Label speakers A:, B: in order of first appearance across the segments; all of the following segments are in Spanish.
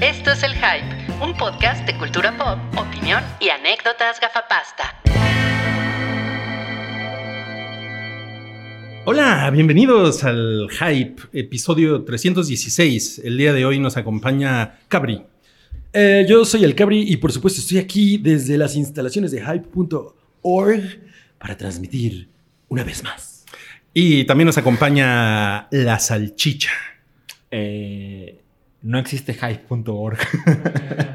A: Esto es El Hype, un podcast de cultura pop, opinión y anécdotas gafapasta.
B: Hola, bienvenidos al Hype, episodio 316. El día de hoy nos acompaña Cabri.
C: Eh, yo soy el Cabri y por supuesto estoy aquí desde las instalaciones de hype.org para transmitir una vez más.
B: Y también nos acompaña La Salchicha.
D: Eh, no existe hype.org.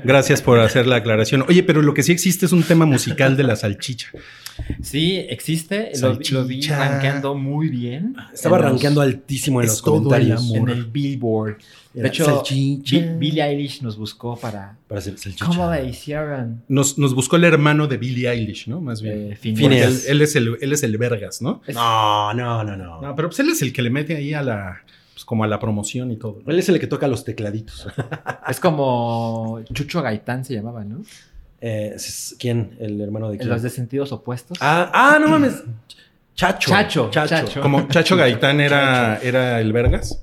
B: Gracias por hacer la aclaración. Oye, pero lo que sí existe es un tema musical de La Salchicha.
D: sí, existe. Lo, vi- lo vi
B: Salchicha.
D: rankeando muy bien.
C: Estaba
D: En los-
C: rankeando altísimo en
B: es
C: los
B: todo el
C: comentarios.
B: amor.
D: En el Billboard.
C: Era
D: De hecho,
C: salchicha.
D: Bi- Billie Eilish nos buscó para.
C: Para hacer salchicha.
D: ¿Cómo la hicieron?
B: Nos, nos buscó el hermano de Billie Eilish, ¿no? Más bien.
D: Eh,
B: Porque
C: Phineas.
B: él, él es el, él es el Vergas, ¿no?
D: Es-
C: No, no, no, no.
B: No, pero pues él es el que le mete ahí a la, pues como a la promoción y todo. ¿no?
C: Él es el que toca los tecladitos.
D: Es como Chucho Gaitán se llamaba, ¿no?
C: Eh, es- ¿Quién? ¿El hermano de quién?
D: Los de sentidos opuestos.
C: ah, ah, no mames. Chacho.
D: Chacho,
C: Chacho.
D: Chacho.
B: Como Chacho Gaitán era, era el Vergas.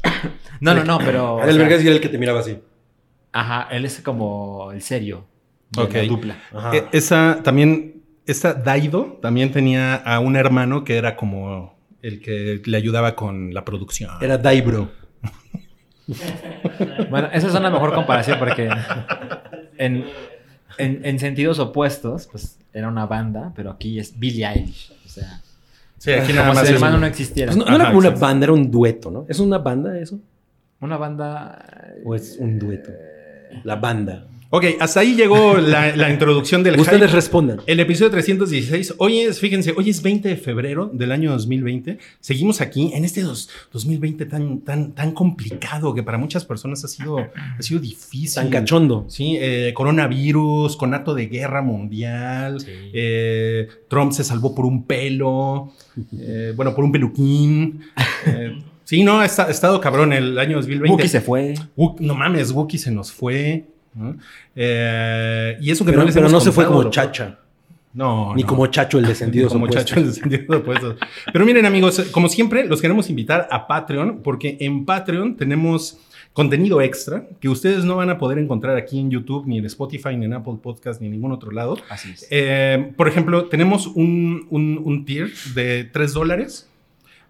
D: no, no, no, pero.
C: Adel
D: o sea,
C: Vergas era el que te miraba así.
D: Ajá, él es como el serio. De
B: Ok.
D: la dupla.
C: Ajá.
B: E- esa también, esta Daido también tenía a un hermano que era como el que le ayudaba con la producción.
C: Era Daibro.
D: Bueno, esa es una mejor comparación porque en, en- en sentidos opuestos, pues era una banda, pero aquí es Billie Eilish. O sea,
B: Ah, sí, aquí
C: Ah,
B: nada
D: como
B: más
D: si el
B: es
D: hermano
B: un-
D: no existiera.
C: Pues no, no
B: Ajá,
C: era como una
B: exacto.
C: banda, era un dueto, ¿no? ¿Es una banda eso?
D: Una banda. eh,
C: ¿O es un dueto? Eh, La banda.
B: Ok, hasta ahí llegó la, la introducción del
C: Ustedes
B: hype.
C: respondan.
B: El episodio 316, hoy es, fíjense, hoy es 20 de febrero del año 2020. Seguimos aquí en este dos- 2020 tan, tan, tan complicado que para muchas personas ha sido, ha sido difícil.
C: San Cachondo.
B: Sí, eh, coronavirus, conato de guerra mundial,
D: Sí.
B: eh, Trump se salvó por un pelo, eh, bueno, por un peluquín. eh, sí, no, ha, esta- ha estado cabrón el año 2020.
D: Buki se fue.
B: Wook- no mames, Wookie se nos fue. ¿no? Eh, y eso que
C: Pero,
B: no
C: pero no,
B: les hemos
C: se fue
B: contado,
C: como
B: lo-
C: chacha,
B: No,
C: ni
B: no.
C: como chacho el de sentido
B: Como chacho en el sentido opuesto. Pero miren, amigos, como siempre, los queremos invitar a Patreon, porque en Patreon tenemos contenido extra que ustedes no van a poder encontrar aquí en YouTube, ni en Spotify, ni en Apple Podcast, ni en ningún otro lado.
D: Así es.
B: Eh, por ejemplo, tenemos un, un- un tier de 3 dólares.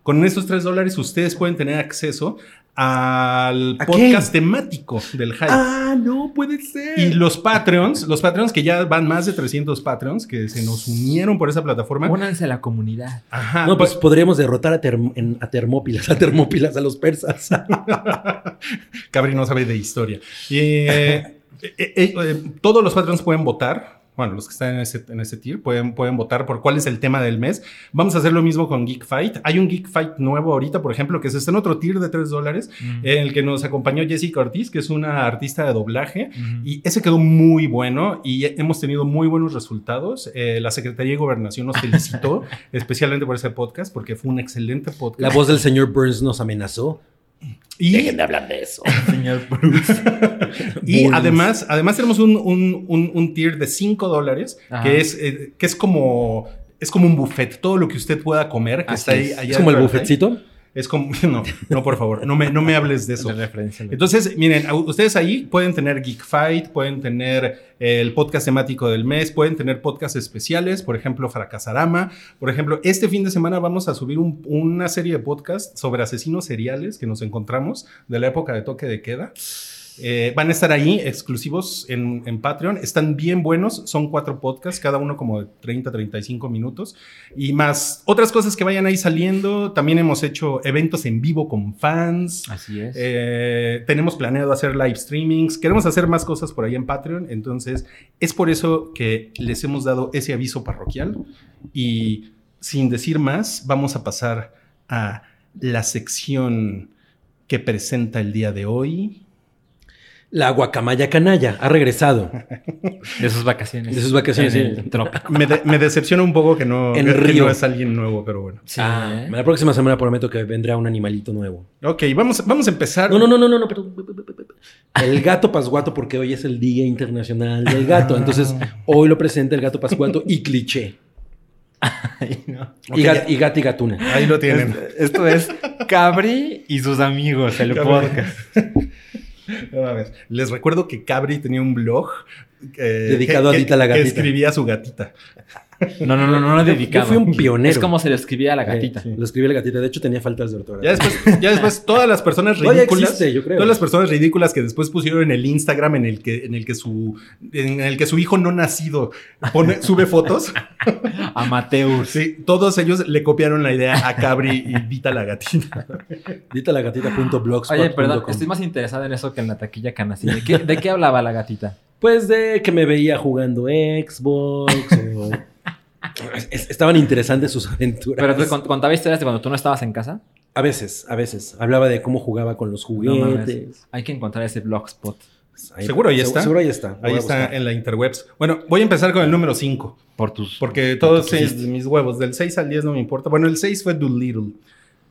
B: Con esos 3 dólares ustedes pueden tener acceso al
C: ¿A qué?
B: podcast temático del hype.
C: Ah, no puede ser.
B: Y los Patreons, los Patreons que ya van más de 300 Patreons que se nos unieron por esa plataforma.
D: Únanse a la comunidad.
B: Ajá,
C: no, pues podríamos derrotar a, Term- en- a Termópilas, a Termópilas, a los persas.
B: Cabri no sabe de historia. Y, eh, eh, eh, eh, todos los patrons pueden votar. Bueno, los que están en ese, en ese tier pueden, pueden votar por cuál es el tema del mes. Vamos a hacer lo mismo con Geek Fight. Hay un Geek Fight nuevo ahorita, por ejemplo, que se está en otro tier de 3 dólares,
C: Mm.
D: Eh,
B: en el que nos acompañó Jessica Ortiz, que es una artista de doblaje.
D: Ujú.
B: Y ese quedó muy bueno y hemos tenido muy buenos resultados. Eh, la Secretaría de Gobernación nos felicitó especialmente por ese podcast porque fue un excelente podcast.
C: La voz del señor Burns nos amenazó.
B: y
C: de hablar de eso.
D: Señor Bruce.
B: Y
C: Bulls.
B: además, además tenemos un, un- un- un tier de 5 dólares,
D: Ajá.
B: que es, eh, que es como... Es como un buffet, todo lo que usted pueda comer, que
D: Así
B: está ahí.
D: es.
B: allá
C: Este, Es como el
B: atrás, ¿eh?
C: bufetcito.
B: Es como, no, no, por favor, no me, no me hables de eso.
D: La referencia.
B: Entonces, miren, a- ustedes ahí pueden tener Geek Fight, pueden tener eh, el podcast temático del mes, pueden tener podcasts especiales, por ejemplo, Fracasarama. Por ejemplo, este fin de semana vamos a subir un- una serie de podcasts sobre asesinos seriales que nos encontramos de la época de toque de queda. Eh, van a estar ahí exclusivos en, en Patreon. Están bien buenos. Son cuatro podcasts, cada uno como de 30, 35 minutos. Y más otras cosas que vayan ahí saliendo. También hemos hecho eventos en vivo con fans.
D: Así es.
B: Eh, tenemos planeado hacer live streamings, queremos hacer más cosas por ahí en Patreon, entonces es por eso que les hemos dado ese aviso parroquial y sin decir más vamos a pasar a la sección que presenta el día de hoy.
C: La guacamaya canalla ha regresado
D: de sus vacaciones.
C: de sus vacaciones.
D: En
C: sí.
D: el trópico.
B: Me, de- me decepciona un poco que no,
C: En
B: que- que
C: Río.
B: no es alguien nuevo, pero bueno.
D: Sí,
C: Ah,
D: ¿eh?
C: La próxima semana prometo que vendrá un animalito nuevo.
B: Ok, vamos, vamos a empezar.
C: No, no, no, no, no, no, perdón. El gato pasguato, porque hoy es el Día Internacional del
B: Ah.
C: Gato. Entonces, hoy lo presenta el gato pasguato y cliché.
D: Ay, no.
C: Y
B: Ok,
C: gat- y gato y gatuna.
B: Ahí
D: Este,
C: Este.
B: lo tienen.
D: Esto es Cabri y sus amigos, el
B: Cabri.
D: podcast.
B: No, a ver, les recuerdo que Cabri tenía un blog eh,
C: Dedicado a
B: que-
C: Dita la
B: que
C: gatita.
B: escribía a su gatita.
D: No, no, no, no, no dedicado.
C: Yo fui un pionero.
D: Es como se lo escribía a la gatita.
C: Sí, sí. Eh, Lo escribí a la gatita. De hecho, tenía faltas de
B: Ya
C: ortografía.
B: después, ya después todas las personas
C: Todavía
B: ridículas.
C: existe, yo creo.
B: Todas las personas ridículas que después pusieron en el Instagram en el que, en el que su en el que su hijo no nacido pone, sube fotos.
D: Amateur.
B: Sí, todos ellos le copiaron la idea a Cabri y Dita la gatita.
C: Dita la
D: Oye, perdón, estoy más interesado en eso que en la taquilla canastilla. ¿De qué, de qué hablaba la gatita?
C: Pues de que me veía jugando Xbox. o- Es- Estaban interesantes sus aventuras.
D: ¿Pero te cont- contaba historias de cuando tú no estabas en casa?
C: A veces, a veces. Hablaba de cómo jugaba con los
D: No mames.
C: juguetes.
D: Hay que encontrar ese blogspot.
C: Ahí-
B: Seguro ahí está.
C: Seguro ahí está. Lo
B: Ahí
C: voy a
B: está
C: buscar.
B: en la interwebs. Bueno, voy a empezar con el número 5,
D: Por tus.
B: porque todos
D: Porque
B: es- mis huevos, del 6 al 10 no me importa. Bueno, el 6 fue Doolittle,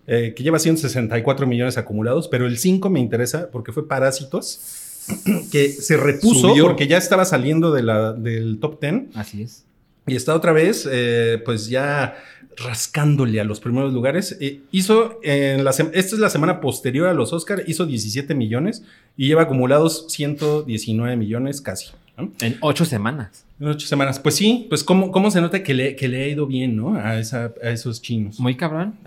B: eh, que lleva 164 millones acumulados, pero el 5 me interesa porque fue Parásitos, que se repuso
C: Subió.
B: porque ya estaba saliendo de la, del top 10
D: Así es.
B: y está otra vez, eh, pues ya rascándole a los primeros lugares. Eh, hizo, en la sem- esta es la semana posterior a los Oscar, hizo 17 millones y lleva acumulados 119 millones casi. ¿no?
D: En ocho semanas.
B: En ocho semanas. Pues sí, pues cómo, cómo se nota que le, que le ha ido bien, ¿no? A, esa- a esos chinos.
D: Muy cabrón.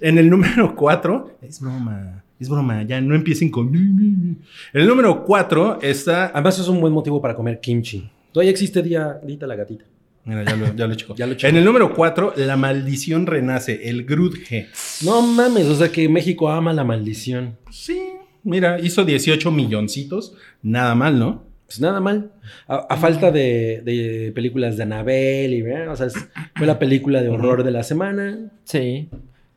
B: En el número 4, es broma, es broma, ya no empiecen con... En el número 4 está...
C: Además, es un buen motivo para comer kimchi. Todavía existe día, Dita la gatita.
B: Mira, ya lo, ya lo checó.
C: Ya lo checó.
B: en el número 4, La Maldición Renace, el Grudge.
C: No mames, o sea que México ama la maldición.
B: Sí, mira, hizo 18 milloncitos, nada mal, ¿no?
C: Pues nada mal. A, a falta de, de películas de Anabel y, ¿verdad? o sea, es- fue la película de horror de la semana.
D: Sí.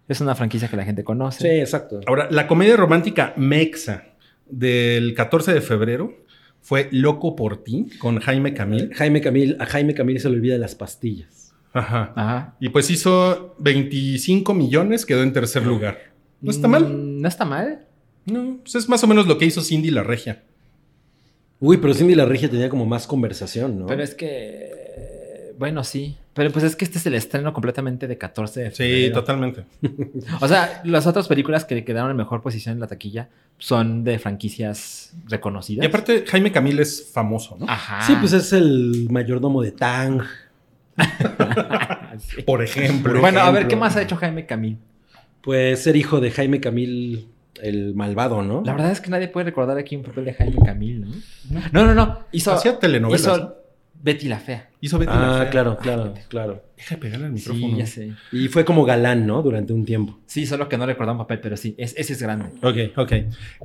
D: Es una franquicia que la gente conoce.
C: Sí, exacto.
B: Ahora, la comedia romántica Mexa del 14 de febrero fue Loco por ti con Jaime Camil.
C: Jaime Camil, a Jaime Camil se le olvida las pastillas.
B: Ajá.
D: Ajá.
B: Y pues hizo 25 millones, quedó en tercer lugar. No está mal.
D: Mm, No está mal.
B: No, pues es más o menos lo que hizo Cindy la Regia.
C: Uy, pero Cindy la Regia tenía como más conversación, ¿no?
D: Pero es que. Bueno, sí. Pero pues es que este es el estreno completamente de 14 de
B: Sí,
D: febrero.
B: totalmente.
D: O sea, las otras películas que quedaron en mejor posición en la taquilla son de franquicias reconocidas.
B: Y aparte, Jaime Camil es famoso, ¿no?
D: Ajá.
C: Sí, pues es el mayordomo de Tang.
D: Sí.
B: Por ejemplo.
D: Bueno, a ver,
C: ejemplo.
D: ¿qué más ha hecho Jaime Camil?
C: Pues ser hijo de Jaime Camil, el malvado, ¿no?
D: La verdad es que nadie puede recordar aquí un papel de Jaime Camil, ¿no? No, no, no. Hizo,
B: Hacía telenovelas.
D: hizo
B: ¿no?
D: Betty la Fea.
B: Hizo Betty la
C: Ah,
B: Fea.
C: claro, claro, claro.
B: Deja de pegarle al
D: Sí,
B: micrófono.
D: ya sé.
C: Y fue como galán, ¿no? Durante un tiempo.
D: Sí, solo que no recuerdo un papel, pero sí, es- ese es grande.
B: Ok, ok.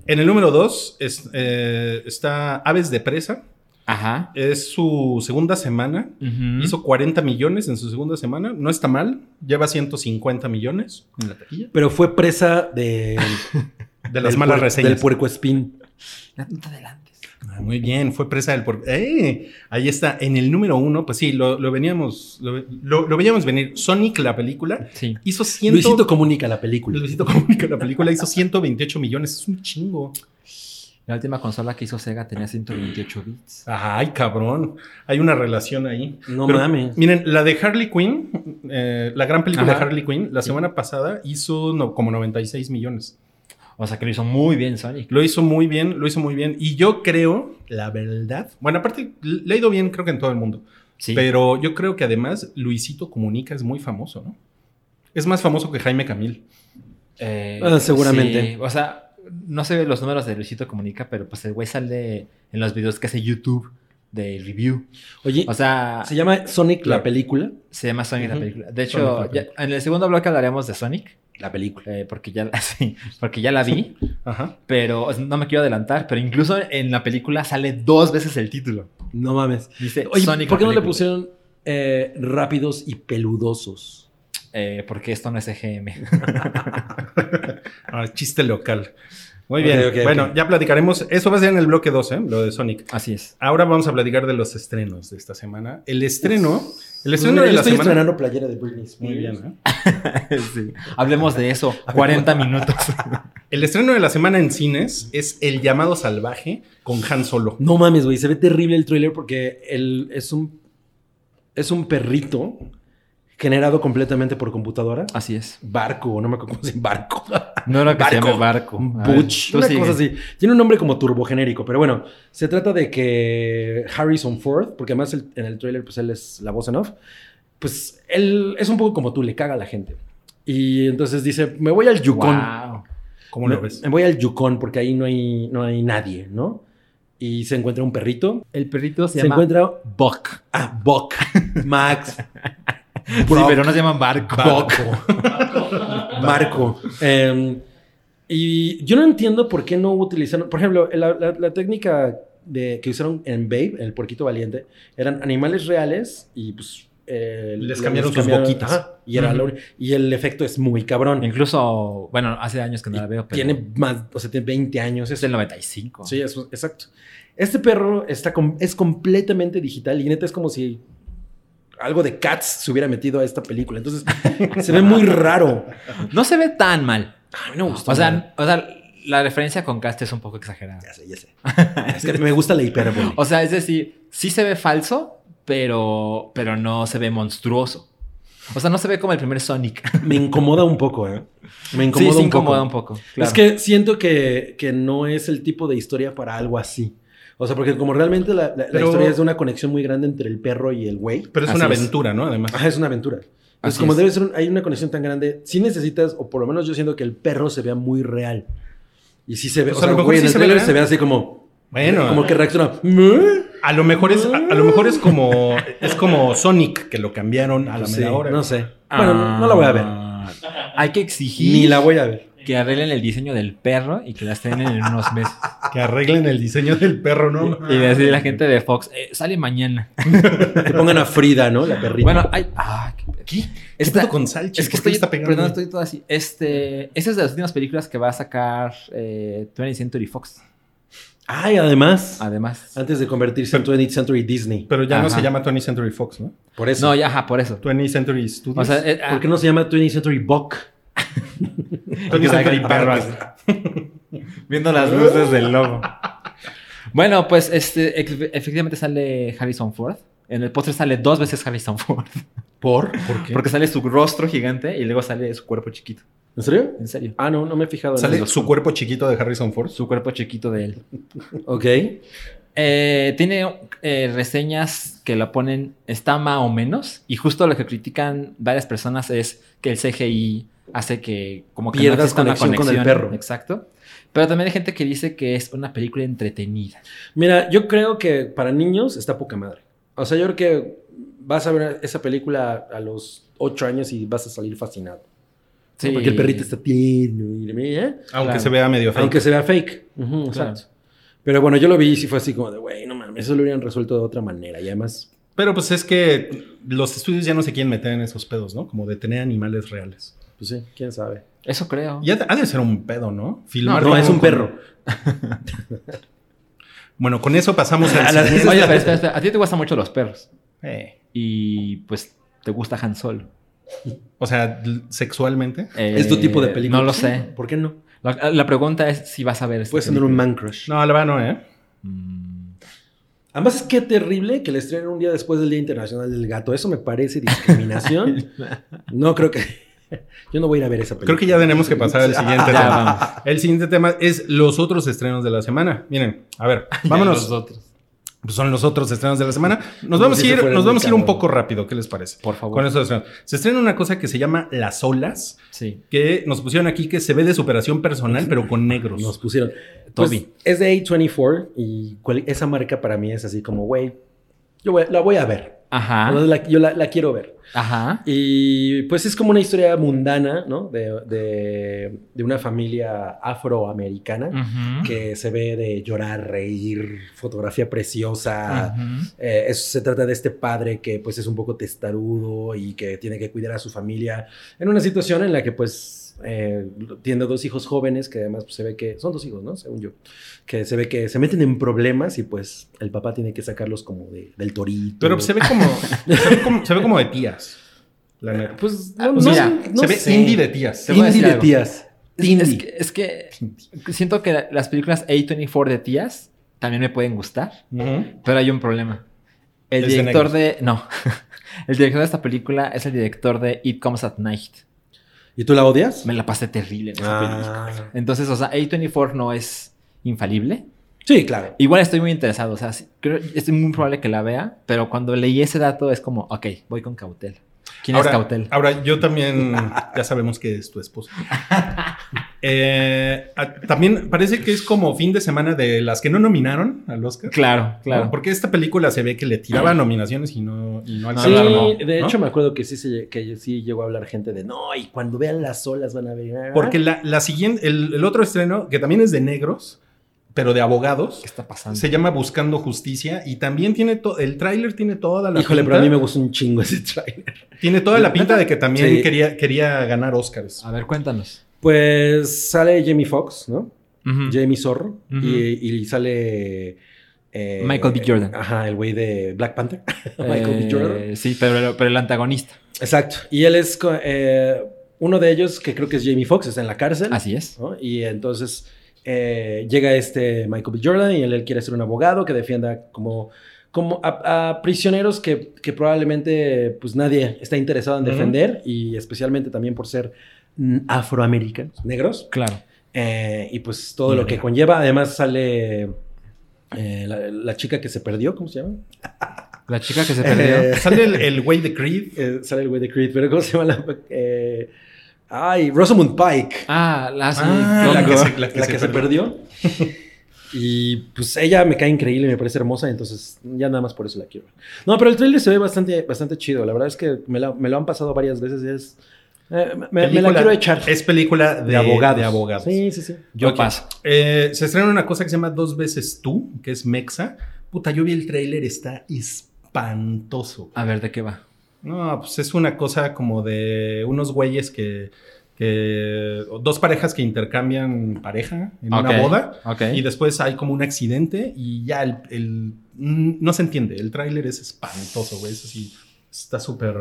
B: En el número 2 está Aves de Presa.
D: Ajá.
B: Es su segunda semana.
D: Ujú.
B: Hizo 40 millones en su segunda semana. No está mal. Lleva 150 millones en la taquilla.
C: Pero fue presa de,
B: De las
C: del
B: malas
C: puer-
B: reseñas.
C: Del puerco espín.
D: No, no te adelantes.
B: Ah, muy bien, fue presa del por... ¡Eh! Ahí está, en el número uno, pues sí, lo, lo veníamos, lo, lo- lo veíamos venir. Sonic, la película,
D: Sí.
B: hizo 100...
C: Luisito comunica la película.
B: Luisito Comunica, la película hizo 128 millones. Es un chingo.
D: La última consola que hizo Sega tenía 128 bits.
B: Ay, cabrón. Hay una relación ahí.
C: No
B: Pero,
C: mames.
B: Miren, la de Harley Quinn, eh, la gran película
D: Ajá.
B: de Harley Quinn, la semana pasada hizo no- como 96 millones.
D: O sea que lo hizo muy bien Sonic.
B: Lo hizo muy bien, lo hizo muy bien. Y yo creo, la verdad, bueno, aparte, le ha ido bien creo que en todo el mundo.
D: Sí.
B: Pero yo creo que además Luisito Comunica es muy famoso, ¿no? Es más famoso que Jaime Camil.
D: Eh,
C: Ah, seguramente.
D: sí. O sea, no sé los números de Luisito Comunica, pero pues el güey sale en los videos que hace YouTube de review.
C: Oye,
D: O sea,
C: se llama Sonic
B: Claro.
C: la película.
D: se llama Sonic la
B: Ujú.
D: película. De
B: Sonic
D: hecho,
B: la película.
D: ya- en el segundo bloque hablaremos de Sonic,
C: La película.
D: eh, porque, ya, sí, porque ya la vi,
B: Ajá.
D: pero o sea, no me quiero adelantar, pero incluso en la película sale dos veces el título.
C: No mames.
D: Dice
C: Oye,
D: Sonic
C: ¿por qué
D: la
C: no le
D: película.
C: pusieron eh, rápidos y peludosos?
D: Eh, porque esto no es EGM.
B: Ah, chiste local. Muy
C: Ok,
B: bien.
C: ok, ok.
B: bueno, ya platicaremos. Eso va a ser en el bloque 2, ¿eh? Lo de Sonic.
D: Así es.
B: Ahora vamos a platicar de los estrenos de esta semana. El estreno, el estreno
C: Mira,
B: de
C: yo
B: la
C: estoy
B: semana.
C: estrenando playera de Britney Spears.
B: Muy bien, ¿eh?
D: Sí. Hablemos de eso. 40 minutos.
B: El estreno de la semana en cines es El llamado salvaje con Han Solo.
C: No mames, güey. Se ve terrible el tráiler porque él es un. Es un perrito generado completamente por computadora.
D: Así es.
C: Barco, no me acuerdo cómo se llama, barco.
D: No era que se
C: Barco.
D: llame barco. A ver,
C: Butch,
D: tú
C: una
D: sigue.
C: cosa así. Tiene un nombre como turbogenérico, pero bueno, se trata de que Harrison Ford, porque además el- en el tráiler pues él es la voz en off, pues él es un poco como tú, le caga a la gente. Y entonces dice, me voy al Yukon.
D: Wow.
B: ¿Cómo
C: me,
B: lo ves?
C: me voy al Yukon porque ahí no hay, no hay nadie, ¿no? Y se encuentra un perrito.
D: El perrito se,
C: Se,
D: llama
C: encuentra
D: Buck.
C: ah, Buck, Max,
D: Sí,
C: Brock.
D: pero no se llaman barco.
C: Marco. Em, y yo no entiendo por qué no utilizaron, por ejemplo, la, la- la técnica de, que usaron en Babe, el puerquito valiente, eran animales reales y pues... eh,
B: Les cambiaron sus boquitas.
C: Ajá, y, era la
D: Ujú.
C: uni- y el efecto es muy cabrón.
D: Incluso, bueno, hace años que no la veo, pero
C: Tiene más, o sea, tiene 20 años.
D: es del 95.
C: Sí, eso- exacto. Este perro está com- es completamente digital y neta es como si algo de Cats se hubiera metido a esta película. Entonces, se ve muy raro.
D: No se ve tan mal.
C: A mí no me gustó
D: O
C: nada.
D: sea, o sea, la referencia con Cast es un poco exagerada.
C: Ya sé, ya sé. es que me gusta la hipérbole.
D: O sea, es decir, sí se ve falso, pero, pero no se ve monstruoso. O sea, no se ve como el primer Sonic.
C: me incomoda un poco, ¿eh? Me
D: Sí,
C: incomoda,
D: se
C: un, poco.
D: incomoda un poco. claro.
C: Es que siento que, que no es el tipo de historia para algo así. O sea, porque como realmente la, la- la
B: Pero-
C: historia es de una conexión muy grande entre el perro y el güey.
B: Pero es
D: Así
B: una
D: es.
B: aventura, ¿no? Además.
C: Ajá, es una aventura. Entonces,
D: Así
C: como
D: es.
C: debe ser, un- hay una conexión tan grande, si necesitas, o por lo menos yo siento que el perro se vea muy real. Y sí se ve,
B: Pues a
C: o sea,
B: lo mejor
C: güey,
B: sí
C: en el
B: se ve
C: trailer
B: real.
C: se ve así como,
B: Bueno,
C: como que reacciona.
D: ¿Eh?
B: a lo mejor es, a, a lo mejor es como es como Sonic que lo cambiaron a la
C: Pues sí,
B: media hora.
C: no sé. Bueno, no, no la voy a ver.
D: Ah, Hay que exigir
C: Ni la voy a ver.
D: que arreglen el diseño del perro y que la estrenen en unos meses.
B: Que arreglen el diseño del perro, ¿no? Ah,
D: y decir la gente de Fox, "Eh, sale mañana.
C: Que pongan a Frida, ¿no? La perrita.
D: Bueno, hay. Ah, qué pedo.
B: ¿Qué? ¿Qué
D: Esta-
B: pedo con Salchi?
D: es
B: ¿Por
D: que
B: qué
D: estoy,
B: le está pegando?
D: perdón, estoy todo así. Este, esa es de las últimas películas que va a sacar eh, 20th Century Fox,
C: Ay, además,
D: además.
C: antes de convertirse en 20th Century Disney.
B: Pero ya no
D: Ajá.
B: se llama 20th Century Fox, ¿no?
C: Por eso.
D: No, ya, ajá, por eso.
B: 20th Century Studios.
D: O sea, eh, ah,
C: ¿Por qué no se llama 20th Century Buck?
B: 20th Century Parks.
D: Viendo las luces del logo. Bueno, pues este, ex- efectivamente sale Harrison Ford. En el póster sale dos veces Harrison Ford.
C: ¿Por?
D: Porque sale su rostro gigante y luego sale su cuerpo chiquito.
C: ¿En serio?
D: En serio.
C: Ah, no, no me he fijado en
B: Sale
C: eso.
B: su cuerpo chiquito de Harrison Ford.
D: Su cuerpo chiquito de él.
C: Ok.
D: Eh, tiene eh, reseñas que la ponen está más o menos. Y justo lo que critican varias personas es que el CGI hace que como que
C: Pierdas
D: exista una
C: conexión con el perro.
D: Exacto. Pero también hay gente que dice que es una película entretenida.
C: Mira, yo creo que para niños está poca madre. O sea, yo creo que vas a ver esa película a los 8 años y vas a salir fascinado.
D: Sí.
C: Porque el perrito está tierno. y mira,
B: Aunque
D: Claro.
B: se vea medio fake.
C: Aunque se vea fake. Ujú,
D: Claro.
C: Exacto. Pero bueno, yo lo vi y sí fue así como de, güey, no mames, eso lo hubieran resuelto de otra manera. Y además,
B: Pero pues es que los estudios ya no se quieren meter en esos pedos, ¿no? Como de tener animales reales.
C: pues sí, quién sabe.
D: Eso creo.
B: Y ha de, ha de ser un pedo, ¿no?
C: No,
B: Filmar
C: no,
B: como
C: es un
B: con-
C: perro.
B: Bueno, con eso pasamos
C: A
B: al
C: las-
B: siguiente.
D: Oye, espera, espera, espera. A ti te gustan mucho los perros.
B: Eh,
D: Y pues te gusta Han Solo.
B: O sea, l- sexualmente.
D: Eh,
C: Es tu Este tipo de Este película.
D: No lo sé.
C: ¿Por qué no?
D: La, la pregunta es si vas a ver. esta
C: Puedes tener un
D: película.
C: man crush.
B: No, la verdad no, ¿eh?
D: Mm.
C: Además, es que terrible que le estrenen un día después del Día Internacional del Gato. Eso me parece discriminación. no creo que. Yo no voy a ir a ver esa película.
B: Creo que ya tenemos que pasar al siguiente
D: Ya
B: tema.
D: vamos.
B: El siguiente tema es los otros estrenos de la semana. Miren, a ver, vámonos.
D: Los otros.
B: Pues son los otros estrenos de la semana. Nos
C: Como
B: vamos
C: si
B: a
C: se
B: ir,
C: fueran
B: nos
C: muy
B: vamos a ir un
C: cabrón.
B: poco rápido, ¿qué les parece?
D: Por favor.
B: Con esos estrenos. Se estrena una cosa que se llama Las Olas,
D: Sí.
B: que nos pusieron aquí que se ve de superación personal, pero con negros.
C: Nos pusieron. Pues,
D: Toby.
C: es de A24 y cual- esa marca para mí es así como, güey, yo voy- la voy a ver.
B: Ah.
D: Ajá.
C: Entonces, la- yo la, la quiero ver.
D: Ajá.
C: Y pues es como una historia mundana, ¿no? De, de- de una familia afroamericana
D: Ujú.
C: que se ve de llorar, reír, fotografía preciosa.
D: Ujú.
C: Eh, es- se trata de este padre que pues es un poco testarudo y que tiene que cuidar a su familia en una situación en la que pues eh, tiene dos hijos jóvenes que además pues, se ve que son dos hijos, ¿no? Según yo, que se ve que se meten en problemas y pues el papá tiene que sacarlos como de- del torito.
B: Pero se ve como, se ve como, se ve como de tías. La neta.
C: pues
D: Ah,
C: no,
D: pues,
C: no-
D: mira,
C: no
B: se ve
C: sé.
B: indie de tías.
D: Te voy a
C: Indie
D: decir
C: de
D: algo.
C: tías. Indie.
D: Es que, es que siento que la- las películas A24 de tías también me pueden gustar,
B: Ujú.
D: pero hay un problema. El
B: Es de
D: director de. No. El director de esta película es el director de It Comes at Night.
C: ¿Y tú la odias?
D: Me la pasé terrible en esa película.
C: Ah.
D: Entonces, o sea, A24 no es infalible.
C: Sí, claro.
D: Igual estoy muy interesado, o sea, sí, creo, es muy probable que la vea, pero cuando leí ese dato es como, ok, voy con cautela. ¿Quién
B: ahora,
D: es cautela?
B: Ahora, yo también, ya sabemos que es tu esposa. Eh, a- también parece que es como fin de semana de las que no nominaron al Oscar.
D: Claro, claro.
B: ¿no? Porque esta película se ve que le tiraba nominaciones y no, y no
C: Sí,
B: alcanzaron, ¿no?
C: de
B: ¿no?
C: hecho me acuerdo que sí, se- que sí llegó a hablar gente de no, y cuando vean las olas van a ver. ah".
B: Porque la, la siguiente, el, el otro estreno, que también es de negros, pero de abogados,
D: ¿Qué está pasando?
B: se llama Buscando Justicia y también tiene todo, el tráiler tiene toda la
C: Híjole,
B: pinta,
C: pero a mí me gustó un chingo ese trailer.
B: tiene toda la pinta de que también
C: Sí. Ah,
B: quería, quería ganar Oscars.
D: A ver, cuéntanos.
C: Pues sale Jamie Foxx, ¿no?
D: Ujú.
B: Eh,
C: Jamie Zorro.
D: Ujú.
C: y, y sale. eh,
D: Michael B. Jordan.
C: Ajá, el güey de Black Panther. Michael B.
D: Eh,
C: Jordan.
D: Sí, pero, pero el antagonista.
C: Exacto. Y él es co- eh, uno de ellos, que creo que es Jamie Foxx, está en la cárcel.
D: Así es.
C: ¿no? Y entonces eh, llega este Michael B. Jordan y él, él quiere ser un abogado que defienda como, como a, a prisioneros que, que probablemente pues nadie está interesado en
B: Ujú.
C: defender y especialmente también por ser mm, afroamericanos, negros.
D: Claro.
C: Eh, y pues todo lo que
D: Mira.
C: conlleva. Además sale eh, la, la chica que se perdió, ¿cómo se llama?
D: La chica que se perdió.
C: Eh,
B: Sale el, el güey de Creed.
C: Eh, sale el güey de Creed, pero ¿cómo se llama la... eh, ay, Rosamund Pike.
D: ah, la, sí.
B: Ah, la
D: Tongo.
B: que se, la que
C: la
B: se
C: que se
B: perdió.
C: perdió. Y pues ella me cae increíble, me parece hermosa, entonces ya nada más por eso la quiero. ver. No, pero el trailer se ve bastante, bastante chido. La verdad es que me, la- me lo han pasado varias veces y es. eh, me- me, la
B: Película-
C: quiero echar.
B: Es película de, de abogados.
C: abogado Sí, sí, sí.
D: Yo
B: Ok.
D: paso.
B: Eh, se estrena una cosa que se llama Dos veces tú, que es Mexa. Puta, yo vi el tráiler, está espantoso.
D: A ver, ¿de qué va?
B: No, pues es una cosa como de unos güeyes que, que- dos parejas que intercambian pareja en
D: Ok,
B: una boda
D: Ok.
B: y después hay como un accidente y ya el, el- mm, no se entiende. El tráiler es espantoso, güey. Es así, está súper,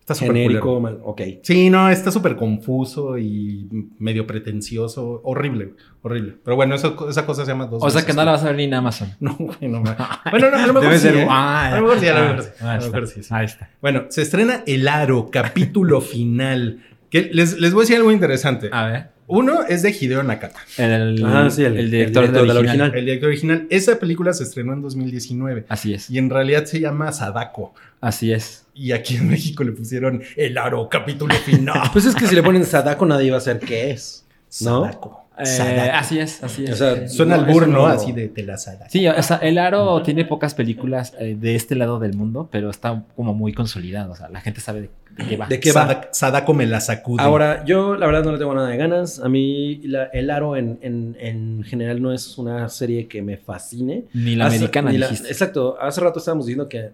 B: está súper
C: Genérico,
B: culero.
C: mal. Ok.
B: Sí, no, está súper confuso y medio pretencioso. Horrible, horrible. Pero bueno, eso- esa cosa se llama dos
D: o sea
B: veces
D: que no
B: tú.
D: la vas a ver ni en Amazon.
B: No, güey, no ma- Bueno, no, a lo mejor
D: Debe
B: sí,
D: ser.
B: ¿eh?
D: Ah,
B: A lo mejor sí, a lo
D: ah,
B: mejor sí,
D: ah,
B: a lo
D: está.
B: mejor sí, sí.
D: Ahí está.
B: Bueno, se estrena El Aro, capítulo final. Que les, les voy a decir algo interesante.
D: A ver.
B: Uno es de Hideo Nakata,
D: El,
C: Ah, sí, el-
D: el director,
C: el director
D: del
C: del
D: original.
C: original.
B: el director original. Esa película se estrenó en 2019
D: Así es.
B: y en realidad se llama Sadako.
D: Así es.
B: Y aquí en México le pusieron El Aro, capítulo final.
C: Pues es que si le ponen Sadako, nadie va a saber qué es. ¿No?
B: Sadako.
D: Eh,
B: Sadako.
D: así es, así es.
C: O sea,
B: Suena
C: No,
B: al burno,
C: eso no.
B: Así de te la Sadako.
D: sí, o sea, El Aro tiene pocas películas eh, de este lado del mundo, pero está como muy consolidado. O sea, la gente sabe de, de qué va.
C: ¿De qué va?
B: Sadak- Sadako me la sacude.
C: Ahora, yo la verdad no le tengo nada de ganas. A mí, la- El Aro en, en- en general no es una serie que me fascine.
D: Ni
B: Ah,
D: la
C: Hace-
D: americana,
C: ni la-
D: dijiste.
C: exacto. Hace rato estábamos diciendo que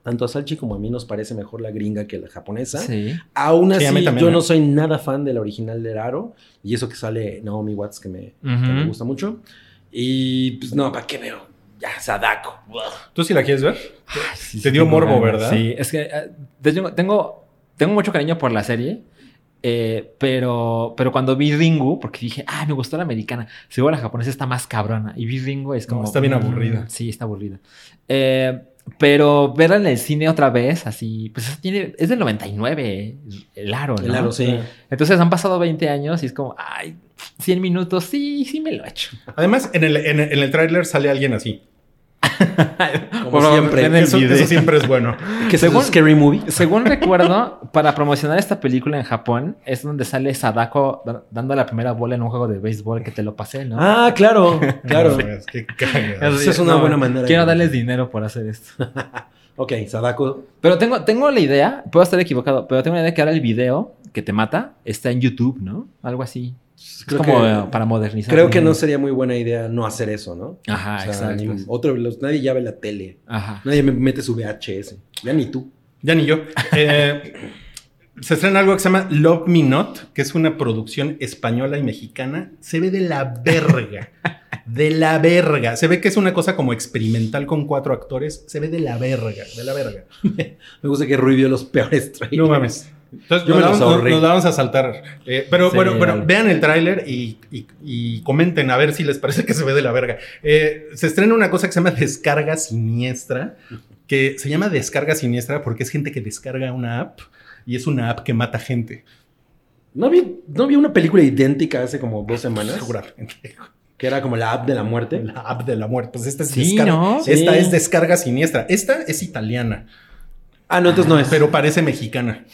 C: tanto a Salchi como a mí nos parece mejor la gringa que la japonesa.
D: Sí.
C: Aún
B: Sí,
C: así,
B: a mí también,
C: yo
B: ¿eh?
C: no soy nada fan de la original de Aro. Y eso que sale Naomi Watts, que me, que me
D: Ujú.
C: gusta mucho. Y pues no, ¿para qué veo? Ya, Sadako. Buah.
B: ¿Tú sí la quieres ver?
D: Ay, sí,
B: Te
D: sí
B: dio
D: tengo
B: morbo,
D: ganas.
B: ¿verdad?
D: Sí, es que eh, de hecho, tengo, tengo mucho cariño por la serie, eh, pero, pero cuando vi Ringu, porque dije, ah, me gustó la americana, seguro la japonesa está más cabrona, y vi Ringu es
B: No,
D: como...
B: está bien
D: mm,
B: aburrida.
D: sí, está aburrida. Eh, pero verla en el cine otra vez, así, pues es- tiene, es del 99, eh, el aro, ¿no?
C: El Aro, sí.
D: Entonces han pasado 20 años y es como, ay, 100 minutos, sí, sí me lo he hecho.
B: Además, en el, en el, en el tráiler sale alguien así.
D: Como
C: siempre. En el
B: Eso, eso siempre es bueno.
C: Que es
D: Según-
C: un scary movie.
D: Según recuerdo, para promocionar esta película en Japón, es donde sale Sadako da- dando la primera bola en un juego de béisbol que te lo pasé, ¿no?
C: Ah, claro, claro.
B: Es que cagado.
C: esa es una buena manera
D: Quiero
C: de-
D: darles dinero por hacer esto.
C: ok, Sadako.
D: Pero tengo, tengo la idea, puedo estar equivocado, pero tengo la idea que ahora el video que te mata está en YouTube, ¿no? Algo así. Es
C: pues, Creo
D: como
C: que-
D: eh, para modernizar.
C: Creo que no sería muy buena idea no hacer eso, ¿no?
D: Ajá,
C: O sea,
D: Ah, exacto.
C: ni- otro, los- nadie ya ve la tele.
D: Ajá.
C: Nadie me- mete su VHS. Ya ni tú.
B: Ya ni yo. Eh, se estrena algo que se llama Love Me Not, que es una producción española y mexicana. Se ve de la verga. De la verga. Se ve que es una cosa como experimental con cuatro actores. Se ve de la verga, de la verga.
C: Me gusta que Rui vio los peores trailers.
B: No mames. Entonces,
C: Yo
B: nos,
C: me
B: la
C: los
B: vamos, nos-
C: ahorré.
B: nos la vamos a saltar. Eh, pero
D: Sí,
B: bueno, bueno,
D: dale.
B: vean el tráiler y, y- y comenten a ver si les parece que se ve de la verga. Eh, se estrena una cosa que se llama Descarga Siniestra, que se llama Descarga Siniestra porque es gente que descarga una app y es una app que mata gente.
C: ¿No vi, ¿No vi una película idéntica hace como dos semanas?
B: Seguramente.
C: Que era como la app de la muerte.
B: La app de la muerte. Pues esta es,
D: Sí,
B: descarga,
D: ¿no?
B: esta
C: Sí.
B: es Descarga Siniestra. Esta es italiana,
C: Ah, no, entonces no es.
B: pero parece mexicana.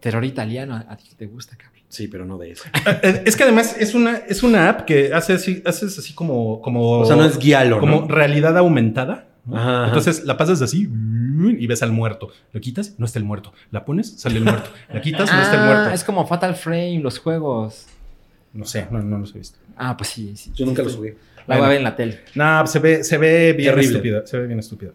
D: Terror italiano, a ti te gusta, cabrón.
C: Sí, pero no de eso.
B: Eh, Es que además es una, es una app que hace así, haces así como, como,
C: O sea, no es guialo,
B: como
C: ¿no?
B: realidad aumentada. ¿no?
C: Ajá, ajá.
B: Entonces la pasas así mm, y ves al muerto. Lo quitas, no está el muerto. La pones, sale el muerto. La quitas, no está el
D: Ah,
B: muerto.
D: es como Fatal Frame, los juegos.
B: No sé, no, no los he visto.
D: Ah, pues sí, sí.
C: Yo nunca lo jugué.
D: La voy a ver en la tele.
B: No, se ve, se ve bien
C: Terrible.
B: estúpida. Se ve bien estúpida.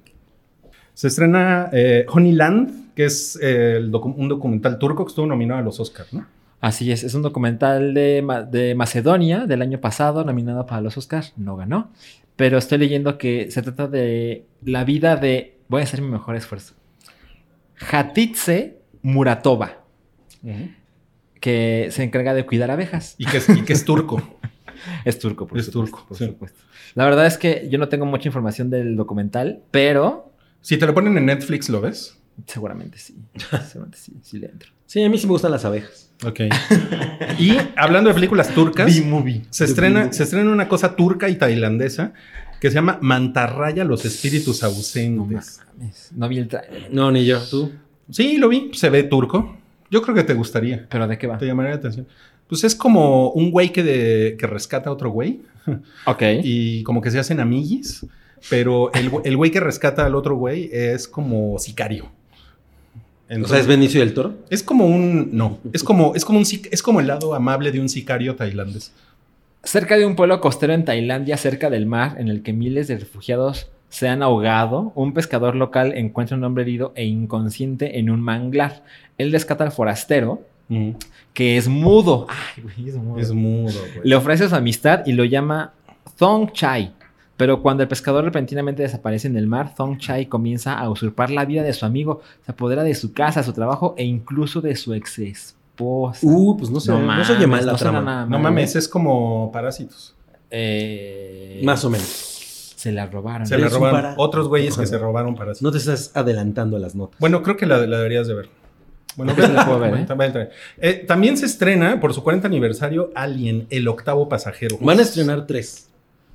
B: Se estrena eh, Honeyland, que es eh, el docu- un documental turco que estuvo nominado a los Oscars, ¿no?
D: Así es, es un documental de, Ma- de Macedonia del año pasado, nominado para los Oscars, no ganó, pero estoy leyendo que se trata de la vida de, voy a hacer mi mejor esfuerzo, Hatitze Muratova, que se encarga de cuidar abejas.
B: y, que es, y que es turco.
D: Es turco, por
B: Es
D: supuesto,
B: turco,
D: por
B: sí.
D: supuesto. La verdad es que yo no tengo mucha información del documental, pero
B: Si te lo ponen en Netflix, ¿lo ves?
D: seguramente sí, seguramente sí, sí le entro.
C: Sí, a mí sí me gustan las abejas.
B: Ok. y hablando de películas turcas,
C: movie.
B: se estrena, se estrena una cosa turca y tailandesa que se llama Mantarraya los espíritus
D: No,
B: ausentes.
D: mames, no vi el trailer,
C: No, ni yo. ¿Tú?
B: Sí, lo vi, se ve turco. Yo creo que te gustaría,
D: pero ¿de qué va?
B: te llamaría la atención. Pues es como un güey que, de- que rescata a otro güey
D: Ok.
B: y como que se hacen amiguis, pero el, güe- el güey que rescata al otro güey es como sicario.
C: o sea,
B: Entonces-
C: es Benicio del Toro.
B: Es como un. No, es como, es como un sic- es como el lado amable de un sicario tailandés.
D: Cerca de un pueblo costero en Tailandia, cerca del mar, en el que miles de refugiados se han ahogado, un pescador local encuentra a un hombre herido e inconsciente en un manglar. Él rescata al forastero, que es mudo. Ay, güey, es mudo.
B: Es mudo, güey.
D: Le ofrece su amistad y lo llama Thong Chai. Pero cuando el pescador repentinamente desaparece en el mar, Thong Chai comienza a usurpar la vida de su amigo, se apodera de su casa, su trabajo e incluso de su ex esposa.
C: Uh, pues no sé. No, se oye mal la trama.
D: Ah,
B: No
D: ¿eh?
B: mames, es como parásitos.
D: Eh,
C: Más o menos.
D: Se la robaron.
B: Se la
C: Eres un
B: robaron.
C: parásito.
B: Otros güeyes que
C: Ojalá.
B: se robaron parásitos.
C: No te estás adelantando a las notas.
B: Bueno, creo que la, la deberías de ver. Bueno,
D: Creo que sí la puedo ver,
B: bueno,
D: ¿eh?
B: también, también. Eh, también se estrena por su 40 aniversario Alien, el octavo pasajero.
C: Van a estrenar tres.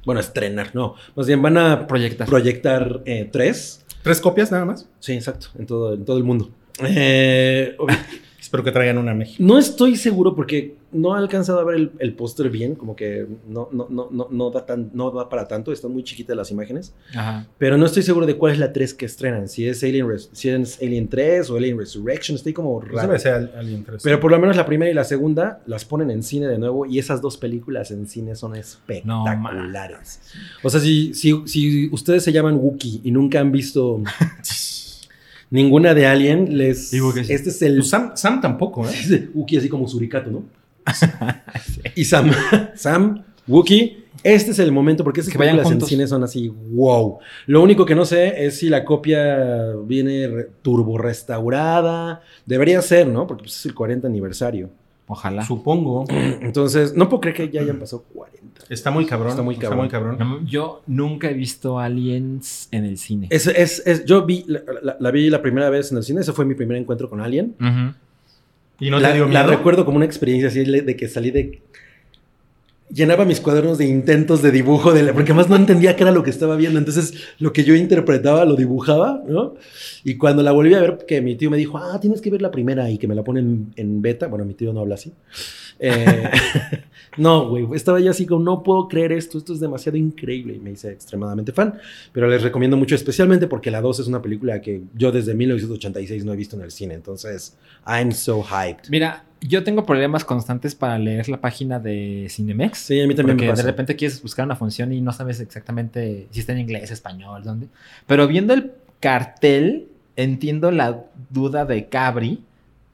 C: Bueno, estrenar, no. Más bien van a pro-
D: Proyectas.
C: proyectar eh, tres.
B: Tres copias nada más.
C: Sí, exacto. En todo, en todo el mundo. Eh, ob-
B: Espero que traigan una a México.
C: no estoy seguro porque no he alcanzado a ver el, el póster bien. Como que no, no, no, no, no da tan, no da para tanto. Están muy chiquitas las imágenes.
D: Ajá.
C: Pero no estoy seguro de cuál es la 3 que estrenan. Si es Alien, Res- si es Alien 3 o Alien Resurrection. Estoy como
B: Raro.
C: raro.
B: que sea Alien 3.
C: Pero por lo menos la primera y la segunda las ponen en cine de nuevo y esas dos películas en cine son espectaculares. o sea, si, si, si ustedes se llaman Wookiee y nunca han visto ninguna de Alien, les...
D: Digo que sí.
C: Este es el...
B: Pues Sam, Sam tampoco, ¿eh?
C: Dice Wookiee así como suricato, ¿no? y Sam. Sam, Wookiee. Este es el momento porque esas
D: Que vayan
C: películas en
D: juntos.
C: cine son así, wow. Lo único que no sé es si la copia viene re- turbo restaurada. Debería ser, ¿no? Porque pues, es el 40 aniversario.
D: Ojalá.
B: Supongo.
C: Entonces, no puedo creer que ya hayan pasado 40.
B: Está muy cabrón.
C: Está muy
B: Está
C: cabrón.
B: muy cabrón.
D: No, yo nunca he visto Aliens en el cine.
C: Es, es, es- yo vi la, la- la vi la primera vez en el cine, ese fue mi primer encuentro con Alien.
D: Ujú.
B: ¿Y no
C: la,
B: te dio
C: la
B: miedo?
C: recuerdo como una experiencia así le- de que salí de... Llenaba mis cuadernos de intentos de dibujo, de la- porque más no entendía qué era lo que estaba viendo. Entonces, lo que yo interpretaba lo dibujaba, ¿no? Y cuando la volví a ver, que mi tío me dijo, ah, tienes que ver la primera y que me la ponen en beta. Bueno, mi tío no habla así. Eh, no, güey, estaba yo así como, no puedo creer esto, esto es demasiado increíble. Y me hice extremadamente fan, pero les recomiendo mucho, especialmente porque la 2 es una película que yo desde 1986 no he visto en el cine. Entonces, I'm so hyped.
D: Mira, yo tengo problemas constantes para leer la página de Cinemex.
C: Sí, a mí también
D: Porque
C: me
D: de
C: pasa.
D: repente quieres buscar una función y no sabes exactamente si está en inglés, español, dónde. Pero viendo el cartel, entiendo la duda de Cabri.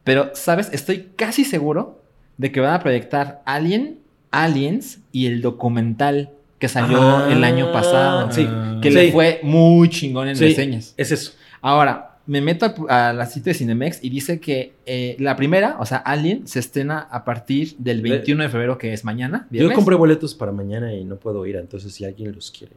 D: Pero, ¿sabes? Estoy casi seguro de que van a proyectar Alien, Aliens y el documental que salió
C: Ah,
D: el año pasado. Ah.
C: sí.
D: Que
C: Sí.
D: le fue muy chingón en
C: Sí.
D: reseñas.
C: Es eso.
D: Ahora, me meto al pu- a la sitio de Cinemex y dice que eh, la primera, o sea, Alien, se estrena a partir del 21 de febrero, que es mañana.
C: Yo
D: viernes.
C: compré boletos para mañana y no puedo ir, entonces si alguien los quiere.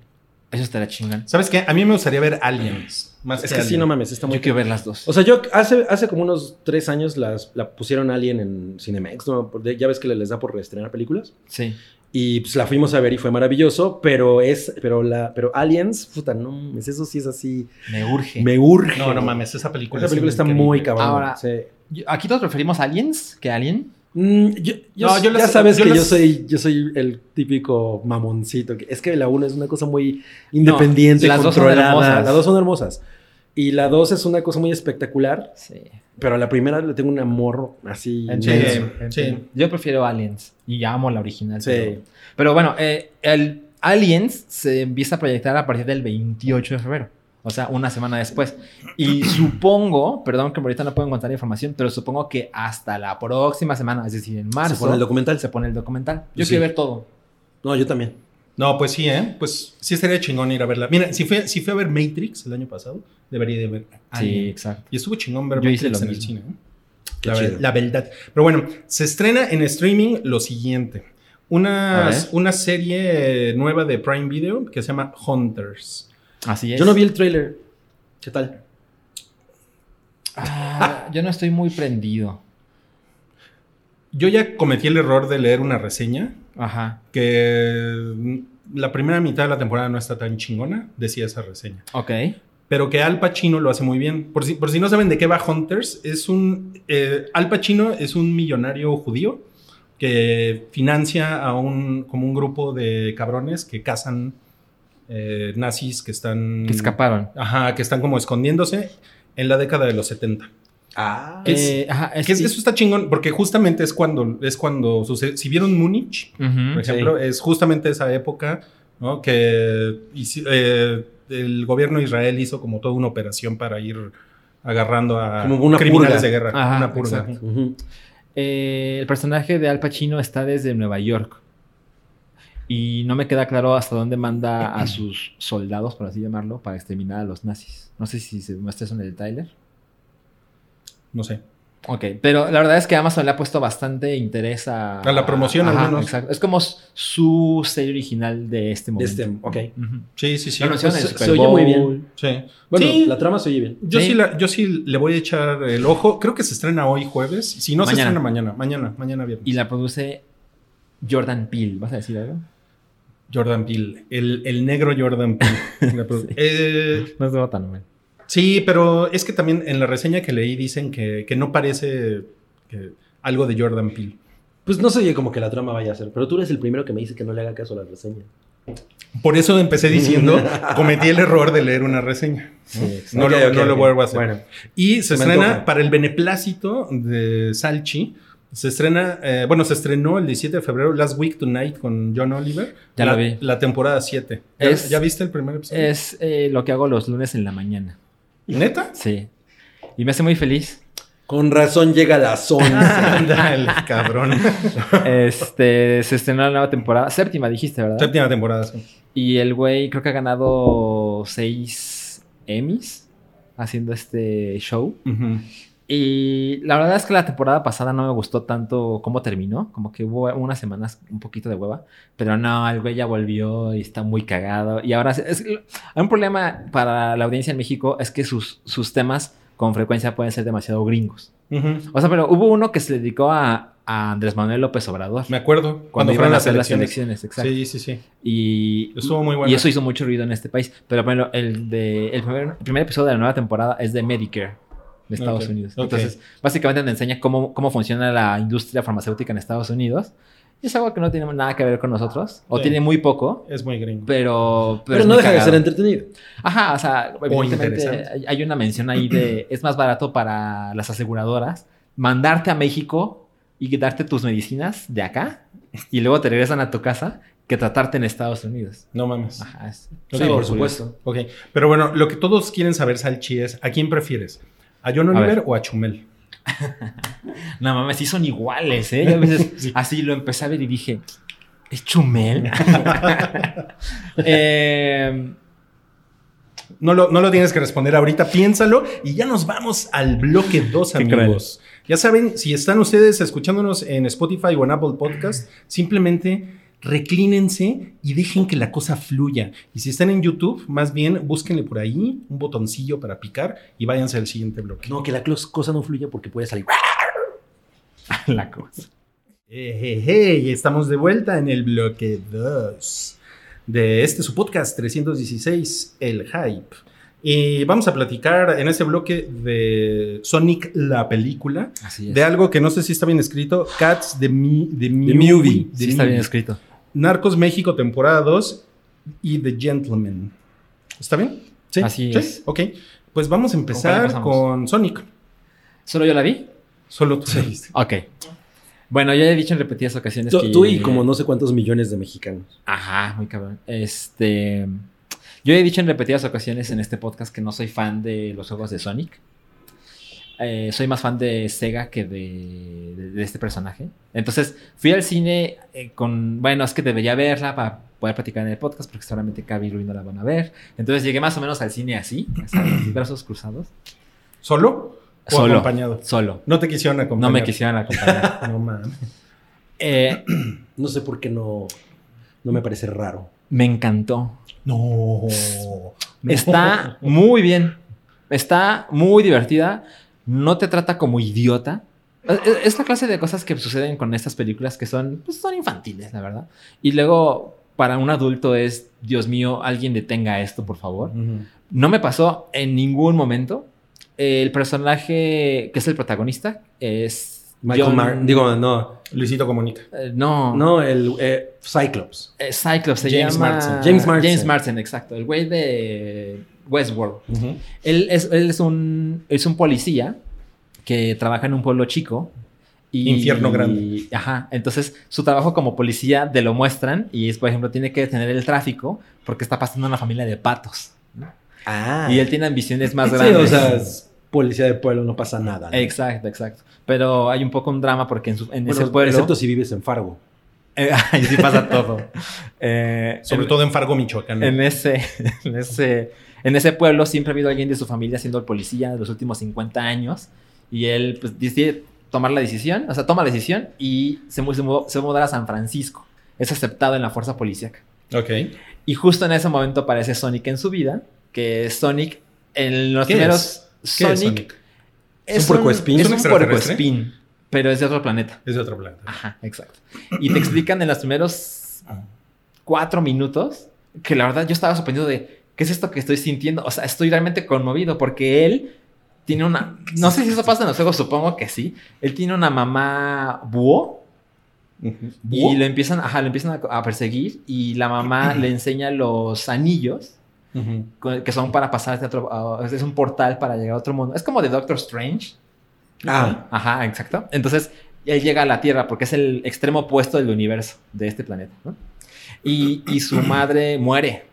D: Eso estará chingón.
B: ¿Sabes qué? A mí me gustaría ver Aliens. Más
C: Es que sí, no
B: Alien.
C: mames, está muy
D: Yo quiero ver las dos.
C: O sea, yo hace, hace como unos tres años las, la pusieron Alien en Cinemex, ¿no? Por- ya ves que les da por reestrenar películas.
D: sí.
C: Y pues la fuimos a ver y fue maravilloso, pero es, pero la, pero Aliens, puta, no, mames, eso sí es así.
D: Me urge.
C: Me urge.
B: No, no mames, esa película.
C: Esa
B: es
C: película está
B: increíble.
C: muy cabrón.
D: Ahora-
C: sí.
D: Yo- Aquí todos preferimos aliens que alien.
C: Mm, yo, yo-
B: No, yo
C: ya
B: las-
C: sabes
B: yo
C: que yo
B: las-
C: soy, yo soy el típico mamoncito. que- es que la 1 es una cosa muy independiente,
D: las dos son
C: controlada.
D: hermosas.
C: Las dos son hermosas. Y la 2 es una cosa muy espectacular,
D: Sí.
C: pero a la primera le tengo un amor así.
D: En
B: Sí,
C: inmenso.
B: sí.
D: Yo prefiero aliens. Y ya amo la original.
C: Sí.
D: Pero, pero bueno, eh, el Aliens se empieza a proyectar a partir del 28 de febrero. O sea, una semana después. Y supongo, perdón que ahorita no puedo encontrar información, pero supongo que hasta la próxima semana, es decir, en marzo,
C: Se pone el documental.
D: Ah, se pone el documental. Yo
C: Sí.
D: quiero ver todo.
C: No, yo también.
B: No, pues sí, ¿eh? Pues sí estaría chingón ir a verla. Mira, si fui, si fui a ver Matrix el año pasado, debería de ver
D: Sí,
B: Alien.
D: exacto.
B: Y estuvo chingón ver
D: Yo hice
B: Matrix
D: lo
B: en el
D: mismo.
B: cine. ¿eh?
C: Qué
B: La, ver-
C: chido.
B: la verdad. Pero bueno, se estrena en streaming lo siguiente. Una,
D: A ver.
B: una serie nueva de Prime Video que se llama Hunters.
D: Así es.
C: Yo no vi el trailer. ¿Qué tal?
D: Ah, yo no estoy muy prendido.
B: Yo ya cometí el error de leer una reseña
D: Ajá.
B: que mm, la primera mitad de la temporada no está tan chingona, decía esa reseña.
D: Ok.
B: pero que Al Pacino lo hace muy bien. Por si, por si no saben de qué va Hunters, es un. eh, Al Pacino es un millonario judío que financia a un. como un grupo de cabrones que cazan eh, nazis que están.
D: Que escaparon.
B: Ajá, que están como escondiéndose en la década de los 70.
C: Ah,
B: ¿Qué es?
D: Eh, ajá, es
B: Que es-
D: que-
B: eso está chingón, porque justamente es cuando. es cuando sucede. Si vieron Múnich,
D: Ujú.
B: por ejemplo, es justamente esa época ¿no? que hici- eh, el gobierno de Israel hizo como toda una operación para ir agarrando a
C: Como una
B: criminales
C: purga.
B: de guerra,
D: Ajá,
B: una purga.
D: exacto.
C: Ujú.
D: Eh, el personaje de Al Pacino está desde Nueva York. Y no me queda claro hasta dónde manda a sus soldados, por así llamarlo, para exterminar a los nazis. No sé si se muestra eso en el trailer.
B: No sé.
D: Ok, pero la verdad es que Amazon le ha puesto bastante interés a...
B: A la promoción, al menos.
D: exacto. Es como su serie original de este
C: De
D: momento.
C: este, ok.
D: Ujú.
B: Sí, sí, sí.
D: Lo anunciaron en el
C: se-
D: Super
C: se oye muy
D: Bowl.
C: bien.
B: Sí.
C: Bueno,
B: Sí,
C: la trama se oye bien.
B: yo,
D: Sí.
B: sí la- yo sí le voy a echar el ojo. Creo que se estrena hoy jueves. Si no, se
D: Mañana.
B: estrena mañana. Mañana, mañana viernes.
D: Y la produce Jordan Peele. ¿Vas a decir algo?
B: Jordan Peele. El, el negro Jordan Peele. La produ-
D: Sí.
B: Eh,
D: No estuvo tan mal.
B: Sí, pero es que también en la reseña que leí dicen que, que no parece que- algo de Jordan Peele.
C: Pues no se oye como que la trama vaya a ser, pero tú eres el primero que me dice que no le haga caso a la reseña.
B: Por eso empecé diciendo, cometí el error de leer una reseña.
C: exacto.
B: no,
C: Ok,
B: lo,
C: ok,
B: no lo
C: ok.
B: vuelvo a hacer.
C: Bueno.
B: y se
C: me
B: estrena
C: antoja.
B: para el beneplácito de Salchi. Se estrena, eh, bueno, se estrenó el 17 de febrero, Last Week Tonight con John Oliver.
D: Ya
B: la,
D: la vi.
B: La temporada 7. ¿Ya,
D: Es-
B: ya viste el primer episodio?
D: Es eh, lo que hago los lunes en la mañana.
B: ¿Neta?
D: Sí. Y me hace muy feliz.
C: Con razón llega la zona.
B: Ándale, cabrón.
D: Este, se estrenó la nueva temporada, séptima dijiste, ¿verdad?
B: Séptima temporada. sí.
D: Y el güey creo que ha ganado seis Emmys haciendo este show.
B: Ujú.
D: Y la verdad es que la temporada pasada no me gustó tanto cómo terminó, como que hubo unas semanas un poquito de hueva, pero no, el güey ya volvió y está muy cagado. Y ahora se- es- hay un problema para la audiencia en México, es que sus, sus temas con frecuencia pueden ser demasiado gringos.
B: Ujú.
D: O sea, pero hubo uno que se dedicó a, a Andrés Manuel López Obrador.
B: Me acuerdo.
D: cuando
B: Cuando,
D: iban
B: fueron
D: a
B: las
D: hacer las
B: elecciones.
D: elecciones, exacto.
B: Sí, sí, sí.
D: Y,
B: Estuvo muy bueno.
D: y eso hizo mucho ruido en este país. Pero bueno, el, de, el, primer, el primer episodio de la nueva temporada es de Medicare de Estados
B: Ok,
D: Unidos.
B: ok.
D: Entonces, básicamente te enseña cómo, cómo funciona la industria farmacéutica en Estados Unidos. Y es algo que no tiene nada que ver con nosotros, o
B: Sí.
D: tiene muy poco,
B: Es muy gringo.
D: pero...
C: Pero
D: es
C: no
D: muy
C: deja de
D: cagado.
C: ser entretenido.
D: Ajá, o sea, evidentemente
B: interesante.
D: hay- hay una mención ahí de es más barato para las aseguradoras mandarte a México y darte tus medicinas de acá y luego te regresan a tu casa que tratarte en Estados Unidos.
B: No mames.
D: Ajá, es-
B: Sí,
D: es algo
B: por
D: curioso.
C: supuesto.
B: Ok, pero bueno, lo que todos quieren saber, Salchi, es ¿a quién prefieres? ¿A John
D: A
B: Oliver
D: ver.
B: o a Chumel?
D: No mames, sí son iguales, ¿eh? Yo a veces
B: Sí.
D: así lo empecé a ver y dije, ¿es Chumel? Eh,
B: No lo, no lo tienes que responder ahorita, piénsalo y ya nos vamos al bloque 2,
D: Qué
B: amigos. Ya saben, si están ustedes escuchándonos en Spotify o en Apple Podcast, simplemente reclínense y dejen que la cosa fluya. Y si están en YouTube, más bien búsquenle por ahí un botoncillo para picar y váyanse al siguiente bloque.
C: No, que la clos- cosa no fluya porque puede salir.
D: la cosa.
B: Ejeje, estamos de vuelta en el bloque 2 de este su podcast 316, El Hype. Y vamos a platicar en ese bloque de Sonic la película,
D: Así es.
B: de algo que no sé si está bien escrito, Cats de mi, de Movie,
D: Sí, está bien escrito.
B: Narcos México temporada 2 y The Gentleman. ¿Está bien? Sí.
D: Así
B: ¿Sí?
D: es.
B: Ok. Pues vamos a
D: cuál
B: empezar
D: empezamos?
B: con Sonic.
D: ¿Solo yo la vi?
B: Solo tú dijiste.
D: Ok. Bueno, yo ya he dicho en repetidas ocasiones
C: Tú,
D: que...
C: tú y como no sé cuántos millones de mexicanos.
D: Ajá, muy cabrón. Este... Yo he dicho en repetidas ocasiones en este podcast que no soy fan de los juegos de Sonic. Eh, soy más fan de Sega que de, de- de este personaje. Entonces, fui al cine eh, con... Bueno, es que debería verla para poder platicar en el podcast porque seguramente Cavi y Rui no la van a ver. Entonces, llegué más o menos al cine así, o sea, con mis brazos cruzados.
B: ¿Solo? ¿O
D: Solo.
B: acompañado?
D: Solo.
B: No te quisieron
D: No
B: acompañar.
D: me quisieran acompañar.
B: No mames.
D: Eh,
C: No sé por qué no, no me parece raro.
D: me encantó.
B: No. No.
D: Está muy bien. Está muy divertida. No te trata como idiota. Es- es- Es la clase de cosas que suceden con estas películas que son, pues, son infantiles, la verdad. Y luego, para un adulto es, Dios mío, alguien detenga esto, por favor.
B: Ujú.
D: No me pasó en ningún momento. El personaje que es el protagonista es...
C: Michael
D: John-
C: Mar- Digo, no.
B: Luisito comunica.
D: eh, no,
C: No, el eh, Cyclops.
D: eh, Cyclops se
B: James
D: llama...
B: Marsden.
C: James Marsden.
D: James Marsden, exacto. El güey de Westworld. Él es, él es un, es un policía que trabaja en un pueblo chico. Y,
B: Infierno grande.
D: Ajá. Entonces, su trabajo como policía te lo muestran y es, por ejemplo, tiene que detener el tráfico porque está pasando una familia de patos. ¿no?
C: Ah.
D: Y él tiene ambiciones más
C: Sí,
D: grandes.
C: o sea, es policía de pueblo, no pasa nada. ¿no?
D: Exacto, exacto. Pero hay un poco un drama porque en, su- en
C: Bueno,
D: ese pueblo.
C: Excepto si vives en Fargo.
D: Eh, ahí sí pasa todo. Eh,
B: Sobre
D: en-
B: todo en Fargo, Michoacán.
D: en ese, en ese, en ese pueblo siempre ha habido alguien de su familia siendo el policía de los últimos 50 años y él pues decide tomar la decisión, o sea, toma la decisión y se, mu- se mudó- se va a mudar a San Francisco. Es aceptado en la fuerza policíaca.
B: Ok.
D: Y justo en ese momento aparece Sonic en su vida, que es Sonic en los
B: ¿Qué
D: primeros
B: ¿Qué
D: Sonic,
B: es Sonic?
C: ¿Es un puercoespín?
D: es
B: ¿Es un
D: un
B: extraterrestre?
D: puercoespín, pero es de otro planeta.
B: Es de otro planeta.
D: Ajá, exacto. Y te explican en los primeros cuatro minutos que la verdad yo estaba sorprendido de qué es esto que estoy sintiendo. O sea, estoy realmente conmovido porque él tiene una. No sé si eso pasa en los juegos, supongo que sí. Él tiene una mamá búho
B: ¿Búho?
D: y lo empiezan, ajá, lo empiezan a, a perseguir y la mamá le enseña los anillos
B: Ujú.
D: con- que son para pasar a otro. a- es un portal para llegar a otro mundo. Es como de Doctor Strange.
C: Ah,
D: Ajá, exacto. Entonces, él llega a la Tierra porque es el extremo opuesto del universo, de este planeta. ¿no? Y, y su madre muere.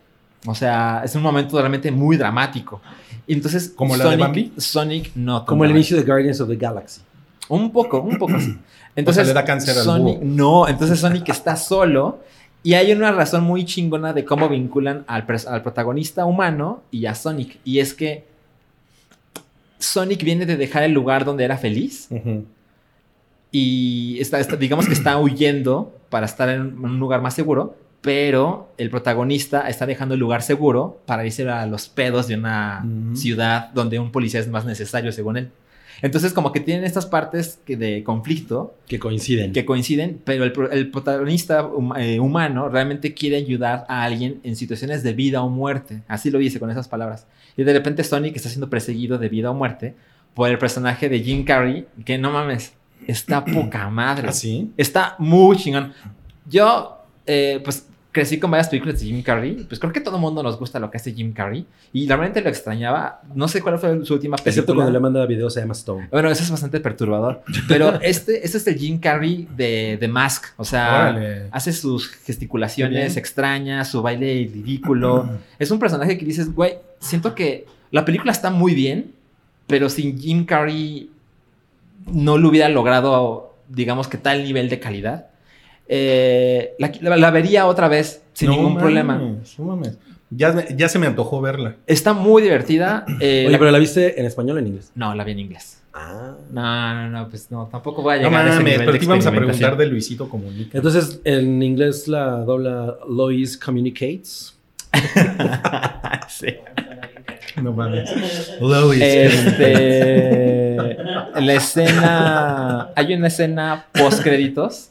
D: O sea, es un momento realmente muy dramático. Y entonces,
B: ¿Como la de
D: Sonic,
B: Bambi?
D: Sonic no. tan
C: como el
D: dramático.
C: inicio de Guardians of the Galaxy.
D: Un poco, un poco así.
B: O sea, le da cáncer al
D: Sonic,
B: búho.
D: No, entonces Sonic está solo. Y hay una razón muy chingona de cómo vinculan al, pres- al protagonista humano y a Sonic. Y es que Sonic viene de dejar el lugar donde era feliz
B: Ujú.
D: y está, está- digamos que está huyendo para estar en un- en un lugar más seguro, pero el protagonista está dejando el lugar seguro para irse a los pedos de una
B: Ujú.
D: ciudad donde un policía es más necesario, según él. Entonces, como que tienen estas partes que de conflicto
C: Que coinciden.
D: que coinciden, pero el, pro- el protagonista hum- eh, humano realmente quiere ayudar a alguien en situaciones de vida o muerte. Así lo dice con esas palabras. Y de repente Sonic está siendo perseguido de vida o muerte por el personaje de Jim Carrey, que no mames, está poca madre.
B: ¿Ah, sí?
D: Está muy chingón. Yo, eh, pues, crecí con varias películas de Jim Carrey. Pues creo que todo el mundo nos gusta lo que hace Jim Carrey. Y realmente lo extrañaba. No sé cuál fue su última película. Eh,
C: Excepto cuando le manda videos a Emma Stone.
D: Bueno, eso es bastante perturbador. Pero este, este es el Jim Carrey de, de Mask. O sea,
B: Órale.
D: hace sus
B: Qué
D: gesticulaciones
B: bien.
D: extrañas, su baile ridículo. Es un personaje que dices, güey, siento que la película está muy bien, pero sin Jim Carrey no lo hubiera logrado, digamos que tal nivel de calidad. Eh, la, la- la vería otra vez sin
B: No
D: ningún
B: mames,
D: problema.
B: no mames. Ya, me- ya se me antojó verla.
D: Está muy divertida. eh,
C: Oye,
D: la-
C: pero la viste en español o en inglés.
D: No, la vi en inglés.
C: Ah.
D: No, no, no, pues no, tampoco voy a
B: No
D: llegar a ese
B: mames,
D: nivel
B: pero
D: de
B: te íbamos a preguntar
D: experimentación.
B: de Luisito Comunica.
C: Entonces, en inglés la dobla Lois Communicates.
D: Sí.
B: No mames. Lois.
D: Este, la escena, hay una escena post créditos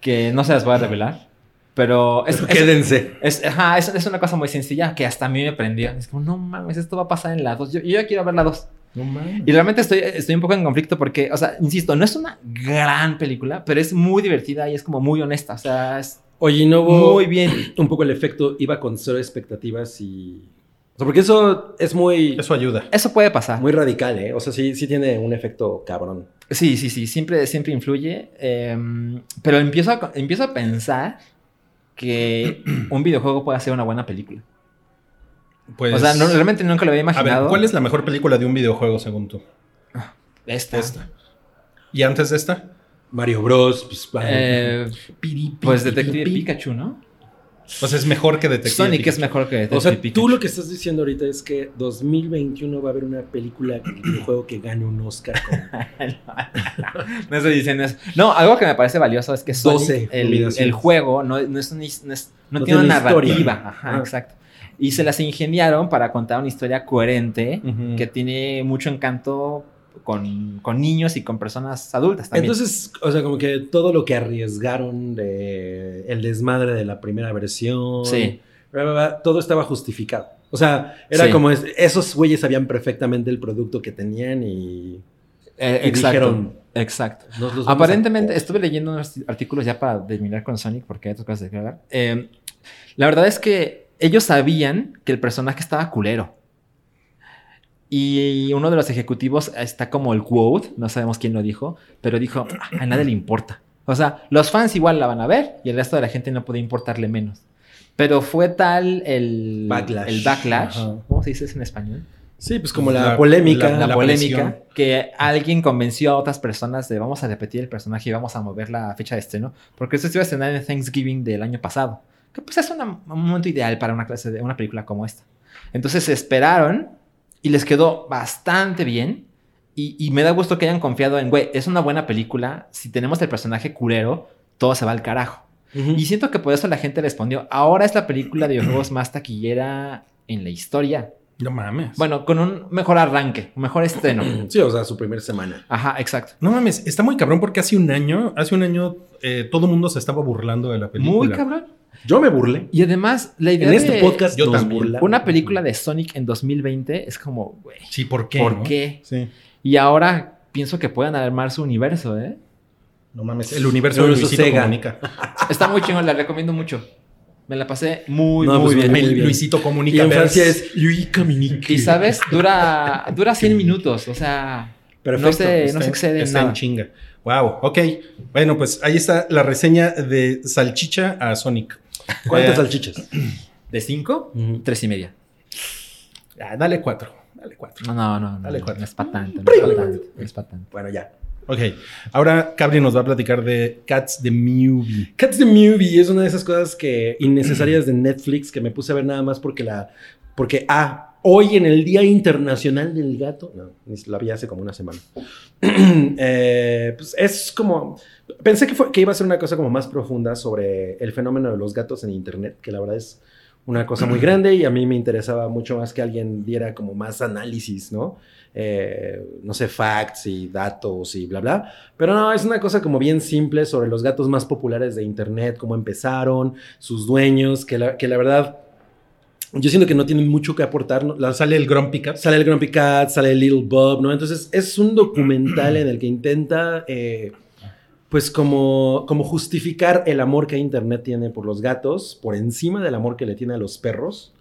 D: que no se las voy a revelar, pero es, es-
C: Quédense.
D: es- ajá, es- es una cosa muy sencilla que hasta a mí me prendió. Es como, no mames, esto va a pasar en la 2. Yo, yo ya quiero ver la 2.
B: No mames.
D: Y realmente estoy, estoy un poco en conflicto porque, o sea, insisto, no es una gran película, pero es muy divertida y es como muy honesta. O sea, es
C: Oye, ¿y no hubo
D: muy bien.
C: un poco el efecto, iba con cero expectativas y... O sea, porque eso es muy,
B: Eso ayuda.
D: Eso puede pasar.
C: muy radical, ¿eh? O sea, sí, sí tiene un efecto cabrón.
D: Sí, sí, sí, siempre, siempre influye. em, pero empiezo a, co- empiezo a pensar que un videojuego puede ser una buena película.
B: Pues,
D: o sea, no- realmente nunca lo había
B: a
D: imaginado.
B: ver, ¿cuál es la mejor película de un videojuego según tú?
D: esta?
B: Pues, ¿Y antes de esta?
C: Mario Bros. Pues, vale.
D: Eh, pues Detective Pikachu, ¿no?
B: Pues es mejor que Detective
D: Sonic es
B: Pikachu.
D: mejor que Detective
C: o sea,
D: Pikachu.
C: tú lo que estás diciendo ahorita es que 2021 va a haber una película, un videojuego que gane un Oscar con
D: No estoy diciendo eso. No, algo que me parece valioso es que Sonic,
C: 12
D: el,
C: nominaciones.
D: el juego, no, no es una his- no es- no
C: No
D: tiene
C: tiene
D: una
C: historia.
D: narrativa. Ajá,
C: Ah.
D: exacto. Y se las ingeniaron para contar una historia coherente
B: Ujú.
D: que tiene mucho encanto con, con niños y con personas adultas también.
C: Entonces, o sea, como que todo lo que arriesgaron de el desmadre de la primera versión,
D: Sí.
C: bla, bla, bla, todo estaba justificado. O sea, era
D: Sí.
C: como es- esos güeyes sabían perfectamente el producto que tenían y
D: Eh,
C: y
D: exacto.
C: dijeron-
D: exacto.
C: nos los vamos a-
D: Aparentemente, estuve leyendo unos artículos ya para terminar con Sonic porque hay otras cosas que hablar. Eh, la verdad es que ellos sabían que el personaje estaba culero. Y uno de los ejecutivos está como el quote, no sabemos quién lo dijo, pero dijo: "Ah, A nadie le importa. O sea, los fans igual la van a ver y el resto de la gente no puede importarle menos. Pero fue tal el
C: Backlash.
D: el backlash
B: Ajá.
D: ¿cómo se dice eso en español?
C: Sí, pues como
B: La-
C: la, polémica.
B: la-
D: la,
B: la
D: polémica
B: presión.
D: que alguien convenció a otras personas de vamos a repetir el personaje y vamos a mover la fecha de estreno, porque esto se iba a estrenar en Thanksgiving del año pasado, que pues es una- un momento ideal para una clase de una película como esta. Entonces se esperaron y les quedó bastante bien. Y, y me da gusto que hayan confiado en, güey, es una buena película. Si tenemos el personaje culero, todo se va al carajo.
C: Ujú.
D: Y siento que por eso la gente respondió. Ahora es la película de videojuegos más taquillera en la historia.
B: No mames.
D: Bueno, con un mejor arranque, un mejor estreno.
C: Sí, o sea, su primera semana.
D: Ajá, exacto.
B: No mames, está muy cabrón porque hace un año, hace un año eh, todo el mundo se estaba burlando de la película.
D: Muy cabrón.
C: Yo me burlé.
D: Y además, la idea
C: En este
D: de
C: podcast
B: yo
C: nos
B: también.
C: burlamos.
D: una película de Sonic en 2020 es como, güey,
B: Sí, ¿por qué?
D: ¿por
B: no?
D: qué?
B: Sí.
D: Y ahora pienso que puedan armar su universo, ¿eh?
B: No mames, el universo de
C: Pero eso
B: Luisito
C: Sega.
B: Comunica.
D: Está muy chingón, la recomiendo mucho. Me la pasé muy,
C: No,
D: muy
C: pues,
D: bien.
C: muy bien.
B: Luisito Comunica.
C: Y en
B: verse.
C: Francia es Louis Communique.
D: Y sabes, dura, dura 100 minutos, o sea,
C: Perfecto.
D: no se, eh, no
B: Está-
D: se excede en
B: está en
D: nada.
B: chinga. Wow, ok. Bueno, pues ahí está la reseña de salchicha a Sonic.
C: ¿Cuántas
B: Eh,
C: salchichas?
D: ¿De 5?
C: Ujú.
D: 3 y media.
B: Ah, dale cuatro. Dale cuatro.
D: No, no, no, no,
B: Dale, cuatro.
D: no es para tanto, no es para tanto, no es pa' tanto.
C: Bueno, ya.
B: Ok. Ahora Cabri nos va a platicar de Cats the Movie.
C: Cats the Movie es una de esas cosas que innecesarias de Netflix que me puse a ver nada más porque la porque ah hoy en el Día Internacional del Gato no ni se- la vi hace como una semana Eh, pues es como pensé que fue- que iba a ser una cosa como más profunda sobre el fenómeno de los gatos en internet que la verdad es una cosa muy grande y a mí me interesaba mucho más que alguien diera como más análisis, ¿no? Eh, no sé, facts y datos y bla, bla. Pero no, es una cosa como bien simple sobre los gatos más populares de Internet, cómo empezaron, sus dueños, que la, que la verdad, yo siento que no tienen mucho que aportar. ¿no? Las-
B: Sale el Grumpy Cat.
C: sale el Grumpy Cat, sale el Little Bob, ¿no? Entonces es un documental en el que intenta, eh, pues como, como justificar el amor que Internet tiene por los gatos, por encima del amor que le tiene a los perros.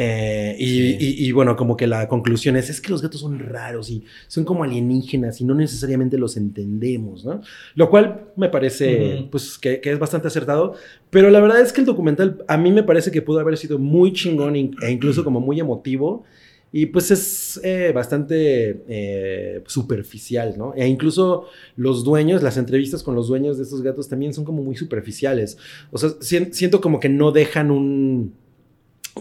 C: Eh, y,
B: Sí.
C: y- y bueno, como que la conclusión es, es que los gatos son raros y son como alienígenas y no necesariamente los entendemos, ¿no? Lo cual me parece,
B: Ujú.
C: pues, que, que es bastante acertado. Pero la verdad es que el documental a mí me parece que pudo haber sido muy chingón in- e incluso como muy emotivo. Y pues es eh, bastante eh, superficial, ¿no? E incluso los dueños, las entrevistas con los dueños de estos gatos también son como muy superficiales. O sea, sien- siento como que no dejan un,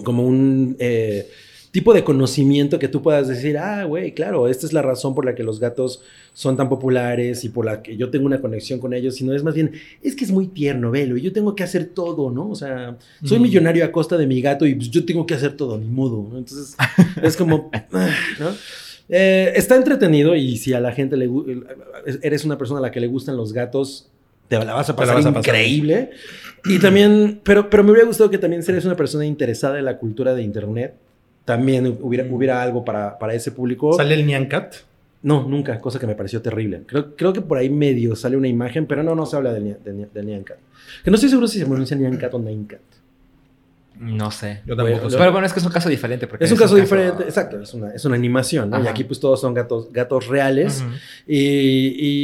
C: como un, eh, tipo de conocimiento que tú puedas decir, ah, güey, claro, esta es la razón por la que los gatos son tan populares y por la que yo tengo una conexión con ellos, sino es más bien, es que es muy tierno, velo, y yo tengo que hacer todo, ¿no? O sea, soy
B: Mm.
C: millonario a costa de mi gato y pues, yo tengo que hacer todo, ni modo, ¿no? Entonces, es como, ah, ¿no? Eh, está entretenido y si a la gente le gu- eh, eres una persona a la que le gustan los gatos, te la vas a
B: Te la
C: pasar,
B: vas a pasar.
C: increíble. Y también, pero, pero me hubiera gustado que también si eres una persona interesada en la cultura de internet, también hubiera,
B: Mm.
C: hubiera algo para, para ese
D: Oh.
C: público.
B: ¿Sale el Nyan Cat?
C: No, nunca, cosa que me pareció terrible. Creo, creo que por ahí medio sale una imagen, pero no, no se habla del, Nia- del, Nia- del Nyan Cat. Que no estoy seguro si se pronuncia Nyan Cat o Nine Cat.
D: No sé.
B: Yo
C: Bueno,
B: tampoco
C: lo-
B: sé.
D: Pero bueno, es que es un caso diferente. Porque
C: Es un caso diferente, exacto, es una, es una animación, ¿no? Y
D: Ajá.
C: aquí pues todos son gatos, gatos reales.
D: Ujú.
C: Y,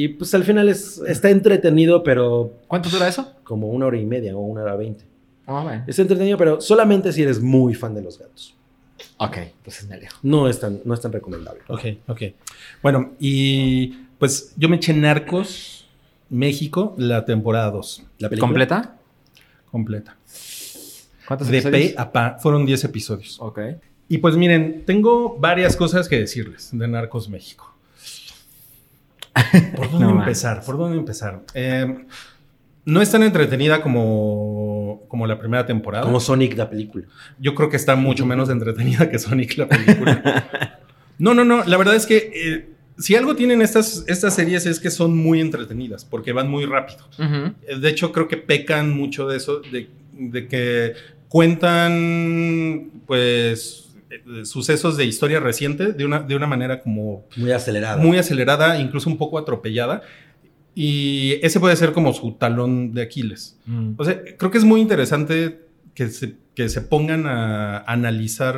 C: y, pues al final es, está entretenido, pero
D: ¿Cuánto dura eso?
C: como una hora y media o una hora veinte.
D: Ah, bueno.
C: Está entretenido, pero solamente si eres muy fan de los gatos.
D: Ok, entonces me alejo.
C: No es tan, no es tan recomendable.
B: Ok, ok. Bueno, y pues yo me eché Narcos México, la temporada 2
C: La
D: ¿Completa?
B: completa.
D: ¿Cuántos
B: De P
D: episodios?
B: a pa, fueron 10 episodios.
D: Ok.
B: Y pues miren, tengo varias cosas que decirles de Narcos México. ¿Por dónde
D: No,
B: empezar? ¿Por dónde empezar? Eh, no es tan entretenida como, como la primera temporada.
C: Como Sonic la película.
B: Yo creo que está mucho menos entretenida que Sonic la película. No, no, no. La verdad es que eh, si algo tienen estas, estas series es que son muy entretenidas porque van muy rápido.
D: Ujú.
B: Eh, De hecho, creo que pecan mucho de eso, de, de que cuentan, pues, eh, sucesos de historia reciente de una, de una manera como
C: Muy acelerada.
B: muy acelerada, incluso un poco atropellada. Y ese puede ser como su talón de Aquiles.
D: Mm.
B: O sea, creo que es muy interesante que se, que se pongan a analizar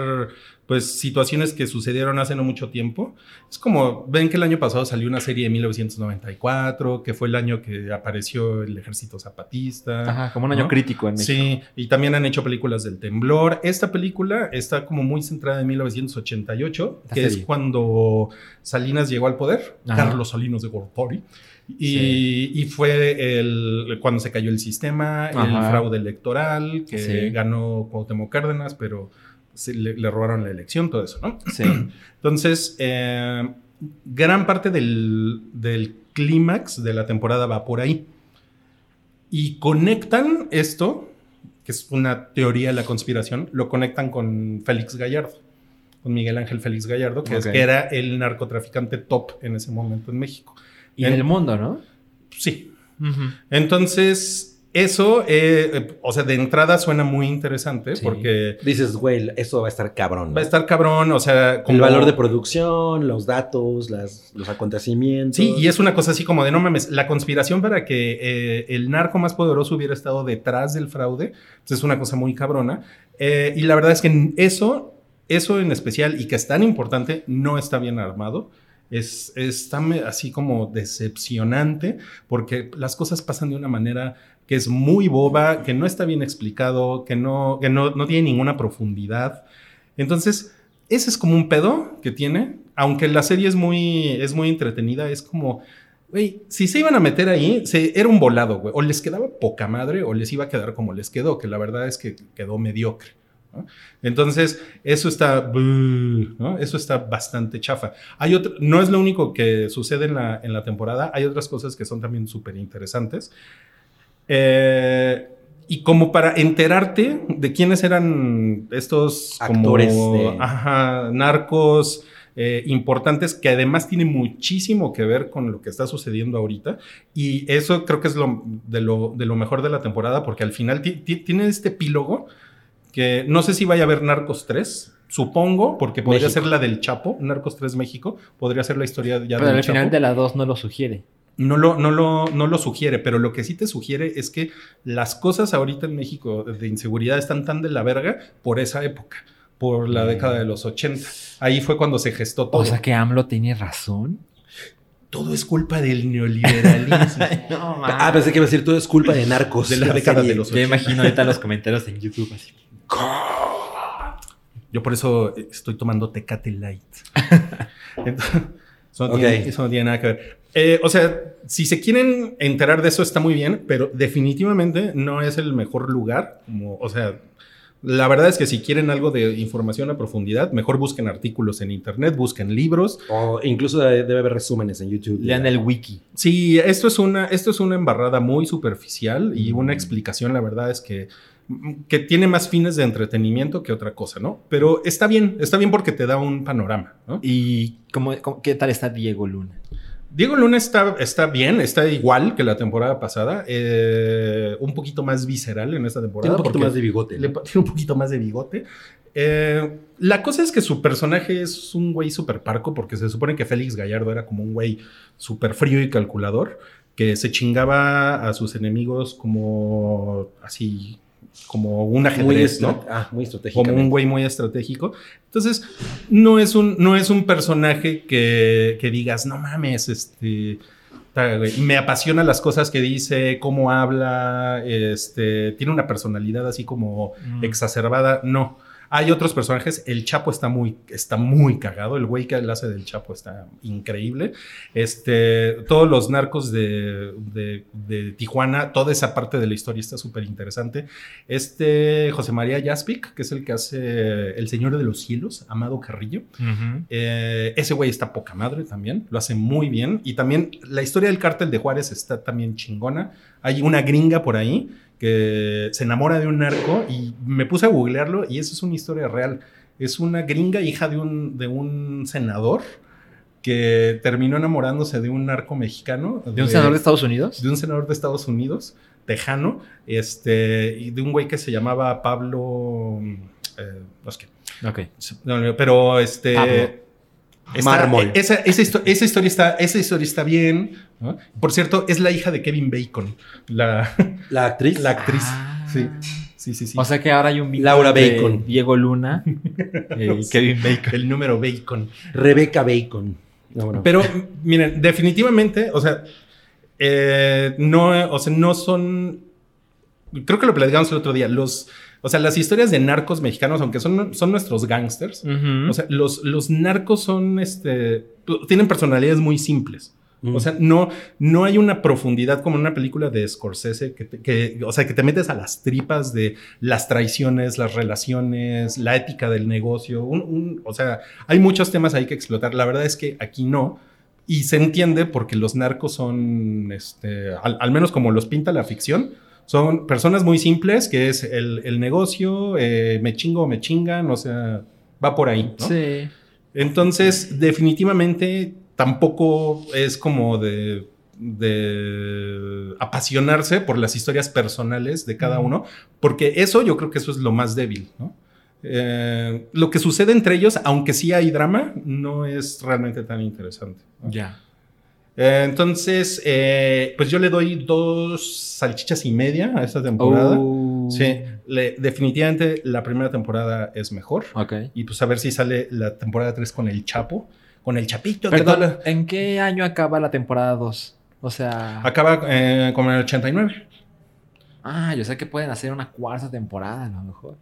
B: pues situaciones que sucedieron hace no mucho tiempo. Es como, ven que el año pasado salió una serie de 1994, que fue el año que apareció el ejército zapatista.
D: Ajá, como un año
B: ¿no?
D: crítico en México.
B: Sí, y también han hecho películas del temblor. Esta película está como muy centrada en 1988,
D: La
B: que es
D: serie.
B: cuando Salinas llegó al poder,
D: Ajá.
B: Carlos Salinas de Gortari, y,
D: Sí.
B: y fue el, cuando se cayó el sistema, el
D: Ajá.
B: fraude electoral, que
D: Sí.
B: ganó Cuauhtémoc Cárdenas, pero se le, le robaron la elección, todo eso, ¿no?
D: Sí.
B: Entonces, eh, gran parte del, del clímax de la temporada va por ahí. Y conectan esto, que es una teoría de la conspiración, lo conectan con Félix Gallardo, con Miguel Ángel Félix Gallardo, que, es-
D: Ok.
B: que era el narcotraficante top en ese momento en México.
D: Y en el mundo, ¿no?
B: Sí. Entonces, eso, eh, eh, o sea, de entrada suena muy interesante
D: Sí.
B: porque
C: Dices, güey, eso va a estar cabrón. ¿no?
B: va a estar cabrón, o sea,
C: El
B: como-
C: valor de producción, los datos, las, los acontecimientos.
B: Sí, y es una cosa así como de no mames, la conspiración para que eh, el narco más poderoso hubiera estado detrás del fraude, pues es una cosa muy cabrona. Eh, y la verdad es que n- eso, eso en especial y que es tan importante, no está bien armado. Es, está me- así como decepcionante porque las cosas pasan de una manera que es muy boba, que no está bien explicado, que no, que no, no tiene ninguna profundidad. Entonces, ese es como un pedo que tiene. Aunque la serie es muy, es muy entretenida, es como, güey, si se iban a meter ahí, se, era un volado, güey. O les quedaba poca madre o les iba a quedar como les quedó, que la verdad es que quedó mediocre. ¿no? Entonces, eso está, buh, ¿no? Eso está bastante chafa. Hay otro, no es lo único que sucede en la, en la temporada, hay otras cosas que son también súper interesantes. Eh, y como para enterarte de quiénes eran estos como-
C: Actores de-
B: ajá, narcos eh, importantes que además tiene muchísimo que ver con lo que está sucediendo ahorita. Y eso creo que es lo, de, lo, de lo mejor de la temporada porque al final ti- ti- tiene este epílogo que no sé si vaya a haber Narcos 3. Supongo, porque podría
C: México.
B: ser la del Chapo, Narcos 3 México, podría ser la historia ya
D: Pero
B: del
D: al
B: Chapo.
D: final de la 2 no lo sugiere.
B: No lo, no, lo, no lo sugiere, pero lo que sí te sugiere es que las cosas ahorita en México de inseguridad están tan de la verga por esa época, por la
D: Mm.
B: década de los 80. Ahí fue cuando se gestó todo.
D: O sea que AMLO tiene razón.
B: todo es culpa del neoliberalismo.
D: No,
C: Ah, pensé que iba a decir todo es culpa de narcos.
B: De la década
C: serie.
B: de los-
D: Yo imagino ahorita los comentarios en YouTube así.
B: Yo por eso estoy tomando Tecate Light. Entonces, eso, no
C: Ok.
B: tiene, eso no tiene nada que ver. Eh, o sea, si se quieren enterar de eso está muy bien, pero definitivamente no es el mejor lugar. Como, o sea, La verdad es que si quieren algo de información a profundidad, mejor busquen artículos en internet, busquen libros.
C: O incluso de- debe haber resúmenes en YouTube.
D: Lean el wiki.
B: Sí, esto es una, esto es una embarrada muy superficial y una explicación, la verdad es que que tiene más fines de entretenimiento que otra cosa, ¿no? Pero está bien, está bien porque te da un panorama, ¿no?
D: ¿Y cómo, cómo- qué tal está Diego Luna?
B: Diego Luna está, está bien, está igual que la temporada pasada, eh, un poquito más visceral en esta temporada.
C: Tiene un poquito
B: porque
C: más de bigote.
B: le
C: ¿no?
B: pa- tiene un poquito más de bigote. Eh, la cosa es que su personaje es un güey súper parco, porque se supone que Félix Gallardo era como un güey súper frío y calculador, que se chingaba a sus enemigos como así, como un
C: Muy,
B: ajedrez,
C: estra-
B: ¿no?
C: ah, muy
B: como un
C: estratégicamente.
B: güey muy estratégico. Entonces, no es un, no es un personaje que, que digas, no mames, este. ta, güey, Me apasiona las cosas que dice, cómo habla, este, tiene una personalidad así como
D: Mm.
B: exacerbada. No. Hay otros personajes. El Chapo está muy, está muy cagado. El güey que él hace del Chapo está increíble. Este, todos los narcos de, de- de Tijuana, toda esa parte de la historia está súper interesante. Este José María Jaspic, que es el que hace El Señor de los Cielos, Amado Carrillo. Eh, ese güey está poca madre también, lo hace muy bien. Y también la historia del cártel de Juárez está también chingona. Hay una gringa por ahí que se enamora de un narco y me puse a googlearlo y eso es una historia real. Es una gringa hija de un, de un senador que terminó enamorándose de un narco mexicano.
D: ¿De un senador de Estados Unidos?
B: de un senador de Estados Unidos, tejano, este, y de un güey que se llamaba Pablo... eh, no sé qué.
D: Ok.
B: No, no, pero este.
D: Pablo.
B: está- e-,
C: Mármol.
B: Esa, esa, histo- esa historia está, esa historia está bien. ¿no? Por cierto, es la hija de Kevin Bacon, la,
C: La actriz.
B: la actriz.
D: Ah.
B: Sí, sí, sí. sí.
D: O sea que ahora hay un vínculo
C: Laura
D: de
C: Bacon.
D: Diego Luna eh, y Kevin Bacon.
B: el número Bacon.
C: Rebeca Bacon. No, bueno.
B: Pero miren, definitivamente, o sea, eh, no, o sea, no son. Creo que lo platicamos el otro día. Los, o sea, las historias de narcos mexicanos, aunque son, son nuestros gangsters,
D: Ujú.
B: o sea, los, los narcos son, este, tienen personalidades muy simples.
C: Mm.
B: O sea, no, no hay una profundidad como en una película de Scorsese que, te- que- o sea, que te metes a las tripas de las traiciones, las relaciones, la ética del negocio. un- un- o sea, hay muchos temas ahí que explotar. La verdad es que aquí no. Y se entiende porque los narcos son, este, al, al menos como los pinta la ficción, son personas muy simples que es el, el negocio, eh, me chingo, o me chingan, o sea, va por ahí. ¿no?
D: Sí.
B: Entonces, definitivamente tampoco es como de, de apasionarse por las historias personales de cada uno, porque eso yo creo que eso es lo más débil, ¿no? Eh, lo que sucede entre ellos, aunque sí hay drama, no es realmente tan interesante. ¿no?
D: Ya.
B: Eh, entonces, eh, pues yo le doy dos salchichas y media a esta temporada.
D: Oh.
B: Sí, le- definitivamente la primera temporada es mejor.
D: Ok.
B: Y pues a ver si sale la temporada 3 con el Chapo. Con el Chapito. que
D: Perdón,
B: habla.
D: ¿en qué año acaba la temporada 2? O sea.
B: Acaba eh, con el 89.
D: Ah, yo sé que pueden hacer una cuarta temporada a lo mejor.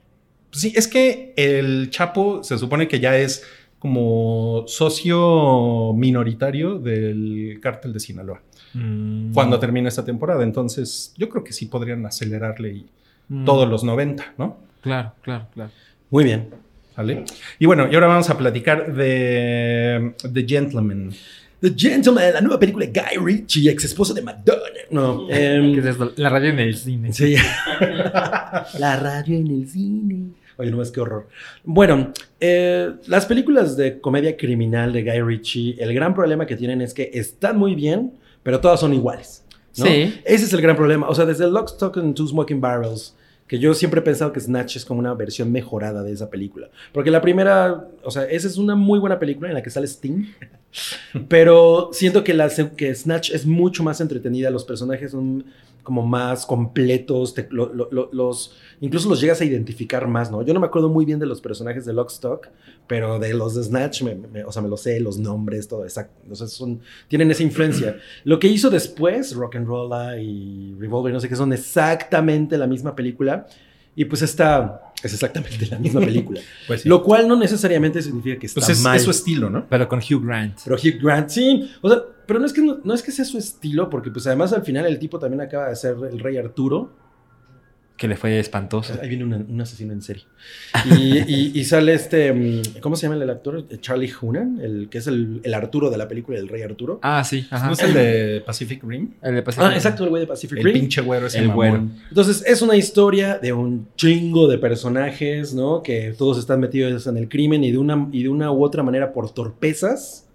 B: Pues sí, es que el Chapo se supone que ya es como socio minoritario del cártel de Sinaloa
D: Mm.
B: cuando termina esta temporada. Entonces yo creo que sí podrían acelerarle y
D: Mm.
B: todos los 90, ¿no?
D: Claro, claro, claro.
C: Muy bien.
B: ¿Sale? Y bueno, y ahora vamos a platicar de The Gentleman.
C: The Gentleman, la nueva película de Guy Ritchie, ex esposo de Madonna. No, em,
D: ¿Qué es esto? La radio en el cine.
C: Sí. la radio en el cine. Oye, no más qué horror. Bueno, eh, las películas de comedia criminal de Guy Ritchie, el gran problema que tienen es que están muy bien, pero todas son iguales. ¿no?
D: Sí.
C: Ese es el gran problema. O sea, desde Lock, Stock and Two Smoking Barrels, que yo siempre he pensado que Snatch es como una versión mejorada de esa película. Porque la primera, o sea, esa es una muy buena película en la que sale Sting. Pero siento que, la, se- que Snatch es mucho más entretenida, los personajes son como más completos, te- lo- lo- lo- los, incluso los llegas a identificar más, ¿no? Yo no me acuerdo muy bien de los personajes de Lock, Stock, pero de los de Snatch, me- me- o sea, me los sé, los nombres, todo exacto. O sea, son, tienen esa influencia. Lo que hizo después, Rock and Roll y Revolver, y no sé qué, son exactamente la misma película. Y pues esta es exactamente la misma película.
B: Pues, sí.
C: Lo cual no necesariamente significa que está
B: Pues es,
C: mal.
B: es su estilo, ¿no?
D: Pero con Hugh Grant.
C: Pero Hugh Grant, sí. O sea, pero no es, que, no, no es que sea su estilo, porque pues además al final el tipo también acaba de ser el rey Arturo.
D: que le fue espantoso.
C: Ahí viene una- un asesino en serie. Y, y- y sale este, mm, ¿cómo se llama el actor? Charlie Hunan, el que es el, el Arturo de la película El Rey Arturo.
D: Ah, sí, ajá.
B: ¿No es el de Pacific Rim?
D: El de Pacific
C: Ah,
D: Rim.
C: exacto, el güey de Pacific
B: El
C: Rim.
B: pinche güero ese
D: El
B: mamón.
D: güero.
C: Entonces, es una historia de un chingo de personajes, ¿no? Que todos están metidos en el crimen y de una, y de una u otra manera, por torpezas,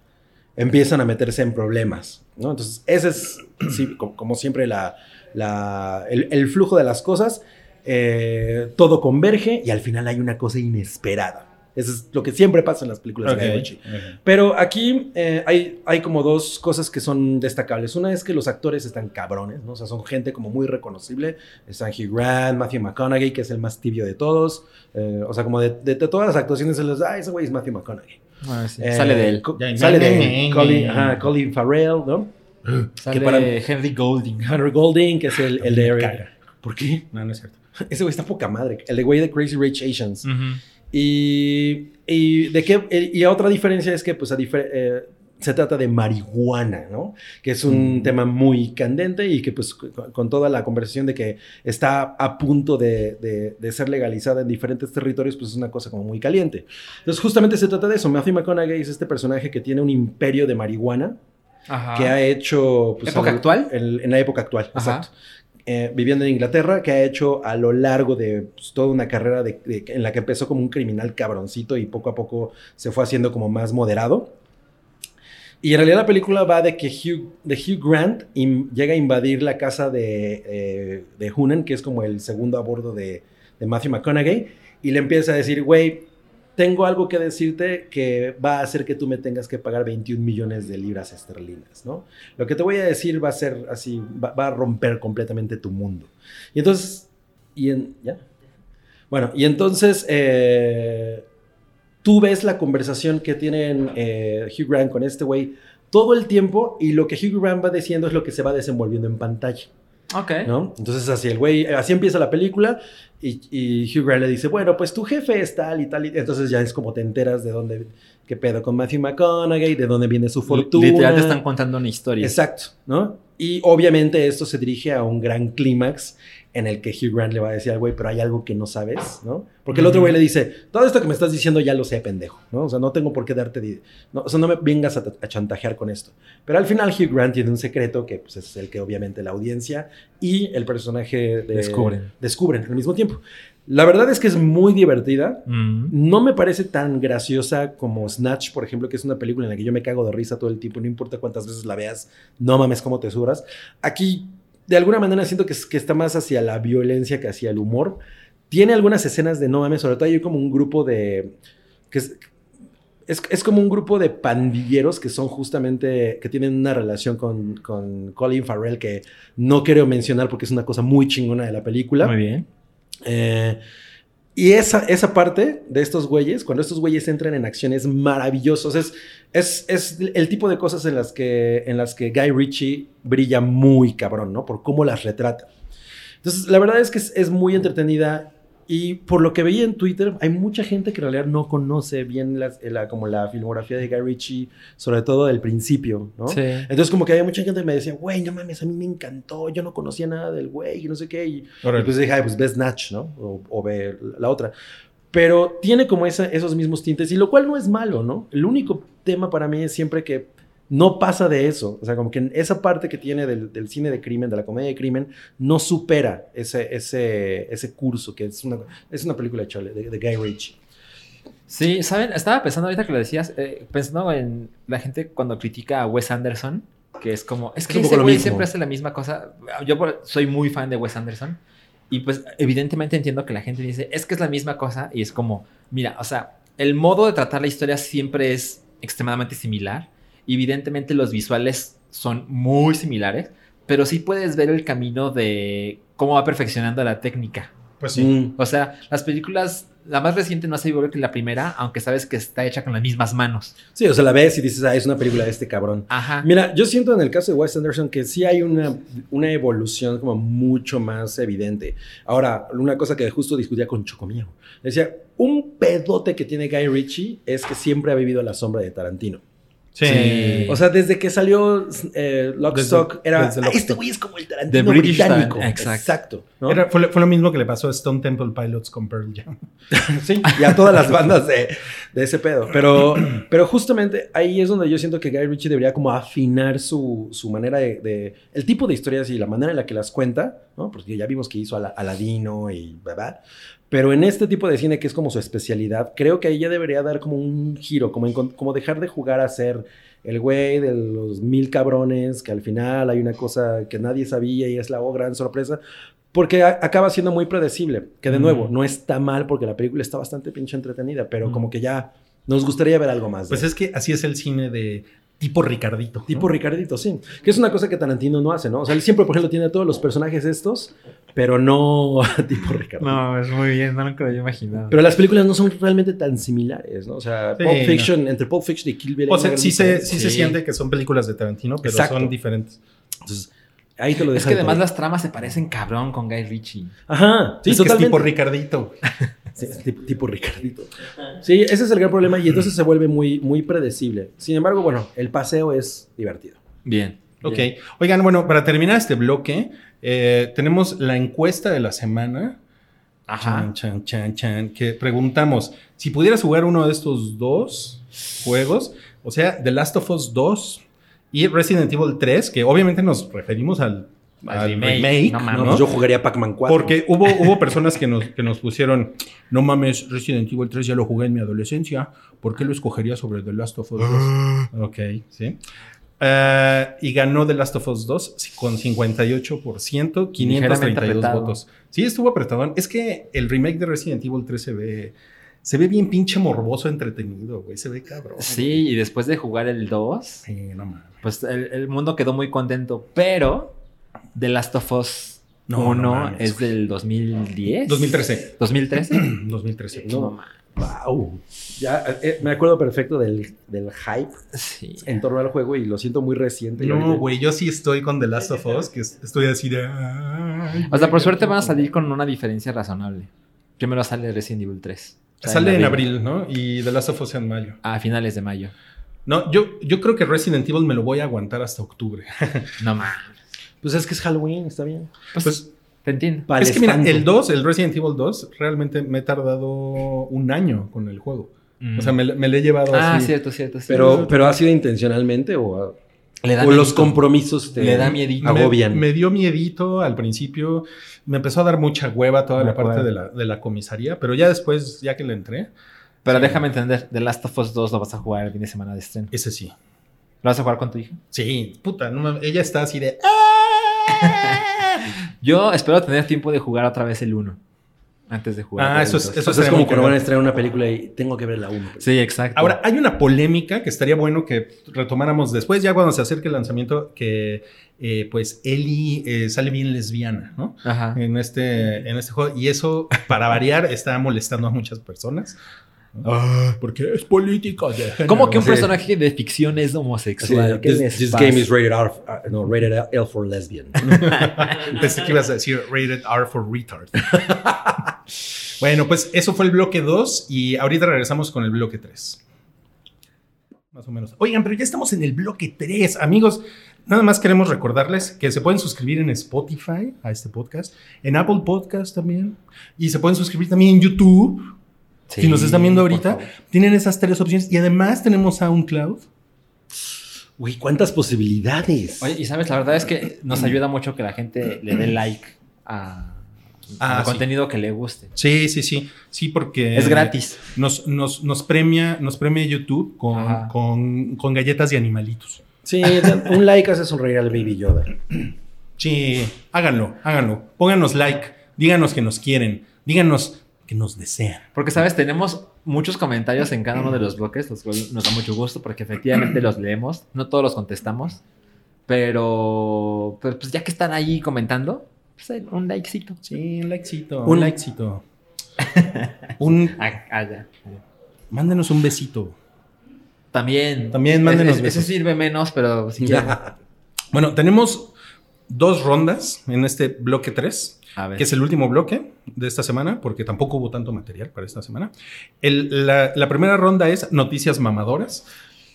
C: empiezan a meterse en problemas, ¿no? Entonces, ese es, sí, co- como, siempre, la, la- el, el flujo de las cosas. Eh, todo converge y al final hay una cosa inesperada. Eso es lo que siempre pasa en las películas
B: Ok,
C: de Guy Ritchie.
B: ok.
C: Pero aquí eh, hay, hay como dos cosas que son destacables. Una es que los actores están cabrones, ¿no? O sea, son gente como muy reconocible. Están Hugh Grant, Matthew McConaughey, que es el más tibio de todos. Eh, o sea, como de, de- de todas las actuaciones se les da, "Ah, ese güey es Matthew McConaughey.
D: Ah, sí.
C: Eh,
D: sale de él.
C: co-
B: Ya,
C: sale
B: ya,
C: de él.
B: ya,
C: Colin,
B: ya.
C: ajá, Colin Farrell, ¿no?
D: Sale
C: para-
D: Henry Golding.
C: Henry Golding, que es el, el
B: Me
C: de...
B: caga.
C: ¿Por qué?
B: No, no es cierto.
C: Ese güey está poca madre. El de güey de Crazy Rich Asians. Y, y de qué, eh, y otra diferencia es que pues, a difer- eh, se trata de marihuana, ¿no? Que es
D: Mm.
C: un tema muy candente y que pues c- con, toda la conversación de que está a punto de, de- de ser legalizada en diferentes territorios, pues es una cosa como muy caliente. Entonces justamente se trata de eso. Matthew McConaughey es este personaje que tiene un imperio de marihuana
D: Ajá.
C: que ha hecho... pues,
D: Ah. ¿Época
C: al-
D: actual?
C: el- en la época actual,
D: Ajá.
C: exacto. Eh, viviendo en Inglaterra, que ha hecho a lo largo de pues, toda una carrera de- de- en la que empezó como un criminal cabroncito y poco a poco se fue haciendo como más moderado. Y en realidad la película va de que Hugh, de Hugh Grant in- llega a invadir la casa de, eh, de Hunan, que es como el segundo a bordo de, de Matthew McConaughey, y le empieza a decir, güey, tengo algo que decirte que va a hacer que tú me tengas que pagar 21 millones de libras esterlinas, ¿no? Lo que te voy a decir va a ser así, va, va a romper completamente tu mundo. Y entonces, y en, ¿ya? Bueno, y entonces eh, tú ves la conversación que tienen eh, Hugh Grant con este güey todo el tiempo y lo que Hugh Grant va diciendo es lo que se va desenvolviendo en pantalla.
D: Ok.
C: ¿no? Entonces así el güey, así empieza la película y, y Hugh Grant le dice, bueno, pues tu jefe es tal y tal, y entonces ya es como te enteras de dónde, qué pedo con Matthew McConaughey, de dónde viene su fortuna.
D: Literal te están contando una historia.
C: Exacto, ¿no? Y obviamente esto se dirige a un gran clímax en el que Hugh Grant le va a decir al güey, pero hay algo que no sabes, ¿no? Porque el otro
D: Ujú.
C: güey le dice, todo esto que me estás diciendo ya lo sé, pendejo, ¿no? O sea, no tengo por qué darte... di- No, o sea, no me vengas a, a chantajear con esto. Pero al final Hugh Grant tiene un secreto que pues, es el que obviamente la audiencia y el personaje de-
D: Descubren.
C: descubren al mismo tiempo. La verdad es que es muy divertida.
D: Mm.
C: No me parece tan graciosa como Snatch, por ejemplo, que es una película en la que yo me cago de risa todo el tiempo, no importa cuántas veces la veas, no mames cómo te suras. Aquí, de alguna manera, siento que, es- que está más hacia la violencia que hacia el humor. Tiene algunas escenas de no mames, sobre todo hay como un grupo de... que es, es, es como un grupo de pandilleros que son justamente, que tienen una relación con, con Colin Farrell que no quiero mencionar porque es una cosa muy chingona de la película.
D: Muy bien.
C: Eh, y esa, esa parte de estos güeyes, cuando estos güeyes entran en acción, es maravilloso. O sea, es, es, es el tipo de cosas en las, que, en las que Guy Ritchie brilla muy cabrón, ¿no? Por cómo las retrata. Entonces, la verdad es que es, es muy entretenida. Y por lo que veía en Twitter, hay mucha gente que en realidad no conoce bien las- eh, la, como la filmografía de Guy Ritchie, sobre todo del principio, ¿no?
D: Sí.
C: Entonces, como que había mucha gente que me decía, güey, no mames, a mí me encantó, yo no conocía nada del güey, y no sé qué. Y
B: Órale.
C: y pues dije, "Ay, pues ve Snatch, ¿no? O, o ve la otra. Pero tiene como esa- esos mismos tintes, y lo cual no es malo, ¿no? El único tema para mí es siempre que no pasa de eso. O sea, como que en esa parte que tiene del, del cine de crimen, de la comedia de crimen, no supera ese, ese, ese curso, que es una, es una película de, Charlie- de, de Guy Ritchie.
D: Sí, ¿saben? Estaba pensando ahorita que lo decías, eh, pensando en la gente cuando critica a Wes Anderson, que es como, es
C: Es
D: que
C: un poco
D: ese
C: lo
D: güey
C: mismo.
D: siempre hace la misma cosa. Yo por- soy muy fan de Wes Anderson y pues evidentemente entiendo que la gente dice, es que es la misma cosa y es como, mira, o sea, el modo de tratar la historia siempre es extremadamente similar. Evidentemente los visuales son muy similares, pero sí puedes ver el camino de cómo va perfeccionando la técnica.
B: Pues sí.
C: Mm.
D: O sea, las películas, la más reciente no hace igual que la primera, aunque sabes que está hecha con las mismas manos.
C: Sí, o sea, la ves y dices, ah, es una película de este cabrón.
D: Ajá.
C: Mira, yo siento en el caso de Wes Anderson que sí hay una, una evolución como mucho más evidente. Ahora, una cosa que justo discutía con Chocomillo. Decía, un pedote que tiene Guy Ritchie es que siempre ha vivido a la sombra de Tarantino.
B: Sí.
D: Sí.
C: O sea, desde que salió eh, Lock,
B: Desde-
C: Stock, era.
B: desde Lock,
C: "Ah, este
B: Stock".
C: güey es como el
D: The
C: Tarantino
D: British Tar-
C: británico.
D: exacto.
C: ¿no?
B: Era- fue, lo- fue lo mismo que le pasó a Stone Temple Pilots con Pearl Jam.
C: Sí, y a todas las bandas de, de ese pedo. Pero, pero justamente ahí es donde yo siento que Guy Ritchie debería como afinar su, su manera de, de- El tipo de historias y la manera en la que las cuenta, ¿no? Porque ya vimos que hizo Ala- Aladino y ¿verdad? Pero en este tipo de cine que es como su especialidad, creo que ahí ya debería dar como un giro, como, encon- como dejar de jugar a ser el güey de los mil cabrones, que al final hay una cosa que nadie sabía y es la oh, gran sorpresa, porque a- acaba siendo muy predecible, que de
B: Mm.
C: nuevo, no está mal porque la película está bastante pinche entretenida, pero
B: Mm.
C: como que ya nos gustaría ver algo más. de
B: Pues es que así es el cine de tipo Ricardito. ¿no?
C: Tipo Ricardito, sí. Que es una cosa que Tarantino no hace, ¿no? O sea, él siempre, por ejemplo, tiene a todos los personajes estos, pero no tipo Ricardito.
D: No, es muy bien, no nunca lo había imaginado.
C: Pero las películas no son realmente tan similares, ¿no? O sea,
B: Sí,
C: Pulp Fiction, entre Pulp Fiction y Kill Bill. hay
B: O
C: una
B: sea,
C: gran
B: sí se,
C: diferencia.
B: sí se
D: Sí.
B: siente que son películas de Tarantino, pero
C: Exacto.
B: son diferentes.
C: Entonces, ahí te lo
D: es
C: dejo.
D: que además las tramas se parecen cabrón con Guy Ritchie.
C: Ajá, sí,
B: es que es tipo
C: totalmente.
B: Ricardito.
C: Sí, es tipo, tipo Ricardito. Sí, ese es el gran problema y entonces se vuelve muy, muy predecible. Sin embargo, bueno, el paseo es divertido.
D: Bien.
B: Ok.
C: Bien.
B: Oigan, bueno, para terminar este bloque, eh, tenemos la encuesta de la semana. Chan, chan, chan, chan. Que preguntamos: si pudieras jugar uno de estos dos juegos, o sea, The Last of Us 2 y Resident Evil 3, que obviamente nos referimos al,
D: Al
B: al,
D: remake,
B: remake.
D: no
C: No,
D: mames.
C: pues yo jugaría Pac-Man 4.
B: Porque hubo, hubo personas que nos, que nos pusieron, no mames, Resident Evil 3 ya lo jugué en mi adolescencia, ¿por qué lo escogería sobre The Last of Us 2? ok, sí. Ah, y ganó The Last of Us 2 con 58%,
D: Ligeramente
B: 532
D: apretado.
B: votos. Sí, estuvo apretadón. Es que el remake de Resident Evil 3 se ve, se ve bien pinche morboso, entretenido, güey. Se ve cabrón.
D: Sí, y después de jugar el 2,
B: Sí, no mames.
D: pues el, el mundo quedó muy contento, pero The Last of Us
B: No,
D: 1
B: no mames,
D: es del 2010.
B: 2013.
D: 2013.
B: 2013.
C: No, ma- wow. Ya, eh, me acuerdo perfecto del, del hype
D: Sí.
C: en torno al juego y lo siento muy reciente. Y
B: No,
C: ahorita-
B: güey, yo sí estoy con The Last of Us, que es- estoy así de... "Ay,
D: O sea, por
B: güey,
D: suerte
B: no".
D: van a salir con una diferencia razonable. Primero sale Resident Evil 3.
B: Sale en abril, ¿no? Y The Last of Us en mayo.
D: A finales de mayo.
B: No, yo, yo creo que Resident Evil me lo voy a aguantar hasta octubre.
D: No mames.
C: Pues es que es Halloween, está bien.
D: Ah, Pues,
B: Pues,
D: te entiendo.
C: Para
B: es que mira,
C: espanto.
B: el 2, el Resident Evil 2, realmente me he tardado un año con el juego. O sea, me, le- me le he llevado
D: Ah,
B: así.
D: cierto, cierto. cierto.
C: Pero, pero ha sido intencionalmente o, a-
D: Le da
C: o los
D: miedito.
C: compromisos te
D: Le da miedito.
B: Me-
C: agobian.
B: Me, dio miedito al principio. Me empezó a dar mucha hueva toda
C: Me
B: la parte
C: acuerdo.
B: de la, de la comisaría. Pero ya después, ya que le entré,
D: Pero déjame entender, The Last of Us 2 lo vas a jugar el fin de semana de estreno.
B: ese sí.
D: ¿Lo vas a jugar con tu hija?
B: Sí, puta, no mames, ella está así de...
D: Yo espero tener tiempo de jugar otra vez el 1. Antes de jugar.
B: Ah,
D: el
B: eso es,
D: dos.
B: eso
C: O sea, es
B: estaría
C: como
B: muy
C: cuando van a
B: cagado.
C: estrenar una película y tengo que ver la 1.
D: Sí, exacto.
B: Ahora, hay una polémica que estaría bueno que retomáramos después, ya cuando se acerque el lanzamiento, que eh, pues Ellie eh, sale bien lesbiana, ¿no?
D: Ajá.
B: En este, en este juego. Y eso, para variar, está molestando a muchas personas. ¿no? Ah, porque es política de género.
D: ¿Cómo que un
B: Sí.
D: personaje de ficción es homosexual? ¿Qué
C: this,
D: les
C: this
D: pasa?
C: game is rated R, uh, no, rated L for lesbian.
B: Pensé que ibas a decir rated R for retard. bueno, pues eso fue el bloque 2 y ahorita regresamos con el bloque 3. Más o menos. Oigan, pero ya estamos en el bloque 3, amigos. Nada más queremos recordarles que se pueden suscribir en Spotify a este podcast, en Apple Podcast también, y se pueden suscribir también en YouTube.
D: Sí,
B: si nos están viendo
D: por
B: ahorita,
D: favor.
B: tienen esas tres opciones y además tenemos SoundCloud.
C: Güey, cuántas posibilidades.
D: Oye, y sabes, la verdad es que nos ayuda mucho que la gente le dé like a,
B: Ah,
D: al
B: sí.
D: contenido que le guste. Eh,
B: Sí, sí, sí. Sí, porque.
D: es gratis.
B: Nos, nos, nos premia, nos premia YouTube con,
D: Ajá.
B: con, con galletas de animalitos.
C: Sí, un like hace sonreír al Baby Yoda.
B: Sí, háganlo, háganlo. Pónganos like, díganos que nos quieren, díganos que nos desean.
D: Porque, sabes, tenemos muchos comentarios en cada uno de los bloques, los cuales nos da mucho gusto porque efectivamente los leemos. No todos los contestamos. Pero, pero, pues ya que están ahí comentando, pues el- un likecito.
B: Sí, un likecito.
C: Un-
B: Un likecito. un,
D: Ah, ah, ya.
B: mándenos un besito.
D: También.
B: También mándenos
D: Ese- Ese
B: besos.
D: sirve menos, pero si quieren.
B: Bueno, tenemos dos rondas en este bloque 3.
D: A ver.
B: que es el último bloque de esta semana, porque tampoco hubo tanto material para esta semana. El- la, la primera ronda es noticias mamadoras.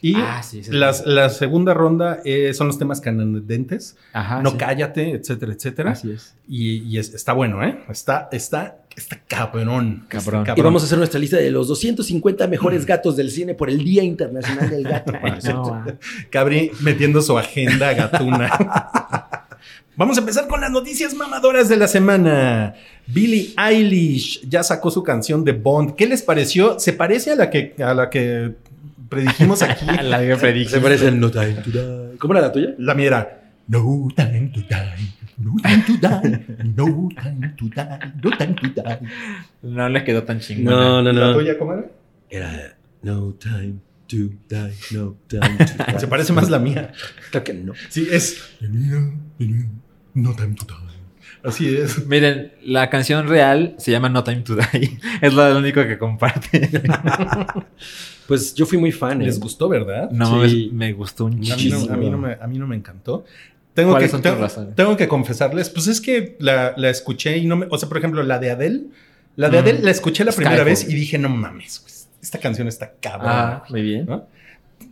B: Y
D: Ah, sí, sí, sí.
B: las- la segunda ronda eh, son los temas candentes.
D: Ajá,
B: no
D: Ah, sí. Ah,
B: cállate, etcétera, etcétera.
D: Así es.
B: Y, y es- está bueno, ¿eh? Está, está, está cabrón.
D: Cabrón.
B: Está
C: Y vamos a hacer nuestra lista de los 250 mejores gatos del cine por el Día Internacional del Gato.
D: Ay, no, ah.
B: Cabri metiendo su agenda gatuna. Vamos a empezar con las noticias mamadoras de la semana. Billie Eilish ya sacó su canción de Bond. ¿Qué les pareció? ¿Se parece a la que, a la que predijimos aquí?
D: La que predije.
C: Se parece al No Time to Die. ¿Cómo era la tuya?
B: La mira. No time to die, no time to die, no time to die, no time to die.
D: No le quedó tan chingona.
C: No, no,
B: ¿La
C: no.
B: tuya cómo era?
C: Era No Time to Die, No Time to
D: Ah,
C: Die.
B: Se parece más la mía.
C: Claro que no.
B: Sí, es. No time to die. Así es.
D: Miren, la canción real se llama No Time to Die. Es lo único que comparte.
C: Pues yo fui muy fan. ¿eh?
B: Les gustó, ¿verdad?
D: No
C: Sí.
D: mames, me gustó un
B: A mí,
D: chingo.
B: no, a mí no me, a mí no me encantó. Tengo que,
D: ¿Cuáles son tus
B: tengo-
D: razones?
B: tengo que confesarles, pues es que la, la escuché y no me... O sea, por ejemplo, la de Adele. La de
D: Mm.
B: Adele la escuché la primera
D: Skyfall.
B: vez y dije, no mames, pues, esta canción está cabrón.
D: Ah, muy bien.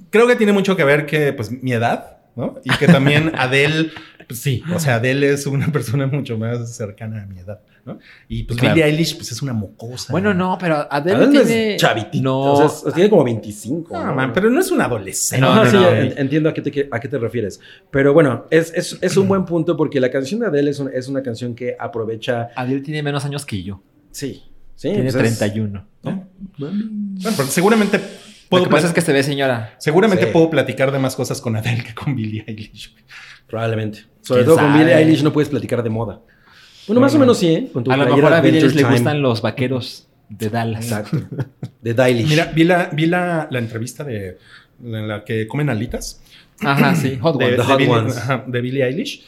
B: Creo que tiene mucho que ver que, pues, mi edad, ¿no? Y que también Adele, pues sí, o sea, Adele es una persona mucho más cercana a mi edad, ¿no? Y pues
D: Claro.
B: Billie Eilish, pues es una mocosa.
D: Bueno, no, pero Adele
C: Adele no
D: tiene...
C: es chavitita.
D: No.
C: O sea, es- tiene como 25.
B: No, man, pero no es un adolescente.
D: No,
C: No,
D: no,
C: Ah, sí,
D: no.
C: en- entiendo a qué, te, que- a qué te refieres. Pero bueno, es, es- es un buen punto porque la canción de Adele es, un- es una canción que aprovecha.
D: Adele tiene menos años que yo.
C: Sí, sí.
D: tiene
C: pues es-
D: 31.
B: ¿no? Bueno, pero seguramente...
D: Lo
B: puedo
D: que pasa
B: pla-
D: es que se ve señora.
B: Seguramente
C: Sí.
B: puedo platicar de más cosas con Adele que con Billie Eilish. güey.
C: Probablemente. Sobre
D: ¿Quién
C: todo con
D: sabe?
C: Billie Eilish no puedes platicar de moda. Bueno, más o menos sí, ¿eh? Con tu
D: A lo
C: playera
D: mejor a Billie Eilish
C: Adventure
D: le
C: Time.
D: gustan los vaqueros de Dallas.
C: Exacto. De Dailish.
B: Mira, vi la, vi la, la entrevista de en la que comen alitas
D: Ajá, sí. Hot
B: de,
D: Ones.
B: de
C: Hot
B: Billie,
C: Ones.
B: ajá, de Billie Eilish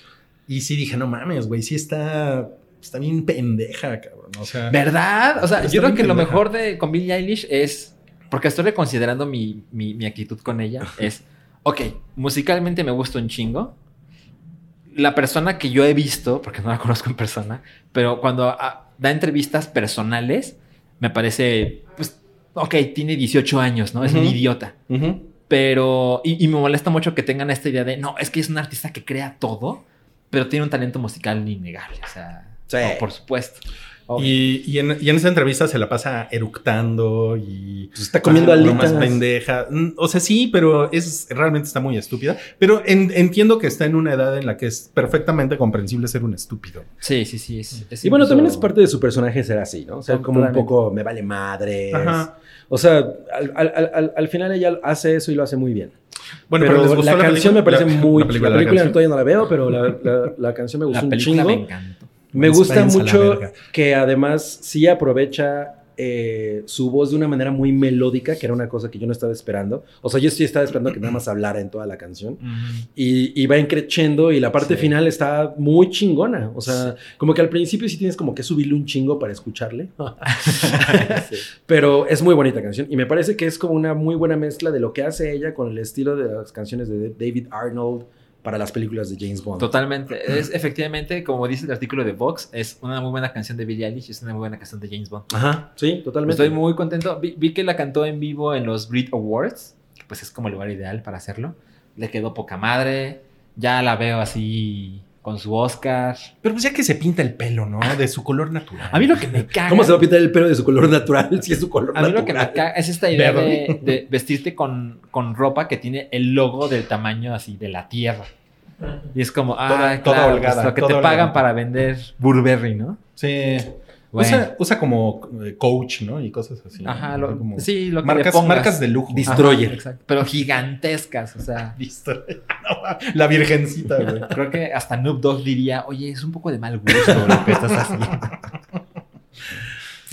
B: y sí dije, no mames, güey, sí está, está bien pendeja, cabrón. O sea,
D: ¿Verdad? O sea,
B: Está
D: yo creo
B: bien
D: que lo
B: pendeja.
D: mejor de con Billie Eilish es. Porque estoy reconsiderando mi, mi, mi actitud con ella. Es. Ok, musicalmente me gusta un chingo. La persona que yo he visto, porque no la conozco en persona, pero cuando ah, da entrevistas personales, me parece. Pues, ok, tiene 18 años, ¿no? Es un
B: Ujú.
D: idiota.
B: ujú.
D: Pero. Y, y me molesta mucho que tengan esta idea de. No, es que es un artista que crea todo, pero tiene un talento musical innegable. O sea.
C: Sí.
D: no, por supuesto.
B: y, y en, y en esa entrevista se la pasa eructando y
C: Pues está comiendo
B: haciendo
C: alitas.
B: bromas pendeja. Mm, O sea, sí, pero es realmente está muy estúpida. Pero en- entiendo que está en una edad en la que es perfectamente comprensible ser un estúpido.
D: Sí, sí, sí. es- es
C: Y bueno, también es
D: incluso-
C: parte de su personaje ser así, ¿no? O sea, como un
D: Totalmente.
C: poco me vale madre.
B: Ajá.
C: O sea, al, al- al- al- al final ella hace eso y lo hace muy bien.
B: Bueno, pero,
C: pero
B: les gustó
C: la, canción me
B: película?
C: parece
B: La-
C: muy...
B: la
C: La película,
B: película, la canción.
C: todavía no la veo, pero la, la- la canción me
D: La
C: gustó un
D: película
C: chingo.
D: me
C: Me,
D: encanta.
C: gusta
B: Váyanse a la
C: mucho
B: verga.
C: que además sí aprovecha eh, su voz de una manera muy melódica, que era una cosa que yo no estaba esperando. O sea, yo sí estaba esperando que nada más hablara en toda la canción. y, y va creciendo y la parte
D: Sí.
C: final está muy chingona. O sea, como que al principio sí tienes como que subirle un chingo para escucharle. Pero es muy bonita canción y me parece que es como una muy buena mezcla de lo que hace ella con el estilo de las canciones de David Arnold para las películas de James Bond.
D: Totalmente. Es efectivamente, como dice el artículo de Vox, es una muy buena canción de Billie Eilish, es una muy buena canción de James Bond.
C: Ajá, sí, totalmente.
D: Estoy muy contento. Vi, vi que la cantó en vivo en los Brit Awards, que pues es como el lugar ideal para hacerlo. Le quedó poca madre. Ya la veo así con su Oscar.
B: Pero pues ya que se pinta el pelo, ¿no? De su color natural.
D: A mí lo que me caga.
C: ¿Cómo se va a pintar el pelo de su color natural si es su color
D: A mí
C: natural?
D: lo que me caga es esta idea
B: Verde.
D: de, de vestirte con, con ropa que tiene el logo del tamaño así de la tierra. Y es como, ah,
B: Toda- toda
D: claro, pues
B: holgada,
D: lo que
B: toda
D: te
B: holgada.
D: pagan para vender Burberry, ¿no?
B: Sí.
D: Bueno.
B: Usa, usa como eh, coach, ¿no? Y cosas así.
D: Ajá,
B: ¿no?
D: lo-
B: Como
D: sí, lo que le
B: marcas,
D: pongas.
B: marcas de lujo.
C: Dis-
D: Ajá,
C: Destroyer.
D: exacto, pero gigantescas, o sea.
B: Listo. La virgencita, güey.
D: Creo que hasta Noob Dogg diría, oye, es un poco de mal gusto lo que estás
B: Ah,
D: haciendo.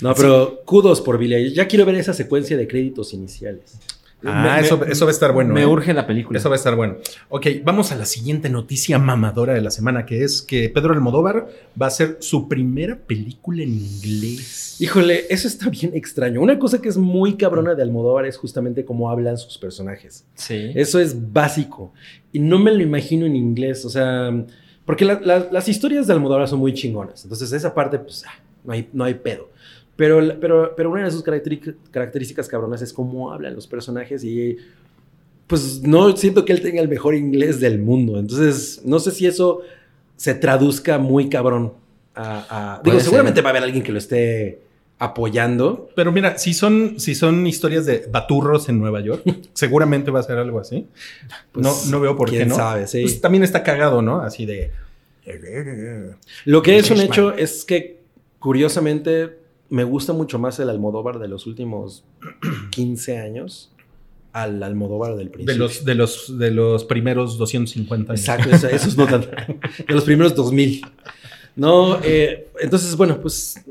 C: No, pero kudos por Billie Eilish. Ya quiero ver esa secuencia de créditos iniciales.
B: Ah,
D: Me-
B: eso,
D: me-
B: eso va a estar bueno.
D: Me
B: ¿eh?
D: urge la película.
B: Eso va a estar bueno. Ok, vamos a la siguiente noticia mamadora de la semana, que es que Pedro Almodóvar va a hacer su primera película en inglés.
C: Híjole, eso está bien extraño. Una cosa que es muy cabrona de Almodóvar es justamente cómo hablan sus personajes.
D: Sí.
C: Eso es básico. Y no me lo imagino en inglés, o sea, porque la- la- las historias de Almodóvar son muy chingonas. Entonces, esa parte, pues, ah, no, hay, no hay pedo. Pero, la- pero, pero una de sus caracteri- características cabronas es cómo hablan los personajes y pues no siento que él tenga el mejor inglés del mundo. Entonces, no sé si eso se traduzca muy cabrón. A, a- digo,
D: Puede ser.
C: seguramente va a haber alguien que lo esté apoyando.
B: Pero mira, si son, si son historias de baturros en Nueva York, seguramente va a ser algo así.
C: Pues,
B: no, no veo por qué
C: quién
B: no.
C: sabe, sí.
B: Pues también está cagado, ¿no? Así de.
C: Lo que es un
B: Fishman.
C: hecho es que, curiosamente, me gusta mucho más el Almodóvar de los últimos 15 años al Almodóvar del
B: De
C: principio.
B: los, de los, de los primeros 250 años.
C: Exacto, eso, eso es no tanto. De los primeros 2000. No, eh, entonces, bueno, pues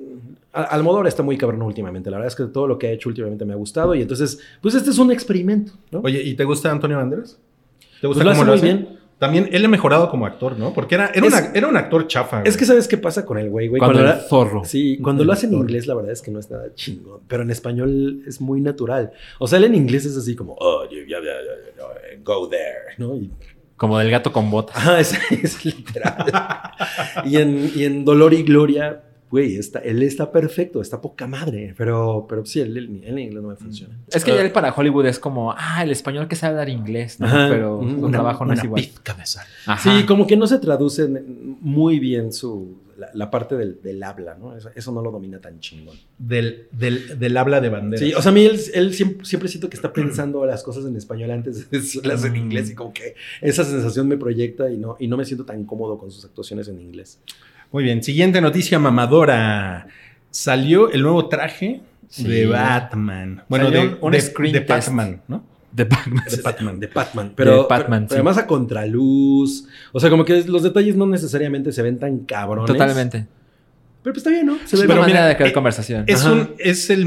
C: Al- Almodóvar está muy cabrón últimamente. La verdad es que todo lo que ha hecho últimamente me ha gustado y entonces, pues este es un experimento, ¿no?
B: Oye, ¿y te gusta Antonio Banderas? ¿Te
C: Pues
B: gusta
C: lo
B: cómo
C: hace
B: lo
C: muy
B: hace?
C: bien.
B: También él ha mejorado como actor, ¿no? Porque era, era,
C: Es-
B: una- era un actor chafa.
C: Es que
B: güey.
C: sabes qué pasa con el güey, güey.
D: Cuando
C: Cuando
D: el
C: la-
D: zorro.
C: Sí, cuando lo hace en
B: Mejor.
C: inglés, la verdad es que no es nada chingón, pero en español es muy natural. O sea, él en inglés es así como, oh, you- ya, ya, ya, ya, ya, go there, ¿no? Y-
D: Como del gato con botas.
C: ajá, es, es literal. y, en, y en Dolor y Gloria, güey, está, él está perfecto, está poca madre, pero, pero sí, él, él- él en inglés no me funciona. Ah,
D: Es que ya el para Hollywood es como, ah, el español que sabe hablar inglés, ¿no?
C: Ajá,
D: Pero
C: un-
D: su
C: una-
D: trabajo no es
B: Una
D: igual.
B: pizca de sal.
D: Ajá.
C: Sí, como que no se traduce en- muy bien su, la, la parte del, del habla, ¿no? Eso, eso no lo domina tan chingón.
B: Del, del, del habla de Banderas.
C: Sí, o sea, a mí él, él siempre, siempre siento que está pensando las cosas en español antes de decirlas en
B: Mm.
C: inglés y como que esa sensación me proyecta y no, y no me siento tan cómodo con sus actuaciones en inglés.
B: Muy bien, siguiente noticia mamadora. Salió el nuevo traje
D: Sí.
B: de Batman. Bueno,
D: Salió
B: de,
D: un
B: de-
D: screen
B: de
D: test.
B: Batman, ¿no?
D: The Batman.
B: De Batman.
C: De Batman, pero,
D: De Batman,
C: pero- pero
D: sí.
C: además a contraluz. O sea, como que los detalles no necesariamente se ven tan cabrones.
D: Totalmente.
C: Pero pues está bien, ¿no? Se
D: Es
C: ve
D: una
B: pero
C: bien.
D: manera
B: mira,
D: de crear
B: eh,
D: conversación.
B: Es,
C: Ajá.
B: un- es el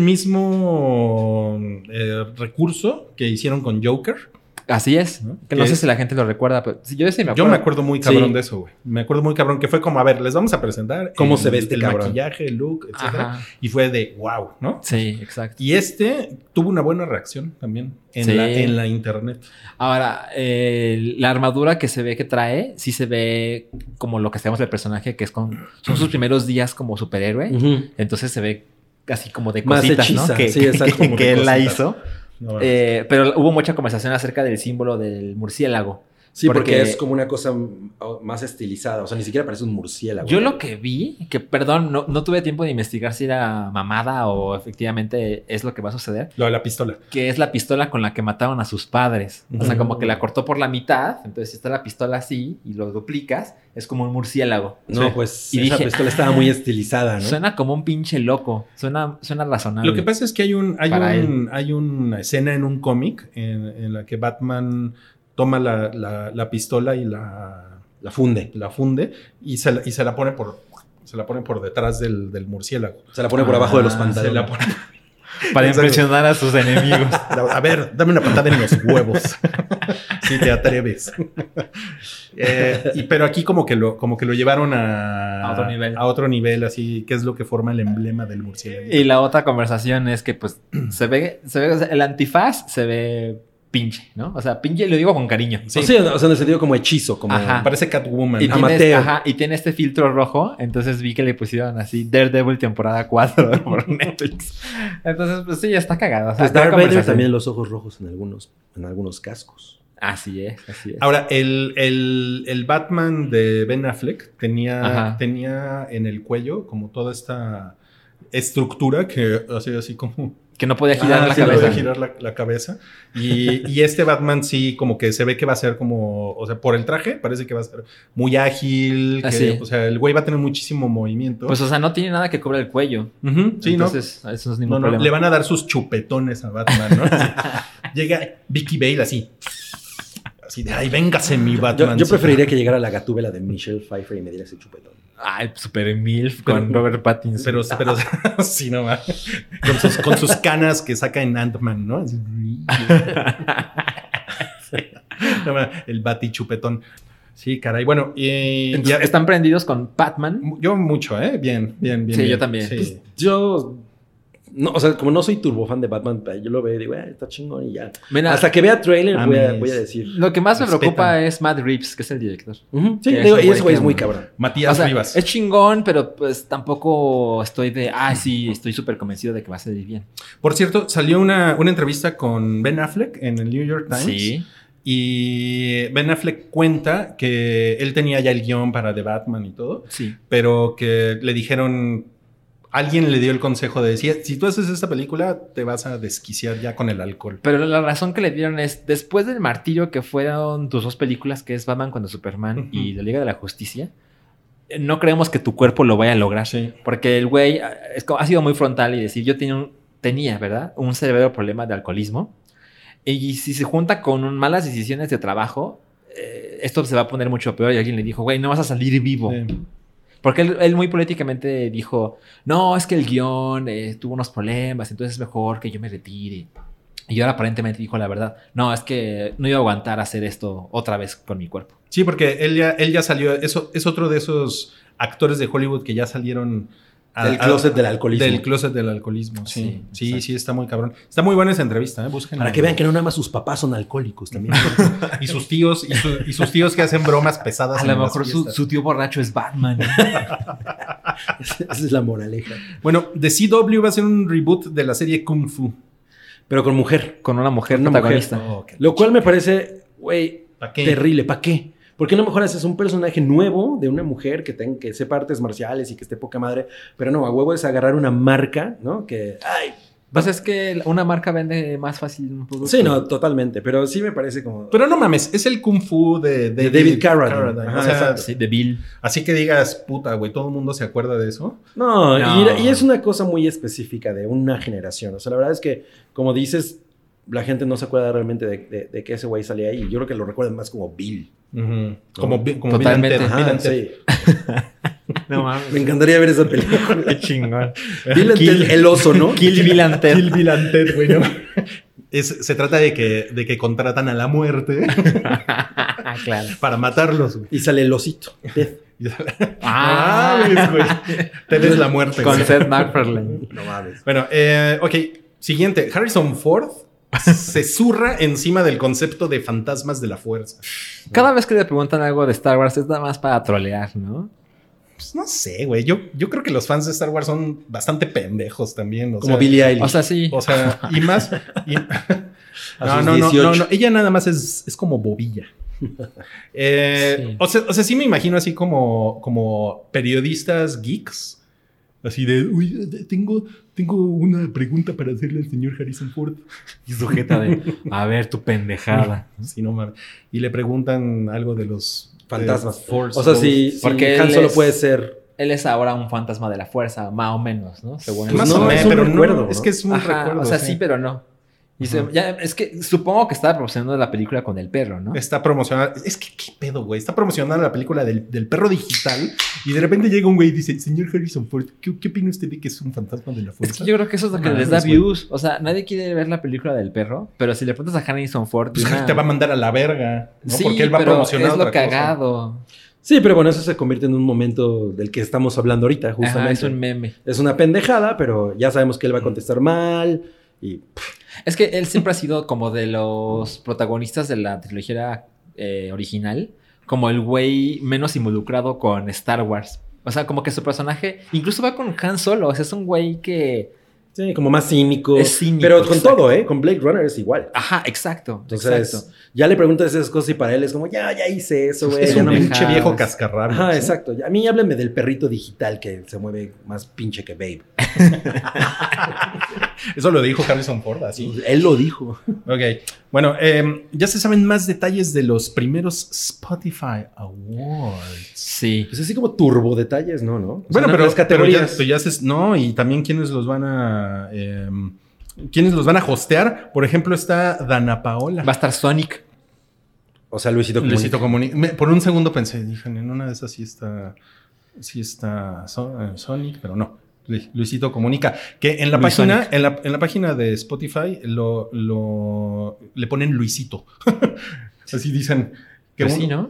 B: mismo eh, recurso que hicieron con Joker.
D: Así es.
B: ¿no?
D: Que no
B: Que
D: sé
B: es-
D: si la gente lo recuerda, pero si yo sí me
B: Yo
D: acuerdo.
B: me acuerdo muy cabrón
C: Sí.
B: de eso, güey. Me acuerdo muy cabrón que fue como, a ver, les vamos a presentar
C: ¿Cómo
B: el-
C: se ve este
B: el
C: cabrón?
B: maquillaje, el look, etcétera.
D: Ajá.
B: Y fue de wow, ¿no?
D: Sí, exacto.
B: Y este tuvo una buena reacción también en,
D: Sí.
B: la, en la internet.
D: Ahora, eh, la armadura que se ve que trae, sí se ve como lo que sabemos del personaje, que es con. Son sus primeros días como superhéroe.
C: Ujú.
D: Entonces se ve así como de
C: Más
D: cositas,
C: hechiza,
D: ¿no? Que,
C: sí,
D: que-
C: exacto,
D: que
C: como de
D: él la
C: cositas.
D: hizo.
B: No,
D: Eh, pero hubo mucha conversación acerca del símbolo del murciélago.
C: Sí, porque,
D: Porque-
C: es como una cosa mm, más estilizada. O sea, ni siquiera parece un murciélago.
D: Yo lo que vi, que perdón, no, no tuve tiempo de investigar si era mamada o efectivamente es lo que va a suceder,
B: lo de la pistola.
D: que es la pistola con la que mataron a sus padres. O sea,
B: Ujú.
D: como que la cortó por la mitad, entonces si está la pistola así y lo duplicas, es como un murciélago.
C: No,
B: Sí.
C: pues
D: Y
C: esa
D: dije,
C: pistola estaba muy estilizada, ¿no?
D: Suena como un pinche loco, suena, suena razonable.
B: pues, Lo que pasa es que hay un, hay
D: Para
B: un, hay una escena en un cómic en, en la que Batman toma la, la- la pistola y la,
C: La funde.
B: la funde y se la, y se la pone por se la pone por detrás del, del murciélago.
C: Se la pone por
D: Ah,
C: abajo de los
D: se
B: Se
C: pantalones.
B: la pone-
D: Para
B: Exacto.
D: impresionar a sus enemigos.
B: a ver, dame una patada en los huevos. si te atreves. Eh, y, pero aquí como que lo, como que lo llevaron a,
D: A otro nivel.
B: a otro nivel, así que es lo que forma el emblema del murciélago.
D: y la otra conversación es que pues se ve, se ve, o sea, el antifaz se ve pinche, ¿no? O sea, pinche lo digo con cariño.
C: Sí. O, sea, o sea, en el sentido como hechizo, como...
D: Ajá.
B: Parece Catwoman.
D: Y
B: ¿no?
D: tiene,
C: Amateur.
D: ajá, y tiene este filtro rojo, entonces vi que le pusieron así Daredevil temporada 4 por Netflix. Entonces, pues sí, está cagado. o sea,
C: Pues
D: está
C: Darth Vader
D: conversación.
C: también los ojos rojos en algunos, en algunos cascos.
D: Así es, así es.
B: Ahora, el, el- el Batman de Ben Affleck tenía,
D: Ajá.
B: tenía en el cuello como toda esta estructura que hacía así como
D: Que no podía girar
B: Ah,
D: la
B: sí, le
D: cabeza.
B: voy a girar la, la cabeza. Y, y este Batman sí, como que se ve que va a ser como, o sea, por el traje parece que va a ser muy ágil. que,
D: Así.
B: O sea, el güey va a tener muchísimo movimiento.
D: Ah, Pues, o sea, no tiene nada que cubra el cuello.
B: Ujú, sí, ¿no?
D: entonces, eso no es
B: No,
D: ningún
B: no,
D: problema.
B: le van a dar sus chupetones a Batman, ¿no? Así. Llega Vicky Bale así. Así de, ay, véngase mi
C: Yo,
B: Batman.
C: yo
B: Sí.
C: preferiría que llegara la gatúbela de Michelle Pfeiffer y me diera ese chupetón.
D: Ay, super milf con Robert Pattinson.
B: Pero, pero sí, no va. Con sus, con sus canas que saca en Ant-Man, ¿no? Así. No va, El batichupetón. Sí, caray. Bueno, y,
D: Entonces,
B: ya-
D: están prendidos con Batman.
B: mu- yo mucho, ¿eh? Bien, bien, bien.
D: Sí, yo
B: bien.
D: también. Pues,
B: Sí.
C: Yo... No, o sea, como no soy turbofan de Batman, yo lo veo y digo, "Ah, está chingón y ya.
D: Mira,
C: Hasta que vea trailer
B: a
C: voy a,
B: mí
C: voy a
B: es-
C: decir.
D: lo que más me
B: Respeta.
D: preocupa es Matt Reeves, que es el director.
C: Ujú, sí,
D: que
C: digo,
D: ese
C: y ese güey es
D: güey
C: muy
D: que-
C: cabrón.
B: Matías
D: O sea,
B: Rivas.
D: Es chingón, pero pues tampoco estoy de, ah, sí, estoy súper convencido de que va a salir bien.
B: Por cierto, salió una, una entrevista con Ben Affleck en el New York Times. Y Ben Affleck cuenta que él tenía ya el guión para The Batman y todo,
D: Sí.
B: pero que le dijeron, alguien le dio el consejo de, si, si tú haces esta película, te vas a desquiciar ya con el alcohol.
D: Pero la razón que le dieron es, después del martirio que fueron tus dos películas, que es Batman contra Superman y
B: Ujú.
D: La Liga de la Justicia, eh, no creemos que tu cuerpo lo vaya a lograr.
B: Sí.
D: Porque el güey ah, es como- ha sido muy frontal y decir, yo tenía, un- tenía, ¿verdad? Un severo problema de alcoholismo. Y si se junta con un- malas decisiones de trabajo, eh, esto se va a poner mucho peor. Y alguien le dijo, güey, no vas a salir vivo.
B: Sí.
D: Porque él, él muy políticamente dijo, no, es que el guión eh, tuvo unos problemas, entonces es mejor que yo me retire. Y ahora aparentemente dijo la verdad, no, es que no iba a aguantar hacer esto otra vez con mi cuerpo.
B: Sí, porque él ya, él ya salió, eso, es otro de esos actores de Hollywood que ya salieron a-
C: Del
B: a-
C: closet del alcoholismo.
B: Del closet del alcoholismo, sí.
D: Sí,
B: Sí, sí,
D: exacto.
B: está muy cabrón. Está muy buena esa entrevista, ¿eh? Búsquenla.
C: Para que vean que no nada más sus papás son alcohólicos también.
B: Y sus tíos, y, su- y sus tíos que hacen bromas pesadas.
D: A
B: en
D: lo
B: las
D: mejor su,
B: fiestas.
D: su tío borracho es Batman. ¿eh?
C: Esa es la moraleja.
B: Bueno, The CW va a ser un reboot de la serie Kung Fu.
C: Pero con mujer.
D: con una mujer
C: Una mujer,
D: protagonista.
C: Lo cual me parece, güey,
B: ¿Para qué?
C: terrible. ¿Para qué? ¿Por qué no mejor haces un personaje nuevo de una mujer que, tenga, que sepa artes marciales y que esté poca madre? Pero no, a huevo es agarrar una marca, ¿no? Que, ay,
D: Pues es que una marca vende más fácil un producto.
C: sí, no, totalmente. Pero sí me parece como...
B: Pero no mames, es el Kung Fu de,
C: De David Carradine. Ajá,
B: o sea,
C: exacto.
D: Sí, de Bill.
B: así que digas, puta, güey, todo el mundo se acuerda de eso.
C: No,
D: No.
C: Y, y es una cosa muy específica de una generación. O sea, la verdad es que, como dices, la gente no se acuerda realmente de, de- de que ese güey salía ahí. Yo creo que lo recuerdan más como Bill.
B: Como,
C: No.
B: Bi- como Bill
D: Totalmente.
B: Ted,
D: Ajá,
B: Bill
C: Ajá,
B: and Ted.
C: sí. Me
D: No mames.
C: encantaría ver esa película.
D: chingón.
C: Bill and
D: Kill-
C: Ted, el oso, ¿no?
D: Kill Bill and Ted.
B: Kill Bill and Ted, güey, ¿no? Es- se trata de que, de que contratan a la muerte
D: Ah, claro.
B: para matarlos, güey.
C: Y sale el osito. Ted.
B: Ah, güey. Ted es la muerte.
D: con
B: güey.
D: Seth MacFarlane.
C: No mames.
B: Bueno, eh, ok. Siguiente. Harrison Ford se zurra encima del concepto de fantasmas de la fuerza.
D: Cada vez que le preguntan algo de Star Wars es nada más para trolear, ¿no?
B: Pues no sé, güey. Yo, yo creo que los fans de Star Wars son bastante pendejos también. o
C: Como
B: sea,
C: Billie Eilish.
D: O sea, sí.
B: O sea, y más. y- no,
C: A
B: no,
C: sus
B: no,
C: 18.
B: no, no, Ella nada más es, es como bobilla. Eh,
D: Sí.
B: o, sea, o sea, sí me imagino así como, como periodistas geeks. Así de, uy, de- tengo, tengo una pregunta para hacerle al señor Harrison Ford.
D: Y sujeta de, a ver, tu pendejada.
B: Sí, no mames. Y le preguntan algo de los
C: Fantasmas.
B: de Force
C: o sea,
B: Ghosts.
C: si, si
D: Porque
C: Han
D: él
C: solo
D: es-
C: puede ser...
D: Él es ahora un fantasma de la fuerza, más o menos, ¿no? Según
C: Pues
B: Más
C: no,
B: o menos,
C: es un
B: pero no,
C: recuerdo,
B: es
C: ¿no?
B: que es un
D: Ajá,
B: recuerdo.
D: O sea, sí, pero no. Y se-
B: Ajá.
D: ya, es que supongo que estaba promocionando la película con el perro, ¿no?
B: Está promocionada. Es que, ¿qué pedo, güey? Está promocionada la película del, del perro digital y de repente llega un güey y dice, señor Harrison Ford, ¿qué, qué opina usted de que es un fantasma de la
D: Es
B: fuerza?
D: que yo creo que eso es lo que
B: Ah,
D: les da
B: es bueno.
D: views. O sea, nadie quiere ver la película del perro, pero si le preguntas a Harrison Ford.
B: Pues,
D: una-
B: te va a mandar a la verga, ¿no?
D: Sí,
B: Porque él va a
D: pero
B: promocionar
D: Es lo
B: otra cosa.
D: cagado.
C: Sí, pero bueno, eso se convierte en un momento del que estamos hablando ahorita, justamente.
D: Ajá, es
C: es,
D: un meme.
C: una pendejada, pero ya sabemos que él va a contestar mal. Y
D: Es que él siempre ha sido como de los protagonistas de la trilogía eh, original, como el güey menos involucrado con Star Wars. O sea, como que su personaje incluso va con Han Solo. O sea, es un güey que.
C: sí, como más cínico.
D: Es cínico,
C: Pero con
D: exacto.
C: todo, ¿eh? Con Blade Runner es igual.
D: Ajá, exacto.
C: Entonces,
D: exacto.
C: ya le preguntas esas cosas y para él es como, ya, ya hice eso, güey.
B: Es
C: ya
B: un
C: no me-
B: pinche
D: dejas.
B: viejo cascarrabia.
C: Ajá, exacto. A mí háblenme del perrito digital que se mueve más pinche que Babe.
B: Eso lo dijo Harrison Ford, así.
C: Él lo dijo.
B: Ok. Bueno, eh, ya se saben más detalles de los primeros Spotify Awards.
D: Sí.
C: Pues así como turbo detalles, ¿no? ¿No? O sea,
B: Bueno,
C: no,
B: pero,
C: las
B: pero ya,
C: categorías.
B: pero ya se- no, y también quiénes los van a eh, quiénes los van a hostear. Por ejemplo, está Dana Paola.
D: Va a estar Sonic.
C: O sea, Luisito Comunica.
B: Luisito Comunica. Me- Por un segundo pensé, dije, en una de esas sí está, sí está So- eh, Sonic, pero no. Lu- Luisito Comunica. Que en la
D: Luis
B: página,
D: Sonic.
B: en la, en la página de Spotify lo, lo- le ponen Luisito. Así dicen. Que
D: Pues
B: un-
D: sí, ¿no?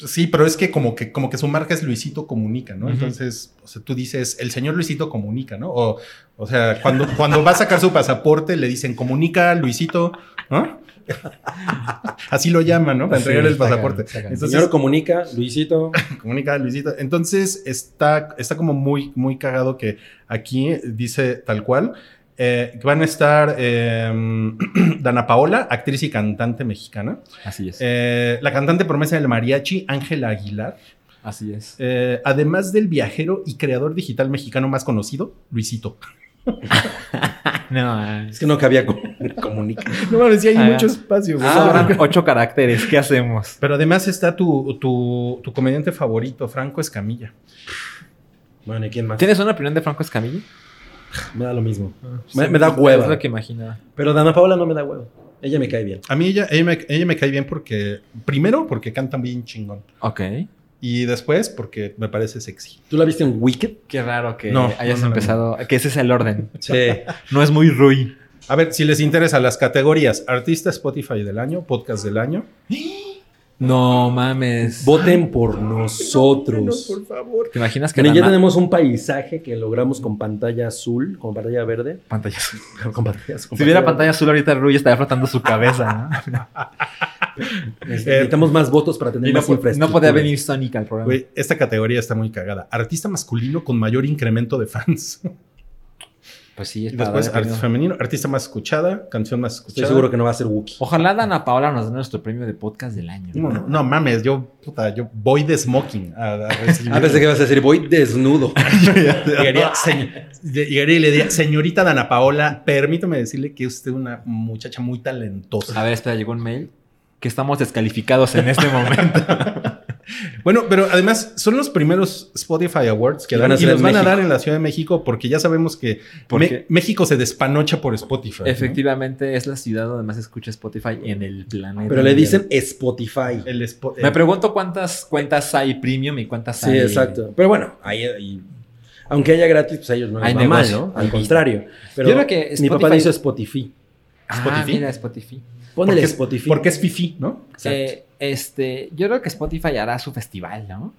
B: Sí, pero es que como que, como que su marca es Luisito Comunica, ¿no?
D: Ujú.
B: Entonces, o sea, tú dices, el señor Luisito Comunica, ¿no? O, o sea, cuando, cuando va a sacar su pasaporte, le dicen, comunica Luisito, ¿no? Así lo llaman, ¿no? Para
D: Sí,
B: entregar el
D: está cabrón,
B: pasaporte.
D: está cabrón.
B: Entonces,
C: Señor Comunica, Luisito.
B: comunica Luisito. Entonces, está, está como muy, muy cagado que aquí dice tal cual. eh, que van a estar eh, Dana Paola, actriz y cantante mexicana.
D: Así es.
B: Eh, la cantante promesa del mariachi, Ángela Aguilar.
D: así es.
B: Eh, además del viajero y creador digital mexicano más conocido, Luisito.
D: No, eh,
C: Es que no cabía como comunica.
B: No mames, sí hay
D: Ah.
B: mucho espacio. güey.
D: sobran ocho caracteres. ¿Qué hacemos?
B: Pero además está tu, tu, tu comediante favorito, Franco Escamilla.
C: Bueno, ¿y quién más?
D: ¿Tienes una opinión de Franco Escamilla?
C: Me da lo mismo.
D: Ah, Sí,
C: me da
D: es-
C: hueva.
D: Es lo que imaginaba.
C: Pero Dana Paola no me da huevo. Ella me cae bien.
B: A mí ella, ella, me, ella me cae bien porque, primero, porque canta bien chingón.
D: Ok.
B: Y después, porque me parece sexy.
C: ¿Tú la viste en Wicked?
D: Qué raro que
B: No,
D: hayas
B: no, no, no.
D: empezado, que ese es el orden.
C: Sí.
D: No es muy Rui.
B: A ver, si les interesa las categorías Artista Spotify del año, Podcast del año.
D: No mames.
C: Voten por nosotros.
B: Por favor.
D: ¿Te imaginas que
C: Miren, ya
D: Dana-
C: tenemos un paisaje que logramos con pantalla azul, con pantalla verde.
D: pantalla azul?
C: Con pantalla azul.
D: Si hubiera pantalla azul ahorita Rui estaría flotando su cabeza. ¿no?
C: Necesitamos más votos para tener
D: Y no,
C: más
D: po-
C: infraestructura.
D: no podía venir Sonic al programa.
B: Güey, esta categoría está muy cagada. Artista masculino con mayor incremento de fans.
D: Pues sí,
B: Y
D: es para
B: después,
D: darle
B: artista
D: premio.
B: femenino, artista más escuchada, canción más escuchada.
C: Estoy seguro que no va a ser Wookiee.
D: Ojalá Dana Paola nos dé nuestro premio de podcast del año.
B: No, no, no mames, yo, puta, yo voy de smoking a, a recibir.
C: Ah, pensé que ibas a decir, voy desnudo.
B: Llegaría, señ- llegaría y le diría, señorita Dana Paola, permítame decirle que es usted una muchacha muy
D: A
B: talentosa.
D: ver, espera, llegó un mail que estamos descalificados en este momento.
B: Bueno, pero además son los primeros Spotify Awards que
C: Y
B: dan,
C: van a
B: y
C: ser
B: los
C: en
B: van a
C: México.
B: dar en la Ciudad de México porque ya sabemos que
D: Porque-
B: Me- México se despanocha por Spotify. ¿no?
D: Efectivamente, es la ciudad donde más se escucha Spotify en el planeta.
C: Pero le
D: mundial.
C: dicen Spotify.
B: El eh, Spo-
D: Me
B: el-
D: pregunto cuántas cuentas hay premium y cuántas
C: Sí,
D: hay.
C: exacto. Pero bueno, ahí, ahí- aunque haya gratis, pues a ellos no les
D: Hay
C: va mal,
D: negocio.
C: ¿no? Al contrario. Pero
D: Yo creo que
C: mi
D: Spotify-
C: papá dice Spotify.
D: Ah,
B: Spotify.
D: mira, Spotify.
C: Ponle
B: porque es-
C: Spotify.
B: Porque es fifi, ¿no?
C: Exacto.
D: Eh, este, yo creo que Spotify hará su festival, ¿no?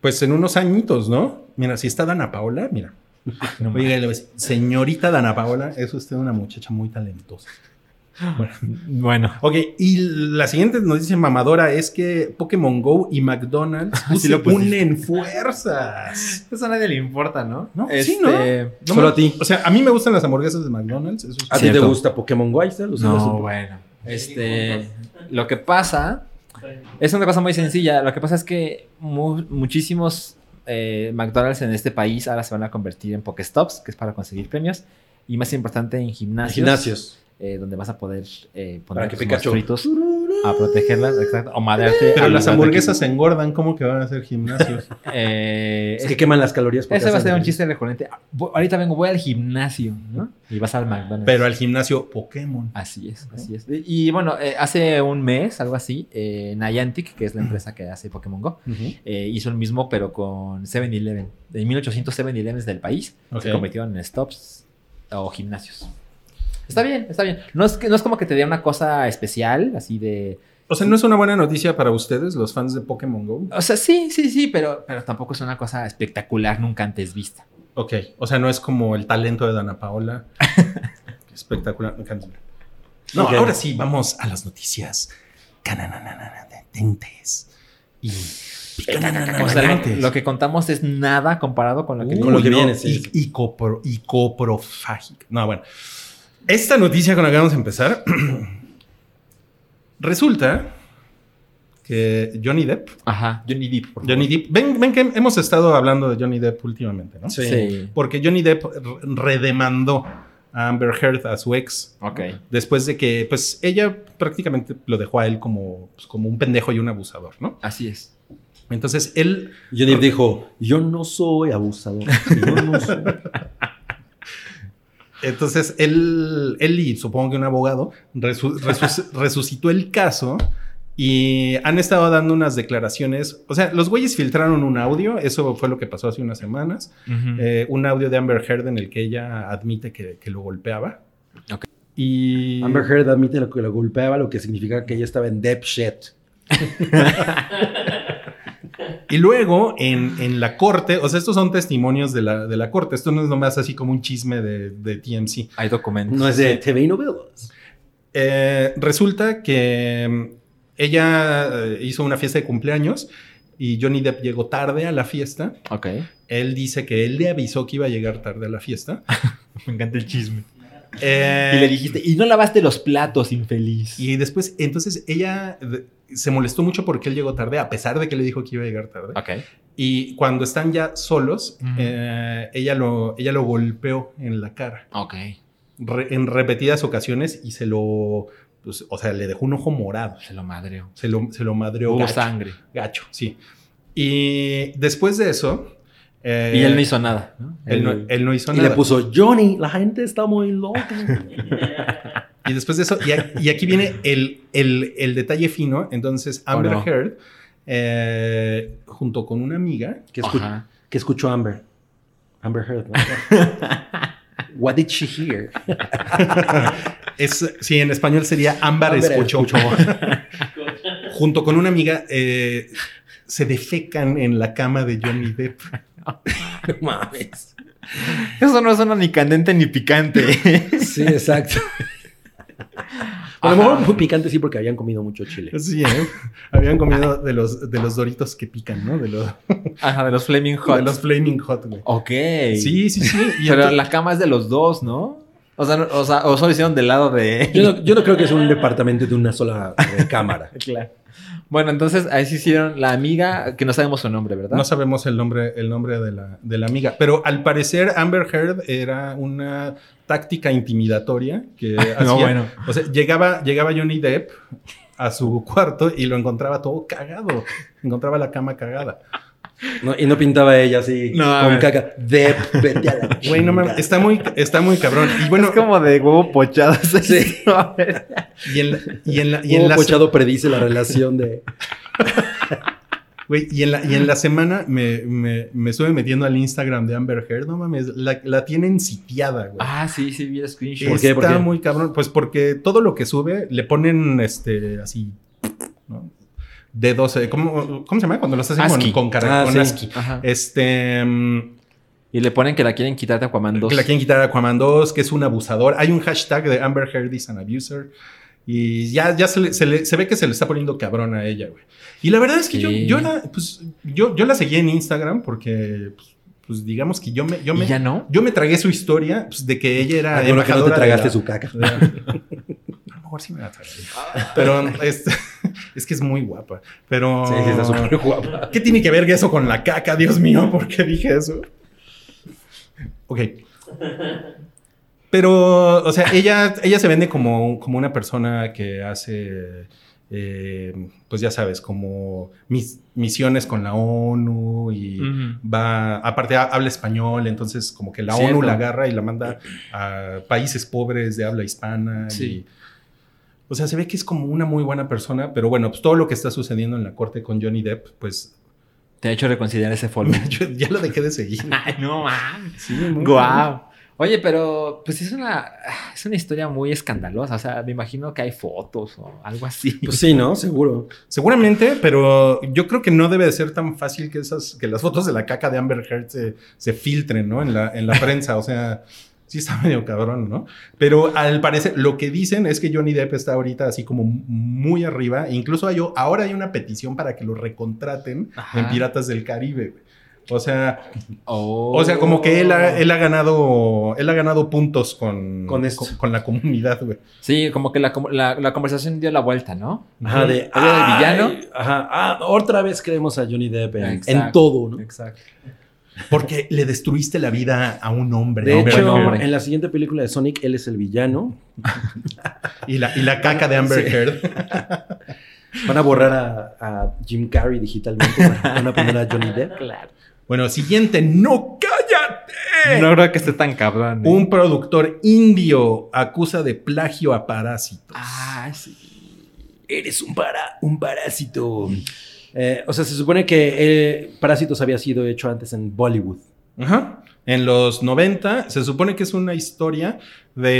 B: Pues en unos añitos, ¿no? Mira, si está Dana Paola, mira.
D: No
B: Oiga, y le ves, señorita Dana Paola, es usted una muchacha muy talentosa.
D: Bueno,
B: Ok, y la siguiente nos dice mamadora es que Pokémon Go y McDonald's
D: sí
B: se
D: lo pusiste.
B: unen fuerzas.
D: eso a nadie le importa, ¿no?
B: No, sí, ¿no? este, No
C: Solo
B: me-
C: a ti.
B: O sea, a mí me gustan las hamburguesas de McDonald's. Eso es-
C: ¿A ti te
D: Cierto.
C: gusta Pokémon Go? Ahí está, los
D: No,
C: hijos de-
D: bueno. Este, lo que pasa es una cosa muy sencilla. Lo que pasa es que mu- muchísimos eh, McDonald's en este país ahora se van a convertir en Pokestops, que es para conseguir premios. Y más importante, en gimnasios.
C: Gimnasios.
D: eh, donde vas a poder eh, poner
C: Para que
D: tus
C: Pikachu.
D: monstruitos a protegerlas, exacto, o madrearte.
B: Pero
D: al
B: las
D: lugar de
B: hamburguesas se engordan, ¿cómo que van a ser gimnasios?
D: que- eh,
C: Es que queman las calorías. porque
D: Ese va a
C: hacen-
D: ser un chiste recurrente. Ah, voy- Ahorita vengo, voy al gimnasio, ¿no? Y vas al McDonald's.
B: Pero al gimnasio Pokémon.
D: Así es, así es. Y bueno, eh, hace un mes, algo así, eh, Niantic, que es la empresa que hace Pokémon Go, eh, hizo el mismo, pero con 7-Eleven. De 1800 7-Elevens del país
B: Ok.
D: se convirtieron en stops o gimnasios. Está bien, está bien. No es, que, no es como que te dé una cosa especial, así de...
B: O sea, ¿no es una buena noticia para ustedes, los fans de Pokémon Go?
D: O sea, sí, sí, sí, pero, pero tampoco es una cosa espectacular nunca antes vista.
B: Ok, o sea, no es como el talento de Dana Paola. Espectacular. Me encanta. No,
C: Ok.
B: ahora sí, vamos a las noticias. Canananananananantes. Y
D: O sea, lo,
B: picanananananantes.
D: lo que contamos es nada comparado con lo que...
C: Con lo que
B: Uy, no,
C: viene, sí,
B: Uh, y-
C: sí.
B: y copro- y coprofágica. No, bueno. Esta noticia con la que vamos a empezar. Resulta que Johnny Depp.
D: Ajá, Johnny Depp, por favor.
B: Johnny Depp. Ven, ven que hemos estado hablando de Johnny Depp últimamente, ¿no?
C: Sí.
D: Sí.
B: Porque Johnny Depp re- redemandó a Amber Heard a su ex
D: Ok.
B: después de que, pues, ella prácticamente lo dejó a él como, pues, como un pendejo y un abusador, ¿no?
D: Así es.
B: Entonces él,
C: Johnny Depp dijo, yo no soy abusador. Yo no soy.
B: entonces él, él y supongo que un abogado resu- resu- resucitó el caso y han estado dando unas declaraciones. O sea, los güeyes filtraron un audio, eso fue lo que pasó hace unas semanas. eh, un audio de Amber Heard en el que ella admite que, que lo golpeaba.
D: Ok.
B: Y
C: Amber Heard admite lo que lo golpeaba, lo que significa que ella estaba en deep shit.
B: Y luego en, en la corte, o sea, estos son testimonios de la, de la corte, esto no es nomás así como un chisme de, de TMC.
D: Hay documentos.
C: No es de TV y novelas.
B: Eh, resulta que mm, ella eh, hizo una fiesta de cumpleaños y Johnny Depp llegó tarde a la fiesta.
D: Ok.
B: Él dice que él le avisó que iba a llegar tarde a la fiesta
E: Me encanta el chisme.
B: Eh,
D: Y le dijiste, y no lavaste los platos, infeliz.
B: Y después, entonces ella de- se molestó mucho porque él llegó tarde, a pesar de que le dijo que iba a llegar tarde.
D: Ok.
B: Y cuando están ya solos,
E: Ujú.
B: eh, ella, lo, ella lo golpeó en la cara
D: Ok.
B: re- en repetidas ocasiones y se lo, pues, o sea, le dejó un ojo morado.
D: Se lo madreó.
B: Se lo, se lo madreó
D: Hubo
B: gacho,
D: sangre.
B: gacho, sí. Y después de eso... eh,
D: Y él no hizo nada. ¿no?
B: Él no, él no hizo
C: Y
B: nada.
C: le puso, Johnny, la gente está muy loca.
B: Y después de eso, y, a- y aquí viene el, el- el detalle fino. Entonces, Amber
D: no.
B: Heard, eh, junto con una amiga,
C: que, escu-
D: Ajá.
C: que escuchó Amber. Amber Heard, ¿no? What did she hear?
B: es, sí, en español sería Ámbar
C: Ámbar
B: escuchó, junto con una amiga, eh, se defecan en la cama de Johnny Depp.
C: No mames.
E: Eso no suena ni candente ni picante.
C: Sí, exacto. A lo mejor muy picante sí porque habían comido mucho chile.
B: Sí, ¿eh? habían comido de los, de los doritos que pican, ¿no? De los,
D: Ajá, de los Flaming Hot.
B: de los Flaming Hot, güey.
D: Ok.
B: Sí, sí, sí. Y
D: Pero
B: entonces-
D: la cama es de los dos, ¿no? O sea, no- o, sea, o solo hicieron del lado de él.
C: Yo no, yo no creo que es un departamento de una sola eh, cámara.
D: Claro. Bueno, entonces ahí se hicieron la amiga, que no sabemos su nombre, ¿verdad?
B: No sabemos el nombre, el nombre de, la, de la amiga, pero al parecer Amber Heard era una táctica intimidatoria que hacía.
D: No, bueno.
B: O sea, llegaba, llegaba Johnny Depp a su cuarto y lo encontraba todo cagado. Encontraba la cama cagada.
C: No, y no pintaba ella así
D: No, a
C: con
D: ver.
C: caca. De vete a la
B: Güey, no mames,
C: chingada.
B: está muy, está muy cabrón. Y bueno,
E: es como de huevo pochado. Sí.
B: y en, la- y en la, y
C: Hugo
B: en la,
C: Pochado predice la relación de.
B: güey, y en la, y en la semana me, me, me estuve metiendo al Instagram de Amber Heard. No mames, la, la tienen sitiada, güey.
D: Ah, sí, sí, vi el screenshot.
C: ¿Por qué? ¿Por
B: Está
C: qué?
B: muy cabrón. Pues porque todo lo que sube le ponen este así. ¿no? Dedos. eh, ¿Cómo, cómo se llama? Cuando los hacen
D: ASCII.
B: con, con, cara-
C: Ah,
B: con
C: sí.
B: ASCII.
D: Ajá.
B: Este. mm,
D: Y le ponen que la quieren quitar de Aquaman 2.
B: Que la quieren quitar a Aquaman 2, que es un abusador. Hay un hashtag de Amber Heard is an abuser. Y ya, ya se, le- se le- se ve que se le está poniendo cabrón a ella, güey. Y la verdad es que yo,
D: Sí.
B: yo, la, pues, yo, yo la seguí en Instagram porque, pues, pues, digamos que yo me, yo
D: ¿Y
B: me,
D: ya no?
B: yo me tragué su historia pues, de que ella era.
C: Ah, con lo que no te
B: embajadora de
C: tragaste
B: la-
C: su caca.
B: de- A lo mejor sí me la tragué. Pero este, es que es muy guapa. Pero.
C: Sí, sí, está súper guapa.
B: ¿Qué tiene que ver eso con la caca, Dios mío? ¿Por qué dije eso? Ok. Pero, o sea, ella, ella se vende como, como una persona que hace, eh, pues ya sabes, como mis- misiones con la ONU y va, aparte ha- habla español, entonces como que la
D: Cierto.
B: ONU la agarra y la manda a países pobres de habla hispana.
D: Sí.
B: y- o sea, se ve que es como una muy buena persona, pero bueno, pues todo lo que está sucediendo en la corte con Johnny Depp, pues
D: Te ha hecho reconsiderar ese follow.
B: yo ya lo dejé de seguir.
D: Ay, no, man.
B: Sí, muy cabrón.
D: Guau. Oye, pero pues es una, es una historia muy escandalosa. O sea, me imagino que hay fotos o algo así.
C: Pues sí, ¿no? Seguro.
B: Seguramente, pero yo creo que no debe de ser tan fácil que esas, que las fotos de la caca de Amber Heard se, se filtren, ¿no? En la, en la prensa, o sea, sí está medio cabrón, ¿no? Pero al parecer, lo que dicen es que Johnny Depp está ahorita así como muy arriba. e Incluso hay, o- ahora hay una petición para que lo recontraten
D: Ajá.
B: en Piratas del Caribe, güey. O sea,
D: Oh.
B: o sea, como que él ha, él ha ganado, él ha ganado puntos con,
C: Con esto.
B: con la comunidad, güey.
D: Sí, como que la, com- la- la conversación dio la vuelta, ¿no?
C: Ajá, de.
D: Habla del
C: "Ay,
D: villano".
C: Ajá. Ah, otra vez creemos a Johnny Depp en,
D: Exacto.
C: en todo, ¿no?
D: Exacto.
B: Porque le destruiste la vida a un hombre.
C: De
B: a un
C: hecho,
B: buen hombre.
C: en la siguiente película de Sonic, él es el villano.
B: Y la, y la caca de Amber
C: Sí.
B: Heard.
C: Van a borrar a, a Jim Carrey digitalmente. Van a poner a Johnny Depp.
D: Claro.
B: Bueno, siguiente, no cállate.
E: No creo que esté tan cabrón. ¿eh?
B: Un productor indio acusa de plagio a parásitos.
D: Ah, sí.
C: Eres un, para, un parásito. Eh, o sea, se supone que eh, Parásitos había sido hecho antes en Bollywood.
B: Ajá. En los 90 se supone que es una historia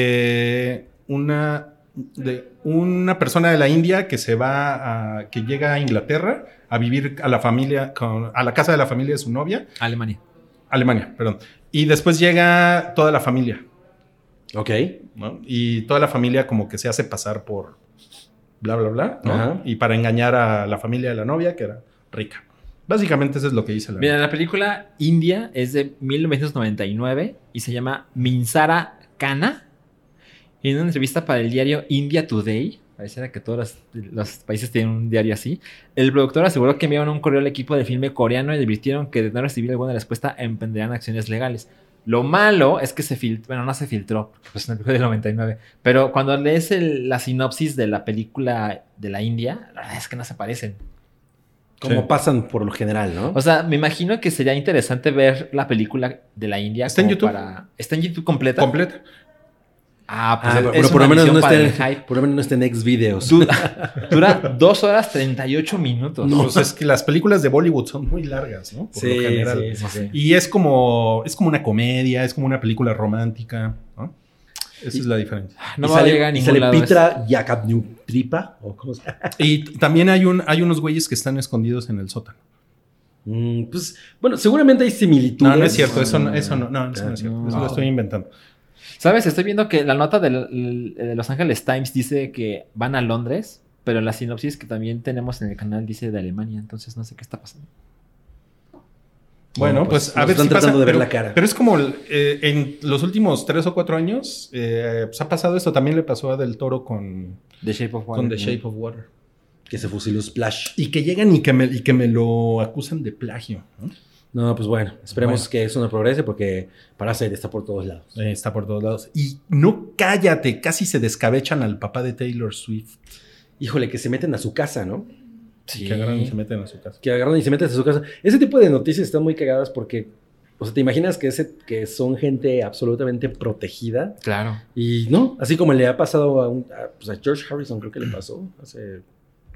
B: de una de una persona de la India que se va a, que llega a Inglaterra a vivir a la familia con- a la casa de la familia de su novia,
D: Alemania.
B: Alemania, perdón. Y después llega toda la familia,
C: Ok.
B: ¿no? Y toda la familia como que se hace pasar por bla, bla, bla, ¿no?
C: Ajá.
B: Y para engañar a la familia de la novia, que era rica. Básicamente eso es lo que dice la
D: Mira, la película India es de 1999 y se llama Minsara Kana. Y en una entrevista para el diario India Today, pareciera que todos los, los países tienen un diario así, el productor aseguró que enviaron un correo al equipo del filme coreano y advirtieron que de no recibir alguna respuesta emprenderían acciones legales. Lo malo es que se filtró, bueno, no se filtró, porque pues es una película del 99, pero cuando lees el- la sinopsis de la película de la India, la verdad es que no se parecen.
C: Como
B: Sí.
C: pasan por lo general, ¿no?
D: O sea, me imagino que sería interesante ver la película de la India.
B: Está en
D: como
B: YouTube.
D: para- Está en YouTube completa.
B: completa.
D: ah, pues
C: Ah,
D: es-
C: pero,
D: es
C: pero por lo
D: una
C: menos no
D: edición para
C: está
D: el
C: en,
D: hype.
C: por lo menos no está en ex videos.
D: Dura, dura 2 horas 38 minutos.
B: Pues es que las películas de Bollywood son muy largas, ¿no? Por lo general.
D: no sé.
B: Y es como, es como una comedia, es como una película romántica, ¿no? Esa es la diferencia.
D: Ah, No
C: y
D: va a
C: sale,
D: llegar a
C: y
D: ningún
C: sale
D: lado.
C: Pitra Yakabnutripa, o cómo se llama.
B: Y t- también hay, un, hay unos güeyes que están escondidos en el sótano.
C: Mm, pues, bueno, seguramente hay similitudes.
B: No, no es cierto, eso no,
C: Ah,
B: eso no, no, eso no es cierto, eso
D: No.
B: lo estoy inventando.
D: ¿Sabes? Estoy viendo que la nota del- de Los Angeles Times dice que van a Londres, pero la sinopsis que también tenemos en el canal dice de Alemania. Entonces no sé qué está pasando.
B: Bueno,
C: No,
B: pues, a
C: nos
B: ver
C: están
B: si pasa,
C: tratando de ver
B: pero-
C: la cara.
B: Pero es como eh, en los últimos tres o cuatro años, eh, pues ha pasado esto, también le pasó a Del Toro con,
D: The Shape of Water.
B: con The Shape of Water.
C: que se fusiló Splash.
B: Y que llegan y que me, y que me lo acusan de plagio. ¿no?
C: No, pues bueno, esperemos
B: Bueno.
C: que eso no progrese porque Parasite está por todos lados.
B: Eh, está por todos lados. Y no cállate, casi se descabechan al papá de Taylor Swift.
C: Híjole, que se meten a su casa, ¿no?
D: Sí.
B: Que agarran y se meten a su casa.
C: Que agarran y se meten a su casa. Ese tipo de noticias están muy cagadas porque, o sea, te imaginas que, ese, que son gente absolutamente protegida
D: Claro.
C: y no, así como le ha pasado a, un, a, pues, a George Harrison, creo que le pasó hace.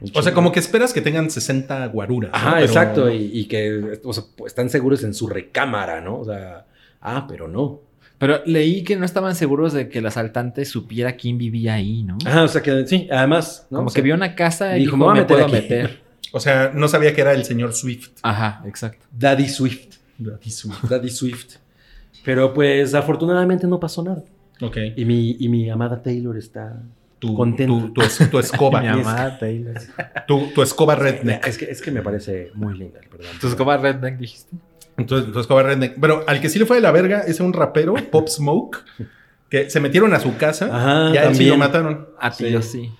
C: un
B: O sea,
C: chingo.
B: como que esperas que tengan 60 guaruras. ¿no?
C: Ajá,
B: Pero-
C: exacto, y, y que o sea, pues, están seguros en su recámara, ¿no? O sea, ah, pero no.
D: Pero leí que no estaban seguros de que el asaltante supiera quién vivía ahí, ¿no?
C: Ajá, o sea, que sí, además, ¿no?
D: Como
C: O sea,
D: que vio una casa y
C: dijo,
D: dijo,
C: "Me voy a
D: me,
C: meter
D: puedo
C: aquí".
D: meter.
B: O sea, no sabía que era el señor Swift.
D: Ajá, exacto.
C: Daddy Swift,
B: Daddy Swift.
C: Daddy Swift. Pero pues afortunadamente no pasó nada.
B: Ok.
C: Y mi, y mi amada Taylor está.
B: Tu,
C: Contento.
B: tu, tu, es- tu escoba.
D: Mi amada Taylor.
B: tu, tu escoba redneck.
C: Es que, es que me parece muy linda, perdón.
D: Entonces, ¿cómo redneck dijiste?
B: Entonces, tu escoba redneck. Pero al que sí le fue de la verga es un rapero, Pop Smoke, que se metieron a su casa
C: Ajá,
B: y a él sí
C: Ah, también. Ah,
B: lo mataron.
D: A ti
C: Sí.
D: yo sí.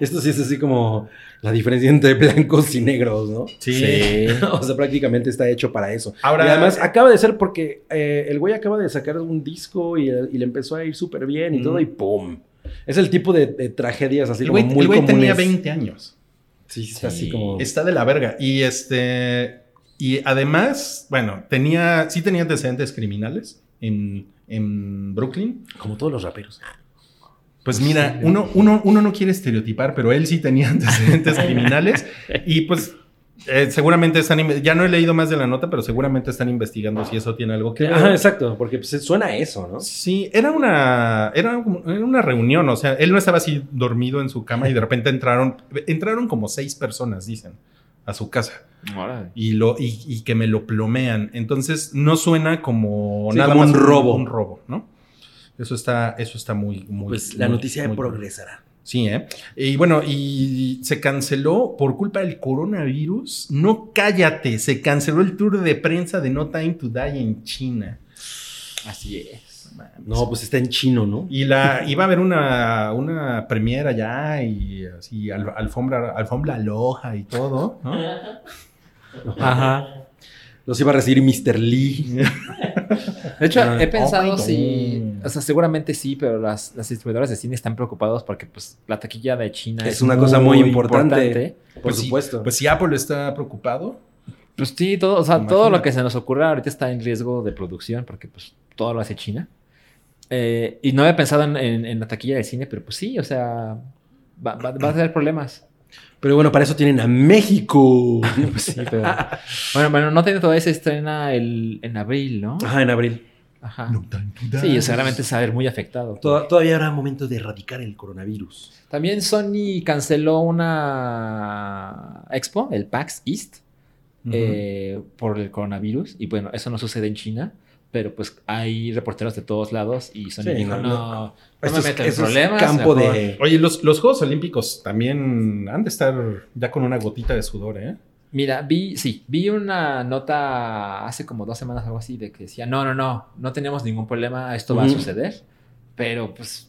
C: Esto sí es así como la diferencia entre blancos y negros, ¿no? o sea, prácticamente está hecho para eso.
B: Ahora-
C: y además ah, acaba de ser porque eh, el güey acaba de sacar un disco y, y le empezó a ir súper bien y
B: Mm.
C: todo y ¡pum! Es el tipo de, de tragedias así
B: El
C: como
B: güey
C: muy Oh.
B: el güey tenía
C: comunes.
B: 20 años.
C: Sí, está
D: Sí.
C: así como...
B: Está de la verga. Y este. Y además, bueno, tenía. Sí tenía antecedentes criminales en, en Brooklyn.
C: Como todos los raperos.
B: Pues mira, uno, uno, uno no quiere estereotipar, pero él sí tenía antecedentes criminales. Y pues. eh, seguramente están. inve- Ya no he leído más de la nota, pero seguramente están investigando si eso tiene algo que ver.
C: Ajá, exacto, porque pues, suena a eso, ¿no?
B: Sí, era una, era, como- era una reunión, o sea, él no estaba así dormido en su cama y de repente entraron, entraron como seis personas, dicen, a su casa. y, lo, y, y que me lo plomean. Entonces no suena como
C: Sí, como un robo.
B: Un robo, ¿no? Eso está, eso está muy, muy.
C: Pues la
B: muy-
C: noticia
B: muy-
C: progresará.
B: Sí, ¿eh? Y bueno, y se canceló por culpa del coronavirus. No cállate, se canceló el tour de prensa de No Time to Die en China.
D: Así es.
C: No, pues está en chino, ¿no?
B: Y la, iba a haber una, una premiera ya y así, al- alfombra, alfombra loja y todo, ¿no?
D: Ajá.
C: Los iba a recibir Mr. Lee.
D: De hecho,
C: Ah,
D: he pensado
B: oh my
D: si.
B: God.
D: O sea, seguramente sí, pero las, las distribuidoras de cine están preocupados porque, pues, la taquilla de China
C: Es una cosa muy importante. Por
B: Pues sí,
C: supuesto.
B: pues si Apple está preocupado,
D: Pues sí, todo, o sea, todo lo
B: Imagínate.
D: que se nos ocurra ahorita está en riesgo de producción porque pues todo lo hace China. Eh, y no había pensado en, en- en la taquilla del cine, pero pues sí, o sea, va, va- va a tener problemas.
C: Pero bueno, para eso tienen a México.
D: Pues sí, pero... bueno, bueno, no tiene todo ese estrena el, en abril, ¿no?
C: Ajá, en abril.
D: Ajá. Sí, seguramente se va a ver muy afectado.
C: Toda- todavía habrá momento de erradicar el coronavirus.
D: También Sony canceló una expo, el PAX East,
B: Ujú.
D: eh, por el coronavirus. Y bueno, eso no sucede en China, pero pues hay reporteros de todos lados y Sony
C: Sí,
D: dijo,
C: no,
D: no,
C: no.
D: no,
C: Esto
D: me
C: es-
D: metan en
C: eso es
D: problemas.
C: campo
D: mejor".
C: de...
B: Oye, los, los Juegos Olímpicos también han de estar ya con una gotita de sudor, ¿eh?
D: Mira, vi, sí, vi una nota hace como dos semanas o algo así de que decía, no, no, no, no tenemos ningún problema, esto va a
C: Ujú.
D: suceder, pero pues,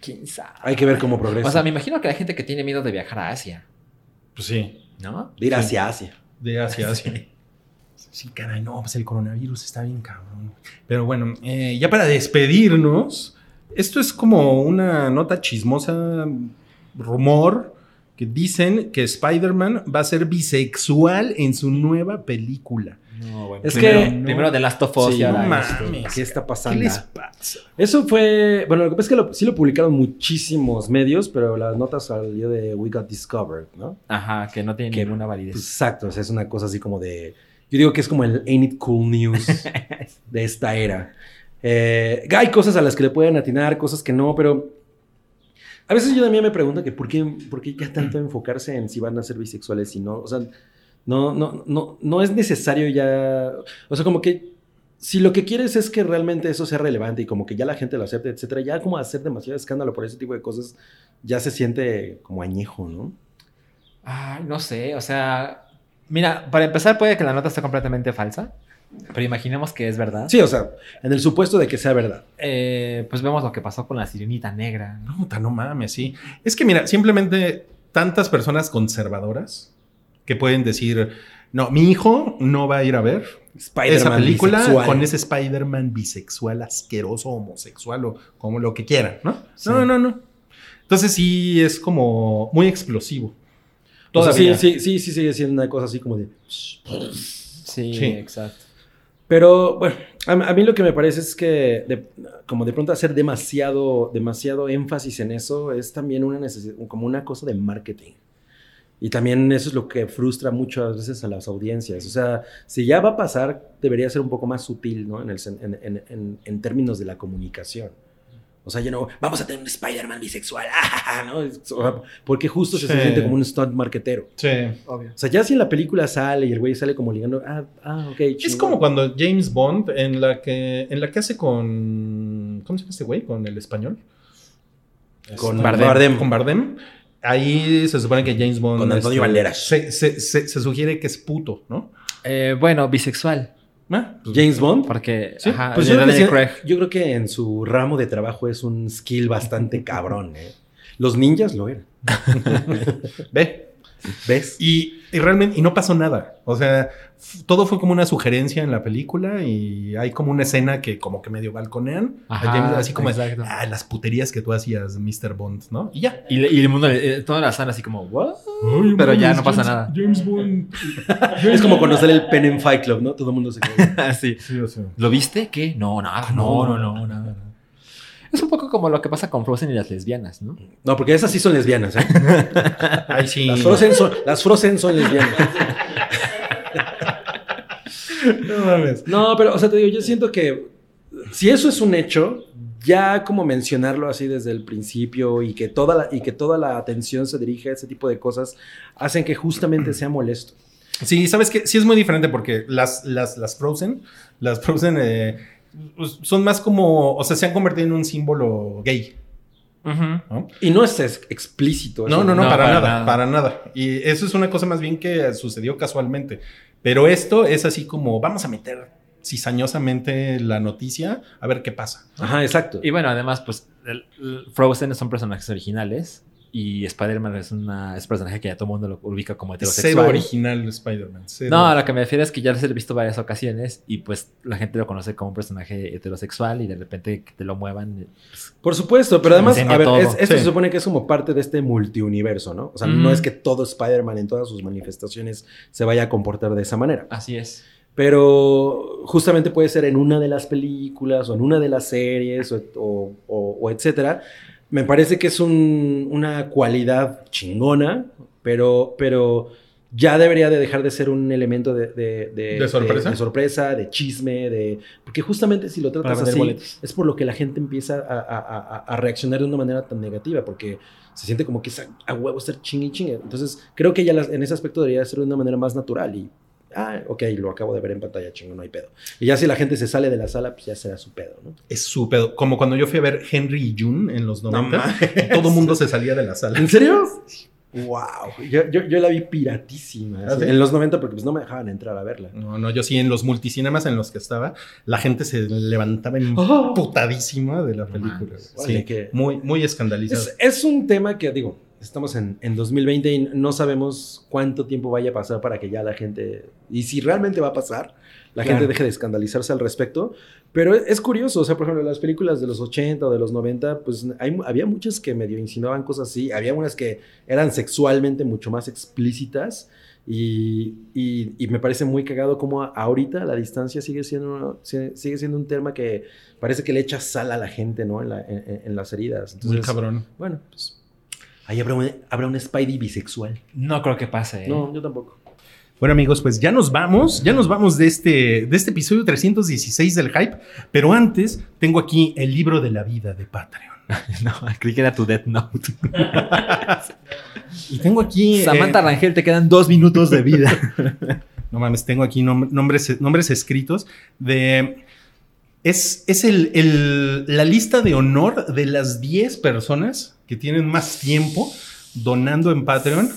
D: quién sabe.
C: Hay que ver cómo progresa.
D: O sea, me imagino que hay gente que tiene miedo de viajar a Asia,
B: Pues sí,
D: ¿no?
C: De ir hacia Asia.
B: de Asia, Asia. Sí, caray, no, pues el coronavirus está bien cabrón. Pero bueno, eh, ya para despedirnos, esto es como una nota chismosa, rumor, que dicen que Spider-Man va a ser bisexual en su nueva película.
D: No, bueno.
C: Es
D: primero,
C: que-
D: primero de Last of Us
C: Sí,
D: y ahora
B: no mames.
D: esto.
C: ¿Qué está
B: ¿Qué
C: pasando?
B: les pasa?
C: Eso fue. Bueno, lo que pasa es que lo- sí lo publicaron muchísimos medios, pero las notas salió de We Got Discovered, ¿no?
D: Ajá, que no tiene
C: Que- pues.
D: ninguna validez.
C: Exacto, o sea, es una cosa así como de. Yo digo que es como el Ain't It Cool News de esta era. Eh, hay cosas a las que le pueden atinar, cosas que no, pero. A veces yo también me pregunto que por qué, por qué ya tanto enfocarse en si van a ser bisexuales y no. O sea, no, no, no, no es necesario ya. O sea, como que. Si lo que quieres es que realmente eso sea relevante y como que ya la gente lo acepte, etcétera, ya como hacer demasiado escándalo por ese tipo de cosas, ya se siente como añejo, ¿no?
D: Ay, no sé, o sea, mira, para empezar puede que la nota esté completamente falsa, pero imaginemos que es verdad.
C: Sí, o sea, en el supuesto de que sea verdad.
D: Eh, pues vemos lo que pasó con la sirenita negra. ¿no?
B: Puta, no mames, sí. Es que mira, simplemente tantas personas conservadoras que pueden decir, no, mi hijo no va a ir a ver esa película
C: bisexual.
B: con ese Spider-Man bisexual, asqueroso, homosexual o como lo que quieran, ¿no?
C: Sí.
B: No, no, no. Entonces sí es como muy explosivo.
C: O sea,
B: Todavía.
C: sí, sí, sí, sí, sigue siendo una cosa así como de.
D: Sí,
B: Sí.
D: exacto.
C: Pero bueno, a, a mí lo que me parece es que, de- como de pronto hacer demasiado, demasiado énfasis en eso, es también una necesi- como una cosa de marketing. Y también eso es lo que frustra muchas veces a las audiencias. O sea, si ya va a pasar, debería ser un poco más sutil, ¿no? En, el sen- en, en- en- en términos de la comunicación. O sea, ya no, vamos a tener un Spider-Man bisexual, ¿no? O sea, porque justo se,
B: Sí.
C: siente como un stunt marketero.
B: Sí.
D: Obvio.
C: O sea, ya si en la película sale y el güey sale como ligando, ah, ah ok.
B: Es
C: chingón.
B: como cuando James Bond en la que en la que hace con ¿cómo se llama este güey? Con el español.
C: Con
B: Este,
C: Bardem.
B: Con Bardem. Ahí se supone que James Bond este,
C: Con Antonio Banderas.
B: Se, se- se- se sugiere que es puto, ¿no?
D: Eh, bueno, bisexual,
B: Ah, pues,
C: James Bond.
D: porque
B: Sí,
D: ajá,
C: Pues
D: de
C: yo, creo que
D: Daniel
C: sí-
D: Craig.
C: yo creo que en su ramo de trabajo es un skill bastante cabrón, ¿eh? Los ninjas lo eran.
B: Ve.
C: ¿Ves?
B: Y, y realmente, y no pasó nada. O sea, f- todo fue como una sugerencia en la película y hay como una escena que como que medio balconean. a
D: Ajá,
B: James, así como,
D: exacto.
B: ah, las puterías que tú hacías, Mr. Bond, ¿no? Y ya.
D: Y, le- y el mundo, eh, toda la sala así como, ¿what? Pero ya no pasa nada.
B: James Bond.
C: Es como cuando sale el Pen en Fight Club, ¿no? Todo el mundo se queda.
D: Así. ¿Lo viste? ¿Qué? No, nada.
B: No,
D: Ah, No,
B: no,
D: no, no, nada. nada. Es un poco como lo que pasa con Frozen y las lesbianas, ¿no?
C: No, porque esas sí son lesbianas, ¿eh?
B: Ay, sí.
C: Las Frozen son, las Frozen son lesbianas.
B: No mames.
C: No, pero, o sea, te digo, yo siento que si eso es un hecho, ya como mencionarlo así desde el principio y que toda la, y que toda la atención se dirige a ese tipo de cosas, hacen que justamente sea molesto.
B: Sí, sabes que sí es muy diferente porque las, las, las Frozen, las Frozen eh, pues, son más como, o sea, se han convertido en un símbolo gay.
C: Y no es ex- explícito. eso,
B: No, no, no,
D: No,
B: para,
D: para
B: nada,
D: nada.
B: para nada. Y eso es una cosa más bien que sucedió casualmente. Pero esto es así como, vamos a meter cizañosamente la noticia, a ver qué pasa.
C: Ajá, exacto.
D: Y bueno, además, pues el- el Frozen son personajes originales y Spider-Man es, una- es un personaje que ya todo el mundo lo ubica como
B: Cero
D: heterosexual.
B: original Spider-Man. cero.
D: No, a lo que me refiero es que ya se lo he visto varias ocasiones y pues la gente lo conoce como un personaje heterosexual y de repente que te lo muevan.
C: Por supuesto, pero además,
D: Enseña
C: a ver,
D: todo.
C: es- esto
B: Sí.
C: se supone que es como parte de este multiuniverso, ¿no? O sea,
D: Mm.
C: no es que todo Spider-Man en todas sus manifestaciones se vaya a comportar de esa manera.
D: Así es.
C: Pero justamente puede ser en una de las películas o en una de las series o, o- o- o etcétera. Me parece que es un- una cualidad chingona, pero, pero ya debería de dejar de ser un elemento de, de- de-
B: ¿De sorpresa?
C: De, sorpresa, de chisme, de... Porque justamente si lo
D: Para
C: tratas
D: vender
C: así,
D: boletos.
C: es por lo que la gente empieza a, a- a- a reaccionar de una manera tan negativa, porque se siente como que es a, a huevo estar chingue y chingue. Entonces, creo que ya las- en ese aspecto debería ser de una manera más natural y, ah, ok, lo acabo de ver en pantalla, chingo, no hay pedo. Y ya si la gente se sale de la sala, pues ya será su pedo, ¿no?
B: Es súper. Como cuando yo fui a ver Henry y June en los 90,
C: mames.
B: todo mundo se salía de la sala.
C: ¿En serio? ¡Wow! Yo, yo, yo la vi piratísima.
B: ¿Ah,
C: así,
B: sí?
C: En los 90 porque pues no me dejaban entrar a verla.
B: No, no, yo sí en los multicinemas en los que estaba, la gente se levantaba
C: ¡Oh!
B: emputadísima de la película.
C: mames,
B: güey.
C: órale,
B: Ah, sí,
C: que-
B: muy, muy escandalizado.
C: Es, es un tema que, digo, estamos en, en 2020 y no sabemos cuánto tiempo vaya a pasar para que ya la gente, y si realmente va a pasar, la
B: Claro.
C: gente deje de escandalizarse al respecto. Pero es, es curioso, o sea, por ejemplo, las películas de los 80 o de los 90, pues hay, había muchas que medio insinuaban cosas así, había unas que eran sexualmente mucho más explícitas. Y, y- y me parece muy cagado como ahorita la distancia sigue siendo, sigue sigue siendo un tema que parece que le echa sal a la gente, ¿no? En, la- en- en- en las heridas.
B: muy
C: Entonces,
B: cabrón.
C: bueno, pues. Ahí habrá un, habrá un Spidey bisexual.
D: No creo que pase. ¿eh?
C: No, yo tampoco.
B: Bueno amigos, pues ya nos vamos, ya nos vamos de este, de este episodio 316 del hype, pero antes tengo aquí el libro de la vida de Patreon.
E: No, creí que era tu Death Note.
B: Y tengo aquí... eh,
E: Samantha Rangel, te quedan dos minutos de vida.
B: No mames, tengo aquí nom- nombres, nombres escritos de... Es, es el- el- la lista de honor de las 10 personas que tienen más tiempo donando en Patreon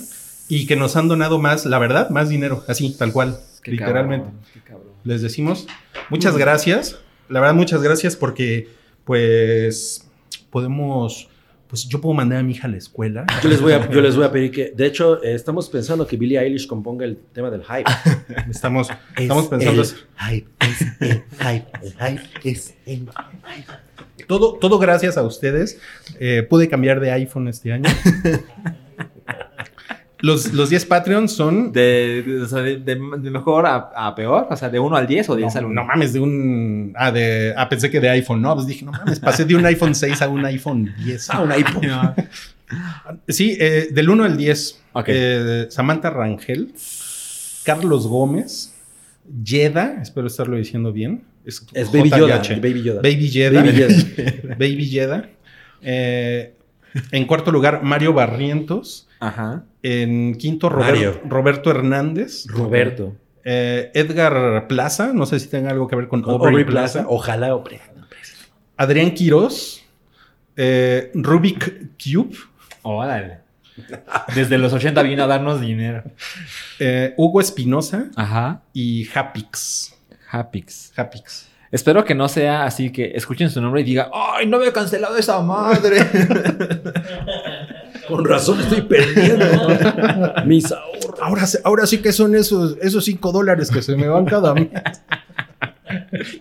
B: y que nos han donado más, la verdad, más dinero, así, tal cual,
D: Qué
B: literalmente.
D: cabrón, qué cabrón.
B: Les decimos muchas gracias, la verdad, muchas gracias porque pues podemos, pues yo puedo mandar a mi hija a la escuela.
C: Yo les voy a, yo les voy a pedir que. De hecho, eh, estamos pensando que Billie Eilish componga el tema del hype.
B: Estamos, estamos pensando...
F: hype, es el hype, el hype es el
B: Todo, todo gracias a ustedes. Eh, pude cambiar de iPhone este año. Los, los 10 Patreons son.
E: De, o sea, de, de- de mejor a, a peor, o sea, de 1 al 10 o 10
B: no,
E: al 1.
B: no mames, de un. Ah, de, ah, pensé que de iPhone. No, pues dije, no mames, pasé de un iPhone 6 a un iPhone 10.
E: un iPhone.
B: Sí, eh, del 1 al 10.
E: Ok.
B: Eh, Samantha Rangel, Carlos Gómez, Yeda, espero estarlo diciendo bien. Es,
C: Es Baby Yoda.
B: JH.
C: Baby Yoda.
B: Baby Yeda.
C: Baby Yoda.
B: Baby Yeda. Eh, en cuarto lugar, Mario Barrientos.
E: Ajá.
B: En quinto,
C: Mario.
B: Robert- Roberto Hernández.
C: Roberto.
B: Eh, Edgar Plaza. No sé si tenga algo que ver con,
C: Aubrey, Plaza. Ojalá, hombre.
B: Adrián Quirós. eh, Rubik Cube.
E: Órale. Desde los 80 vino a darnos dinero.
B: eh, Hugo Espinosa.
D: Ajá.
B: Y Hapix.
D: Hapix.
B: Hapix.
D: Espero que no sea así que escuchen su nombre y diga,
E: "Oh,
D: ¡ay, no me he cancelado esa madre!
C: Con razón estoy perdiendo mis ahorros.
B: Ahora, se- ahora sí que son esos, esos cinco dólares que se me van cada mes.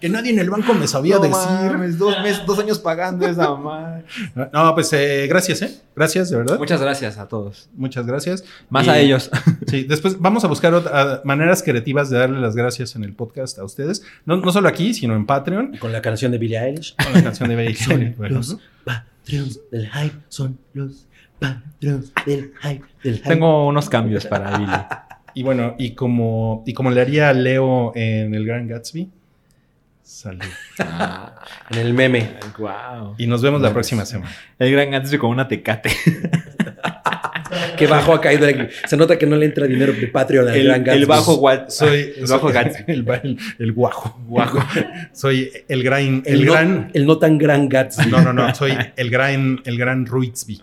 B: que nadie en el banco me sabía
E: No
B: decir.
E: mames, dos, meses, dos años pagando esa madre.
B: No, pues eh, gracias, ¿eh? Gracias, de verdad.
D: Muchas gracias a todos.
B: Muchas gracias.
D: Más
B: Y-
D: a ellos.
B: Sí, después vamos a buscar otra- maneras creativas de darle las gracias en el podcast a ustedes. No, no solo aquí, sino en Patreon,
C: Con la canción de Billie Eilish.
B: con la canción de Baby Sonic, bueno.
F: Los patreons del hype son los patreons del hype, del hype.
D: Tengo unos cambios para Billy.
B: Y bueno, y como, y como le haría a Leo en el Gran Gatsby, salud.
E: Ah,
C: En el meme.
D: wow.
B: Y nos vemos la próxima semana.
E: El gran Gatsby con una tecate.
C: Que bajo ha caído. el- Se nota que no le entra dinero de Patreon al
E: El,
C: gran Gatsby.
E: el bajo Watt.
B: Soy
E: el bajo
B: soy-
E: Gatsby.
B: El, ba- el- el guajo. Soy el gran. El,
C: no,
B: gran.
C: el no tan gran Gatsby.
B: No, no, no. Soy el gran, el gran Ruizby.